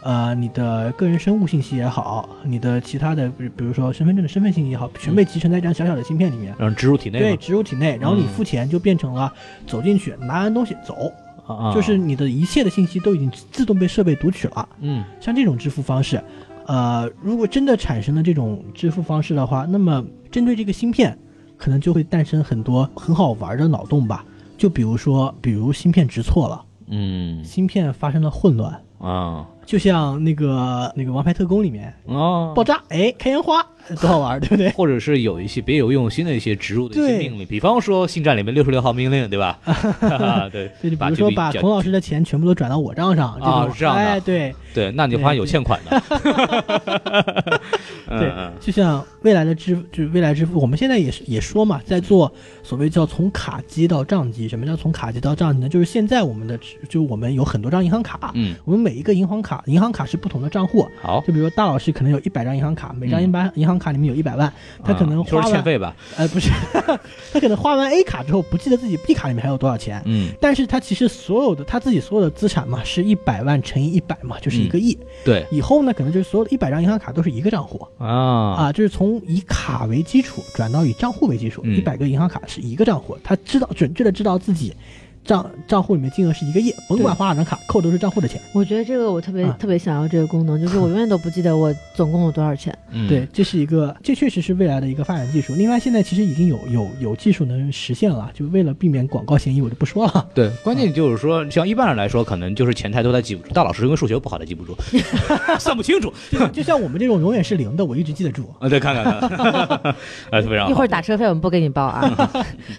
Speaker 2: 呃，你的个人生物信息也好，你的其他的，比如比如说身份证的身份信息也好，全被集成在一张小小的芯片里面。
Speaker 1: 让植入体嗯内
Speaker 2: 对，
Speaker 1: 嘛，
Speaker 2: 植入体内，然后你
Speaker 1: 嗯
Speaker 2: 付钱就变成了走进去拿完东西走，
Speaker 1: 啊啊
Speaker 2: 就是你的一切的信息都已经自动被设备读取了。
Speaker 1: 嗯
Speaker 2: 像这种支付方式，呃，如果真的产生了这种支付方式的话，那么针对这个芯片，可能就会诞生很多很好玩的脑洞吧。就比如说，比如芯片植错了，
Speaker 1: 嗯
Speaker 2: 芯片发生了混乱，
Speaker 1: 啊
Speaker 2: 就像那个那个《王牌特工》里面
Speaker 1: 啊
Speaker 2: 爆炸，哎，开烟花，多好玩，对不对？ <laughs>
Speaker 1: 或者是有一些别有用心的一些植入的一些
Speaker 2: 对
Speaker 1: 命令，比方说《星战》里面六十六号命令，对
Speaker 2: <laughs>
Speaker 1: 吧？哈哈对，
Speaker 2: 对，就比
Speaker 1: 把
Speaker 2: 如
Speaker 1: 这
Speaker 2: 说
Speaker 1: 笔
Speaker 2: 把
Speaker 1: 交
Speaker 2: 孔老师的钱全部都转到我账上，
Speaker 1: 啊
Speaker 2: 种
Speaker 1: 这样的
Speaker 2: 哎，对
Speaker 1: 对，那你就发现有欠款的， <laughs>
Speaker 2: 对
Speaker 1: 嗯，嗯
Speaker 2: 就像未来的支，就是未来支付，我们现在也是也说嘛，在做所谓叫从卡机到账机，什么叫从卡机到账机呢？就是现在我们的支，就是我们有很多张银行卡，
Speaker 1: 嗯，
Speaker 2: 我们每一个银行卡，银行卡是不同的账户。
Speaker 1: 好，
Speaker 2: 就比如说，大老师可能有一百张银行卡，每张银百银行卡里面有一百万，他可能
Speaker 1: 啊说
Speaker 2: 花
Speaker 1: 是欠
Speaker 2: 完，
Speaker 1: 费吧，
Speaker 2: 呃，不是， <laughs> 他可能花完 A 卡之后，不记得自己 B 卡里面还有多少钱，
Speaker 1: 嗯，
Speaker 2: 但是他其实所有的他自己所有的资产嘛，是一百万乘以一百嘛，就是一个亿。
Speaker 1: 对
Speaker 2: 以后呢，可能就是所有的一百张银行卡都是一个账户
Speaker 1: 啊，
Speaker 2: 啊，就是从以卡为基础转到以账户为基础，
Speaker 1: 嗯
Speaker 2: 一百个银行卡是一个账户，他知道准确的知道自己账账户里面金额是一个亿，甭管花哪张卡，扣都是账户的钱。
Speaker 3: <laughs> 我觉得这个我特别、
Speaker 2: 啊
Speaker 3: 特别想要这个功能，就是我永远都不记得我总共有多少钱。
Speaker 1: 嗯
Speaker 2: 对，，这是一个，这确实是未来的一个发展技术。另外，现在其实已经有有有技术能实现了，就为了避免广告嫌疑，我就不
Speaker 1: <laughs>
Speaker 2: 说了。
Speaker 1: 对，关键就是说，像一般人来说，可能就是前台都他记不住，大老师因为数学不好，他记不
Speaker 2: <laughs>
Speaker 1: 住，算不清楚。 <laughs>
Speaker 2: 就像我们这种永远是零的，我一直记得住。
Speaker 1: 啊，再看看看，
Speaker 2: <laughs>
Speaker 1: 哎，非常好。
Speaker 3: 一会儿打车费我们不给你
Speaker 1: <laughs>
Speaker 3: 报啊，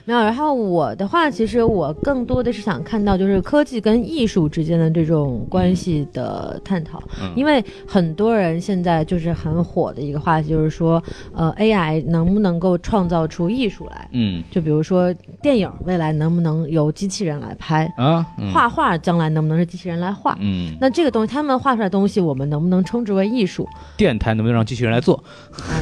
Speaker 3: 没有。然后我的话，其实我更多的是想看到就是科技跟艺术之间的这种关系的探讨，
Speaker 1: 嗯
Speaker 3: 因为很多人现在就是很火的一个话题，就是说，呃，AI 能不能够创造出艺术来？
Speaker 1: 嗯
Speaker 3: 就比如说电影未来能不能由机器人来拍，
Speaker 1: 啊，嗯
Speaker 3: 画画将来能不能是机器人来画？
Speaker 1: 嗯，
Speaker 3: 那这个东西，他们画出来的东西，我们能不能称之为艺术？
Speaker 1: 电台能不能让机器人来做？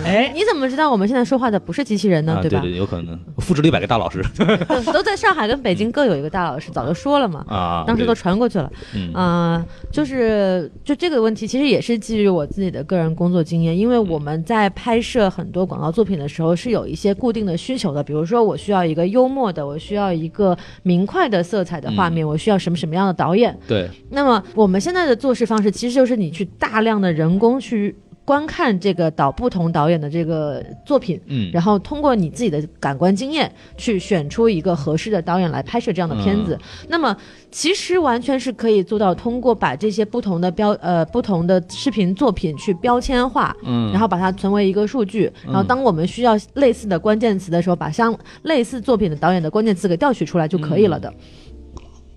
Speaker 2: 哎，
Speaker 3: 你怎么知道我们现在说话的不是机器人呢？
Speaker 1: 啊，
Speaker 3: 吧？
Speaker 1: 对，有可能复制了一百个大老师
Speaker 3: <laughs> 都都在上海跟北京各有一个大老师，早就说了嘛。
Speaker 1: 嗯啊，
Speaker 3: 当时
Speaker 1: 对
Speaker 3: 都传过去了，
Speaker 1: 嗯
Speaker 3: 啊、就是就这个问题，其实也是基于我自己的个人工作经验，因为我们在拍摄很多广告作品的时候是有一些固定的需求的，比如说我需要一个幽默的，我需要一个明快的色彩的画
Speaker 1: 嗯
Speaker 3: 面，我需要什么什么样的导演，
Speaker 1: 对，
Speaker 3: 那么我们现在的做事方式，其实就是你去大量的人工去观看这个导不同导演的这个作品，
Speaker 1: 嗯，
Speaker 3: 然后通过你自己的感官经验去选出一个合适的导演来拍摄这样的片子。
Speaker 1: 嗯
Speaker 3: 那么其实完全是可以做到，通过把这些不同的标呃不同的视频作品去标签化。
Speaker 1: 嗯，
Speaker 3: 然后把它存为一个数据，然后当我们需要类似的关键词的时候，把相类似作品的导演的关键词给调取出来就可以了
Speaker 1: 嗯
Speaker 3: 的。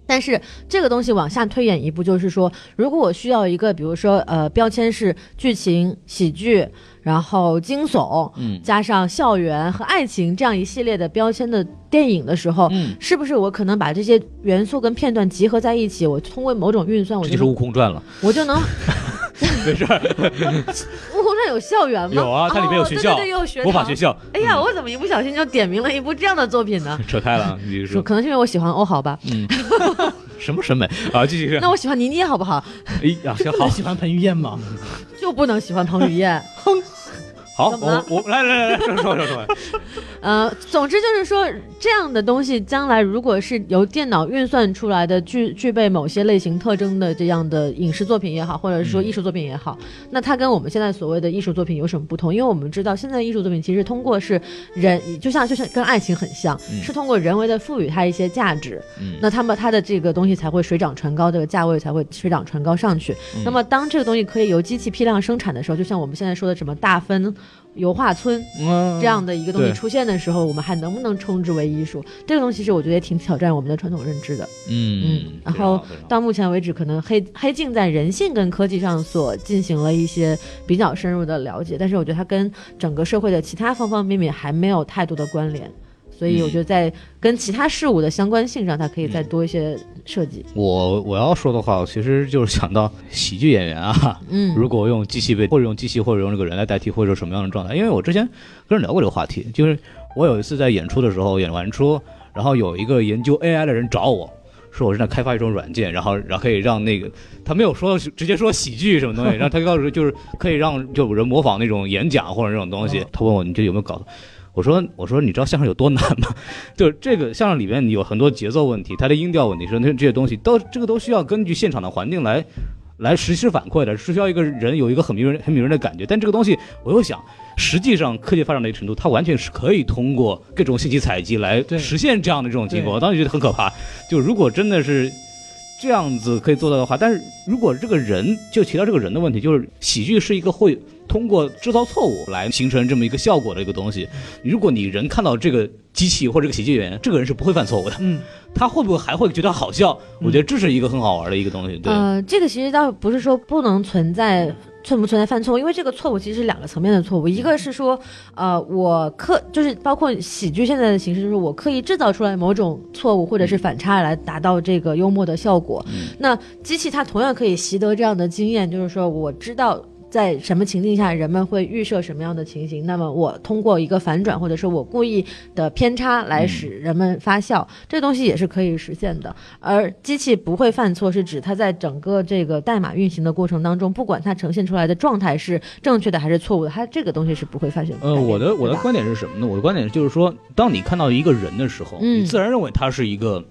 Speaker 3: 但是这个东西往下推演一步，就是说，如果我需要一个，比如说，呃，标签是剧情、喜剧，然后惊悚，
Speaker 1: 嗯
Speaker 3: 加上校园和爱情这样一系列的标签的电影的时候，
Speaker 1: 嗯
Speaker 3: 是不是我可能把这些元素跟片段集合在一起，我通过某种运算，我
Speaker 1: 这
Speaker 3: 就
Speaker 1: 就是《悟空传》了，
Speaker 3: 我就能《
Speaker 1: <laughs> 没事儿，
Speaker 3: <laughs> 悟空传》有校园吗？
Speaker 1: 有啊，它里面有
Speaker 3: 哦
Speaker 1: 学校
Speaker 3: 对对对，有学，
Speaker 1: 魔法学。校，嗯
Speaker 3: 哎呀，我怎么一不小心就点名了一部这样的作品呢？
Speaker 1: 扯开了，啊你 <laughs> 就是
Speaker 3: 说
Speaker 1: 说嗯
Speaker 3: 可能是因为我喜欢欧
Speaker 1: <laughs>
Speaker 3: 豪吧，
Speaker 1: 什么审美啊？继续是，
Speaker 3: 那我喜欢倪妮好不好？
Speaker 1: 哎呀，行
Speaker 2: 不
Speaker 1: 好
Speaker 2: 能喜欢彭于晏吗？
Speaker 3: 就不能喜欢彭于晏。
Speaker 1: 好，
Speaker 3: 怎么了 <laughs>
Speaker 1: 我我来来来来，说说说，
Speaker 3: 呃，总之就是说，这样的东西将来如果是由电脑运算出来的，具具备某些类型特征的这样的影视作品也好，或者是说艺术作品也好，那它跟我们现在所谓的艺术作品有什么不同？因为我们知道，现在艺术作品其实通过是人，就像就像跟爱情很像，是通过人为的赋予它一些价值，
Speaker 1: 嗯
Speaker 3: 那他们它的这个东西才会水涨船高，这个价位才会水涨船高上去。
Speaker 1: 嗯
Speaker 3: 那么当这个东西可以由机器批量生产的时候，就像我们现在说的什么大分油画村，
Speaker 1: 嗯
Speaker 3: 这样的一个东西
Speaker 1: 对
Speaker 3: 出现的时候，我们还能不能称之为艺术？这个东西是我觉得也挺挑战我们的传统认知的。
Speaker 1: 嗯，
Speaker 3: 然
Speaker 1: 非常
Speaker 3: 后
Speaker 1: 好非常好
Speaker 3: 到目前为止，可能黑黑镜在人性跟科技上所进行了一些比较深入的了解，但是我觉得它跟整个社会的其他方方面面还没有太多的关联。所以
Speaker 1: 嗯
Speaker 3: 我觉得在跟其他事物的相关性上，它可以再多一些设计。
Speaker 1: 我我要说的话，其实就是想到喜剧演员啊，
Speaker 3: 嗯
Speaker 1: 如果用机器被或者用机器或者用这个人来代替，或者什么样的状态？因为我之前跟人聊过这个话题，就是我有一次在演出的时候演完出，然后有一个研究 AI 的人找我。说我正在开发一种软件，然后然后可以让那个他没有说直接说喜剧什么东西，然后他告诉就是可以让就有人模仿那种演讲或者那种东
Speaker 2: 嗯
Speaker 1: 西。他问我你这有没有搞头？我说我说你知道相声有多难吗？ <laughs> 就是这个相声里面你有很多节奏问题，它的音调问题，说那这些东西都这个都需要根据现场的环境来来实时反馈的，是需要一个人有一个很迷人、很迷人的感觉。但这个东西，我又想，实际上科技发展的一个程度，它完全是可以通过各种信息采集来
Speaker 2: 对
Speaker 1: 实现这样的这种结
Speaker 2: 对
Speaker 1: 果。我当时觉得很可怕。就如果真的是这样子可以做到的话，但是如果这个人就提到这个人的问题，就是喜剧是一个会通过制造错误来形成这么一个效果的一个东西。如果你人看到这个机器或者这个喜剧演员，这个人是不会犯错误的，
Speaker 2: <laughs> 嗯，
Speaker 1: 他会不会还会觉得好笑？我觉得这是一个很好玩的一个东西。对，
Speaker 3: 呃，这个其实倒不是说不能存在。存不存在犯错误？因为这个错误其实是两个层面的错误，一个是说，呃，我刻就是包括喜剧现在的形式，就是我刻意制造出来某种错误或者是反差来达到这个幽默的效果。那机器它同样可以习得这样的经验，就是说我知道。在什么情境下，人们会预设什么样的情形？那么我通过一个反转，或者是我故意的偏差来使人们发笑，这东西也是可以实现的。而机器不会犯错，是指它在整个这个代码运行的过程当中，不管它呈现出来的状态是正确的还是错误的，它这个东西是不会发现。
Speaker 1: 呃，我的我的
Speaker 3: 对吧
Speaker 1: 观点是什么呢？我的观点就是说，当你看到一个人的时候，
Speaker 3: 嗯
Speaker 1: 你自然认为他是一个，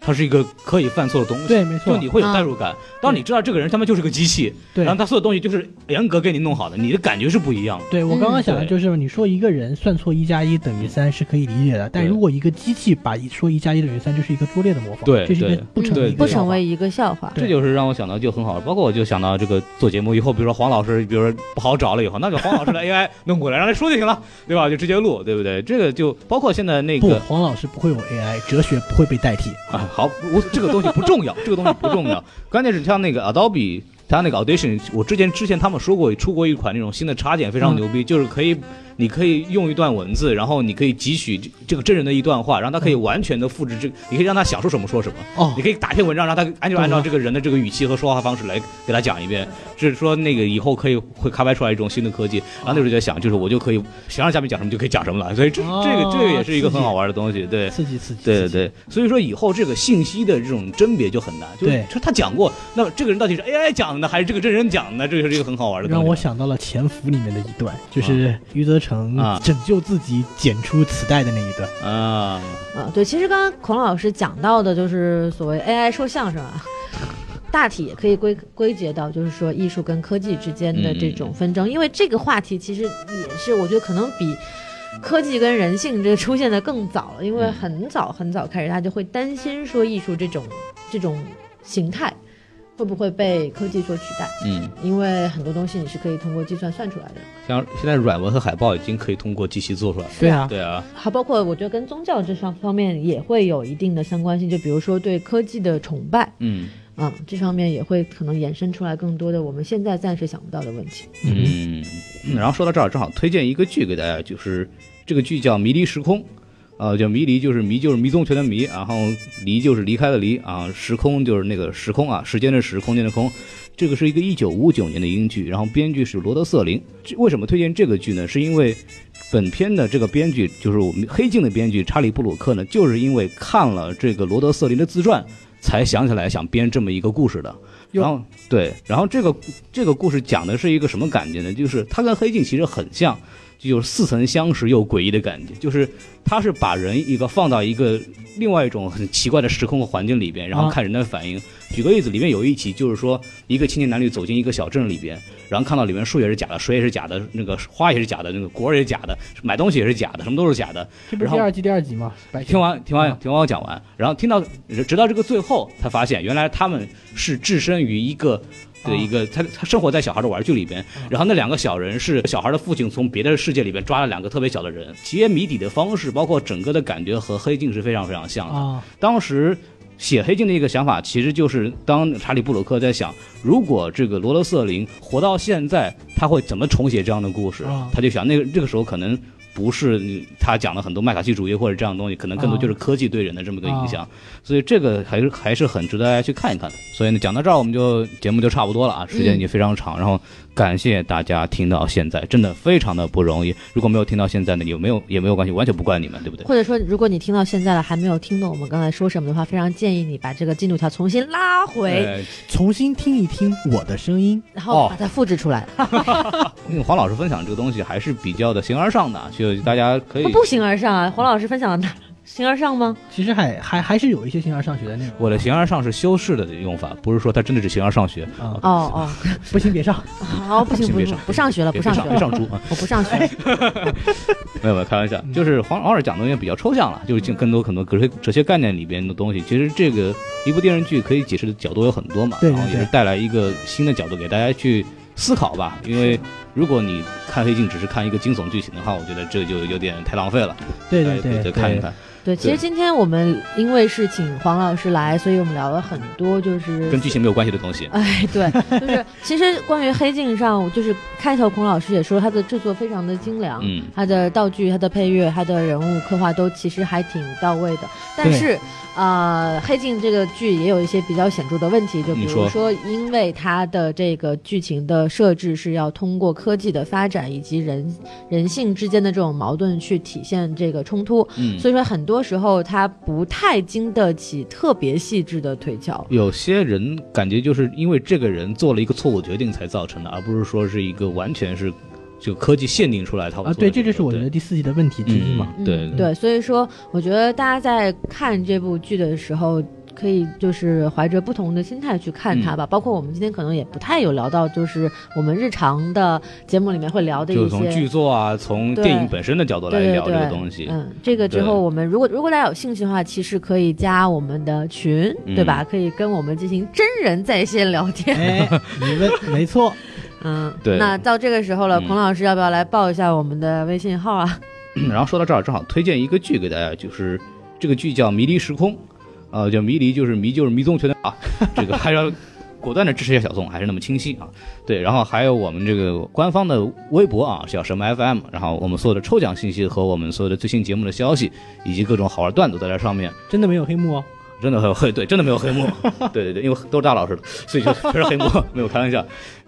Speaker 1: 他是一个可以犯错的东西，
Speaker 2: 嗯对没错嗯
Speaker 1: 就你会有代入感。当你知道这个人他妈就是个机器，
Speaker 2: 对
Speaker 1: 然后他所有东西就是严格给你弄好的，你的感觉是不一样的。
Speaker 2: 对我刚刚想的
Speaker 1: 嗯对
Speaker 2: 就是，你说一个人算错一加一等于三是可以理解的，但
Speaker 1: 对
Speaker 2: 如果一个机器把一说一加一等于三，就是一个拙劣的模仿，
Speaker 1: 对
Speaker 2: 这是一个
Speaker 1: 对
Speaker 2: 不成
Speaker 1: 对
Speaker 2: 立
Speaker 3: 嗯
Speaker 2: 的
Speaker 3: 不
Speaker 2: 想
Speaker 3: 成
Speaker 2: 法
Speaker 3: 为一个笑话。
Speaker 2: 对
Speaker 1: 这就是让我想到就很好，包括我就想到这个做节目以后，比如说黄老师，比如说不好找了以后，那就黄老师
Speaker 2: <laughs>
Speaker 1: 的 AI 弄过来让他说就行了，对吧？就直接录，对不对？这个就包括现在那
Speaker 2: 不
Speaker 1: 个，
Speaker 2: 黄老师不会有 AI，哲学不会被代替。
Speaker 1: 啊，好，我这个东西不重要，这个东西不重
Speaker 2: <laughs>
Speaker 1: 要。关键是像那个 Adobe，它那个 Audition，我之前之前他们说过出过一款那种新的插件，非常
Speaker 2: 嗯
Speaker 1: 牛逼，就是可以你可以用一段文字，然后你可以汲取这这个真人的一段话，然后它可以完全的复制这，你可以让他想说什么说什么。
Speaker 2: 哦
Speaker 1: 你，可以打篇文章，让他按就按照这个人的这个语气和说话方式来给他讲一遍，就是说那个以后可以会开发出来一种新的科技。然后那时候就在想，就是我就可以想让嘉宾讲什么就可以讲什么了，所以这
Speaker 2: 哦
Speaker 1: 这个这个也是一个
Speaker 2: 刺激
Speaker 1: 很好玩的东西，对。
Speaker 2: 刺激刺激，
Speaker 1: 对
Speaker 2: 刺
Speaker 1: 对
Speaker 2: 激，
Speaker 1: 对，所以说以后这个信息的这种甄别就很难，就
Speaker 2: 对
Speaker 1: 就他讲过，那么这个人到底是 AI 讲的呢，还是这个真人讲的呢？这个是一个很好玩的东西。
Speaker 2: 让我想到了《潜伏》里面的一段，就是余则成
Speaker 1: 啊
Speaker 2: 拯救自己剪出磁带的那一段。
Speaker 1: 啊，
Speaker 3: 啊，对，其实刚刚孔老师讲到的，就是所谓 AI 说相声啊，大体也可以归归结到，就是说艺术跟科技之间的这种纷
Speaker 2: 嗯
Speaker 3: 争，因为这个话题其实也是，我觉得可能比。科技跟人性这个出现的更早了，因为
Speaker 1: 嗯
Speaker 3: 很早很早开始，大家就会担心说艺术这种这种形态会不会被科技所取代，
Speaker 1: 嗯，
Speaker 3: 因为很多东西你是可以通过计算算出来的。
Speaker 1: 像现在软文和海报已经可以通过机器做出来了。
Speaker 2: 对啊，
Speaker 1: 对啊，
Speaker 3: 还包括我觉得跟宗教这上方面也会有一定的相关性，就比如说对科技的崇拜
Speaker 1: 嗯
Speaker 3: 啊、这方面也会可能衍生出来更多的我们现在暂时想不到的问题。
Speaker 1: 嗯，然后说到这儿，正好推荐一个剧给大家，就是这个剧叫《迷离时空》，呃，叫迷离就是迷就是迷踪拳的迷，然后离就是离开的离啊，时空就是那个时空啊，时间的时，空间的空。这个是一个一九五九年的英剧，然后编剧是罗德瑟林。这为什么推荐这个剧呢？是因为本片的这个编剧就是我们《黑镜》的编剧查理·布鲁克呢，就是因为看了这个罗德·瑟林的自传，才想起来想编这么一个故事的。
Speaker 2: 哟
Speaker 1: 然后对，然后这个这个故事讲的是一个什么感觉呢？就是它跟《黑镜》其实很像，就是似曾相识又诡异的感觉。就是它是把人一个放到一个另外一种很奇怪的时空和环境里边，然后
Speaker 2: 啊
Speaker 1: 看人的反应。举个例子，里面有一集就是说，一个青年男女走进一个小镇里边，然后看到里面树也是假的，水也是假的，那个花也是假的，那个果儿也是假的，买东西也是假的，什么都是假的。
Speaker 2: 这不
Speaker 1: 然
Speaker 2: 是
Speaker 1: 后
Speaker 2: 第二季第二集吗？白
Speaker 1: 听
Speaker 2: 天
Speaker 1: 完听完
Speaker 2: 嗯
Speaker 1: 听完我讲完，然后听到直到这个最后，才发现原来他们是置身于一个。的
Speaker 2: 啊
Speaker 1: 一个，他他生活在小孩的玩具里边，然后那两个小人是小孩的父亲从别的世界里边抓了两个特别小的人，揭谜底的方式，包括整个的感觉和黑镜是非常非常像的。
Speaker 2: 啊，
Speaker 1: 当时写黑镜的一个想法，其实就是当查理布鲁克在想，如果这个罗德瑟林活到现在，他会怎么重写这样的故事？
Speaker 2: 啊
Speaker 1: 他就想，那个这个时候可能。不是嗯他讲了很多麦卡锡主义或者这样的东西，可能更多
Speaker 2: 啊
Speaker 1: 就是科技对人的这么一个影响，所以这个还是还是很值得大家去看一看的。所以呢，讲到这儿我们就节目就差不多了啊，时间已经非常长，然后感谢大家听到现在，真的非常的不容易。如果没有听到现在呢，有没有也没有关系，完全不怪你们，对不对？
Speaker 3: 或者说，如果你听到现在了还没有听懂我们刚才说什么的话，非常建议你把这个进度条重新拉回，
Speaker 1: 呃
Speaker 2: 重新听一听我的声音，
Speaker 3: 然后
Speaker 1: 哦
Speaker 3: 把它复制出来。
Speaker 1: 因为黄老师分享这个东西还是比较的形而上的啊，就大家可以
Speaker 3: 它不形而上啊，黄老师分享的哪形而上吗？
Speaker 2: 其实还还还是有一些形而上学的内容。
Speaker 1: 我的形而上是修饰的用法，不是说它真的是形而上学，
Speaker 2: 啊、
Speaker 3: 哦
Speaker 2: 不行，别上。
Speaker 3: 哦，好，不行
Speaker 1: 请
Speaker 3: 不
Speaker 1: 别
Speaker 3: 行
Speaker 1: 上，
Speaker 3: 不上学了，
Speaker 1: 别
Speaker 3: 不
Speaker 1: 别
Speaker 3: 上学
Speaker 1: 上别
Speaker 3: 了，
Speaker 1: 上猪啊！
Speaker 3: 我不上学了。
Speaker 1: 没有没有，开玩笑，
Speaker 2: 嗯
Speaker 1: 就是黄黄老师讲的东西比较抽象了，就是进更多很多哲学哲学概念里边的东西。其实这个一部电视剧可以解释的角度有很多嘛，
Speaker 2: 对对
Speaker 1: 然后也是
Speaker 2: 对
Speaker 1: 带来一个新的角度给大家去思考吧。因为如果你看黑镜只是看一个惊悚剧情的话，我觉得这就有点太浪费了。
Speaker 2: 对
Speaker 1: 大
Speaker 2: 对
Speaker 1: 家可以再
Speaker 2: 对，
Speaker 1: 哎看一
Speaker 2: 对
Speaker 1: 看，
Speaker 3: 对，其实
Speaker 1: 对
Speaker 3: 今天我们因为是请黄老师来，所以我们聊了很多，就是
Speaker 1: 跟剧情没有关系的东西。
Speaker 3: 哎，对，就是其实关于《黑镜》上，就是开头孔老师也说他的制作非常的精良，
Speaker 1: 嗯
Speaker 3: 他的道具、他的配乐、他的人物刻画都其实还挺到位的。但是，呃，《黑镜》这个剧也有一些比较显著的问题，就比
Speaker 1: 你
Speaker 3: 如
Speaker 1: 说
Speaker 3: 说，因为它的这个剧情的设置是要通过科技的发展以及人人性之间的这种矛盾去体现这个冲突，
Speaker 1: 嗯，
Speaker 3: 所以说很多时候它不太经得起特别细致的推敲。
Speaker 1: 有些人感觉就是因为这个人做了一个错误决定才造成的，而不是说是一个完全是就科技限定出来他
Speaker 2: 啊，对，这就是我觉得第四季的问题之一
Speaker 3: <laughs>
Speaker 2: 嘛。
Speaker 1: 嗯对
Speaker 3: 嗯对，所以说我觉得大家在看这部剧的时候。可以就是怀着不同的心态去看
Speaker 1: 嗯
Speaker 3: 它吧，包括我们今天可能也不太有聊到，就是我们日常的节目里面会聊的
Speaker 1: 就
Speaker 3: 一
Speaker 1: 是从剧
Speaker 3: 些。
Speaker 1: 作啊，从
Speaker 3: 对
Speaker 1: 电影本身的角度来
Speaker 3: 对对
Speaker 1: 聊这个
Speaker 3: 对，
Speaker 1: 东西。
Speaker 3: 嗯，这个之
Speaker 1: 对
Speaker 3: 后我们如果如果大家有兴趣的话，其实可以加我们的群，
Speaker 1: 嗯
Speaker 3: 对吧？可以跟我们进行真人在线聊天。
Speaker 2: 哎，你问没错，
Speaker 3: 嗯，
Speaker 1: 对
Speaker 3: 那到这个时候了，
Speaker 1: 嗯
Speaker 3: 孔老师要不要来报一下我们的微信号啊？
Speaker 1: 然后说到这儿，正好推荐一个剧给大家，就是这个剧叫《迷离时空》，呃，叫迷离就是迷就是迷踪拳的啊，这个还要果断的支持一下小宋，还是那么清晰啊。对，然后还有我们这个官方的微博啊，叫什么 FM，然后我们所有的抽奖信息和我们所有的最新节目的消息，以及各种好玩段子都在上面。
Speaker 2: 真的没有黑幕哦。
Speaker 1: 真的很有黑，对，真的没有黑幕，对对对，因为都是大老师的，所以就 <laughs> 全是黑幕，没有开玩笑。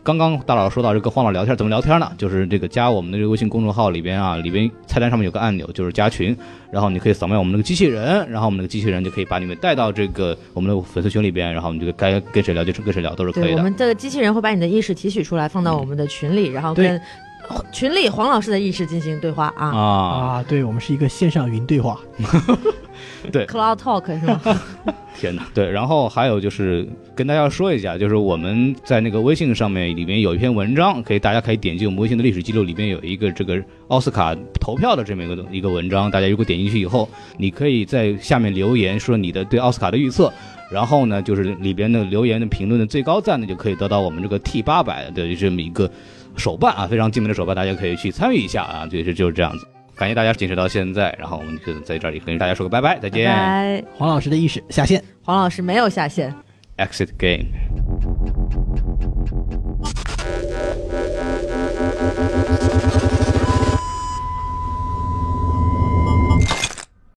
Speaker 1: 刚刚大老师说到这跟黄老聊天，怎么聊天呢？就是这个加我们的这个微信公众号里边啊，里边菜单上面有个按钮，就是加群，然后你可以扫描我们那个机器人，然后我们那个机器人就可以把你们带到这个我们的粉丝群里边，然后我们就该跟谁聊就跟谁聊都是可
Speaker 3: 对，
Speaker 1: 以
Speaker 3: 我
Speaker 1: 的。嗯
Speaker 3: 们这个机器人会把你的意识提取出来，放到我们的群里，然后跟群里黄老师的意识进行对话啊。
Speaker 1: 啊，
Speaker 2: 啊，对，我们是一个线上云对话。
Speaker 3: Cloud Talk 是吗？
Speaker 1: 天哪！对，然后还有就是跟大家说一下，就是我们在那个微信上面里面有一篇文章，可以大家可以点击我们微信的历史记录，里面有一个这个奥斯卡投票的这么一个一个文章，大家如果点进去以后，你可以在下面留言说你的对奥斯卡的预测。然后呢，就是里边的留言的评论的最高赞呢，就可以得到我们这个 T 八百的这么一个手办啊，非常精美的手办，大家可以去参与一下啊，就是就是这样子。感谢大家坚持到现在，然后我们就在这里跟大家说个拜拜，再
Speaker 3: <laughs> 拜
Speaker 1: 见
Speaker 3: 拜。
Speaker 2: 黄老师的意识下线。
Speaker 3: 黄老师没有下线。
Speaker 1: ，Exit Game。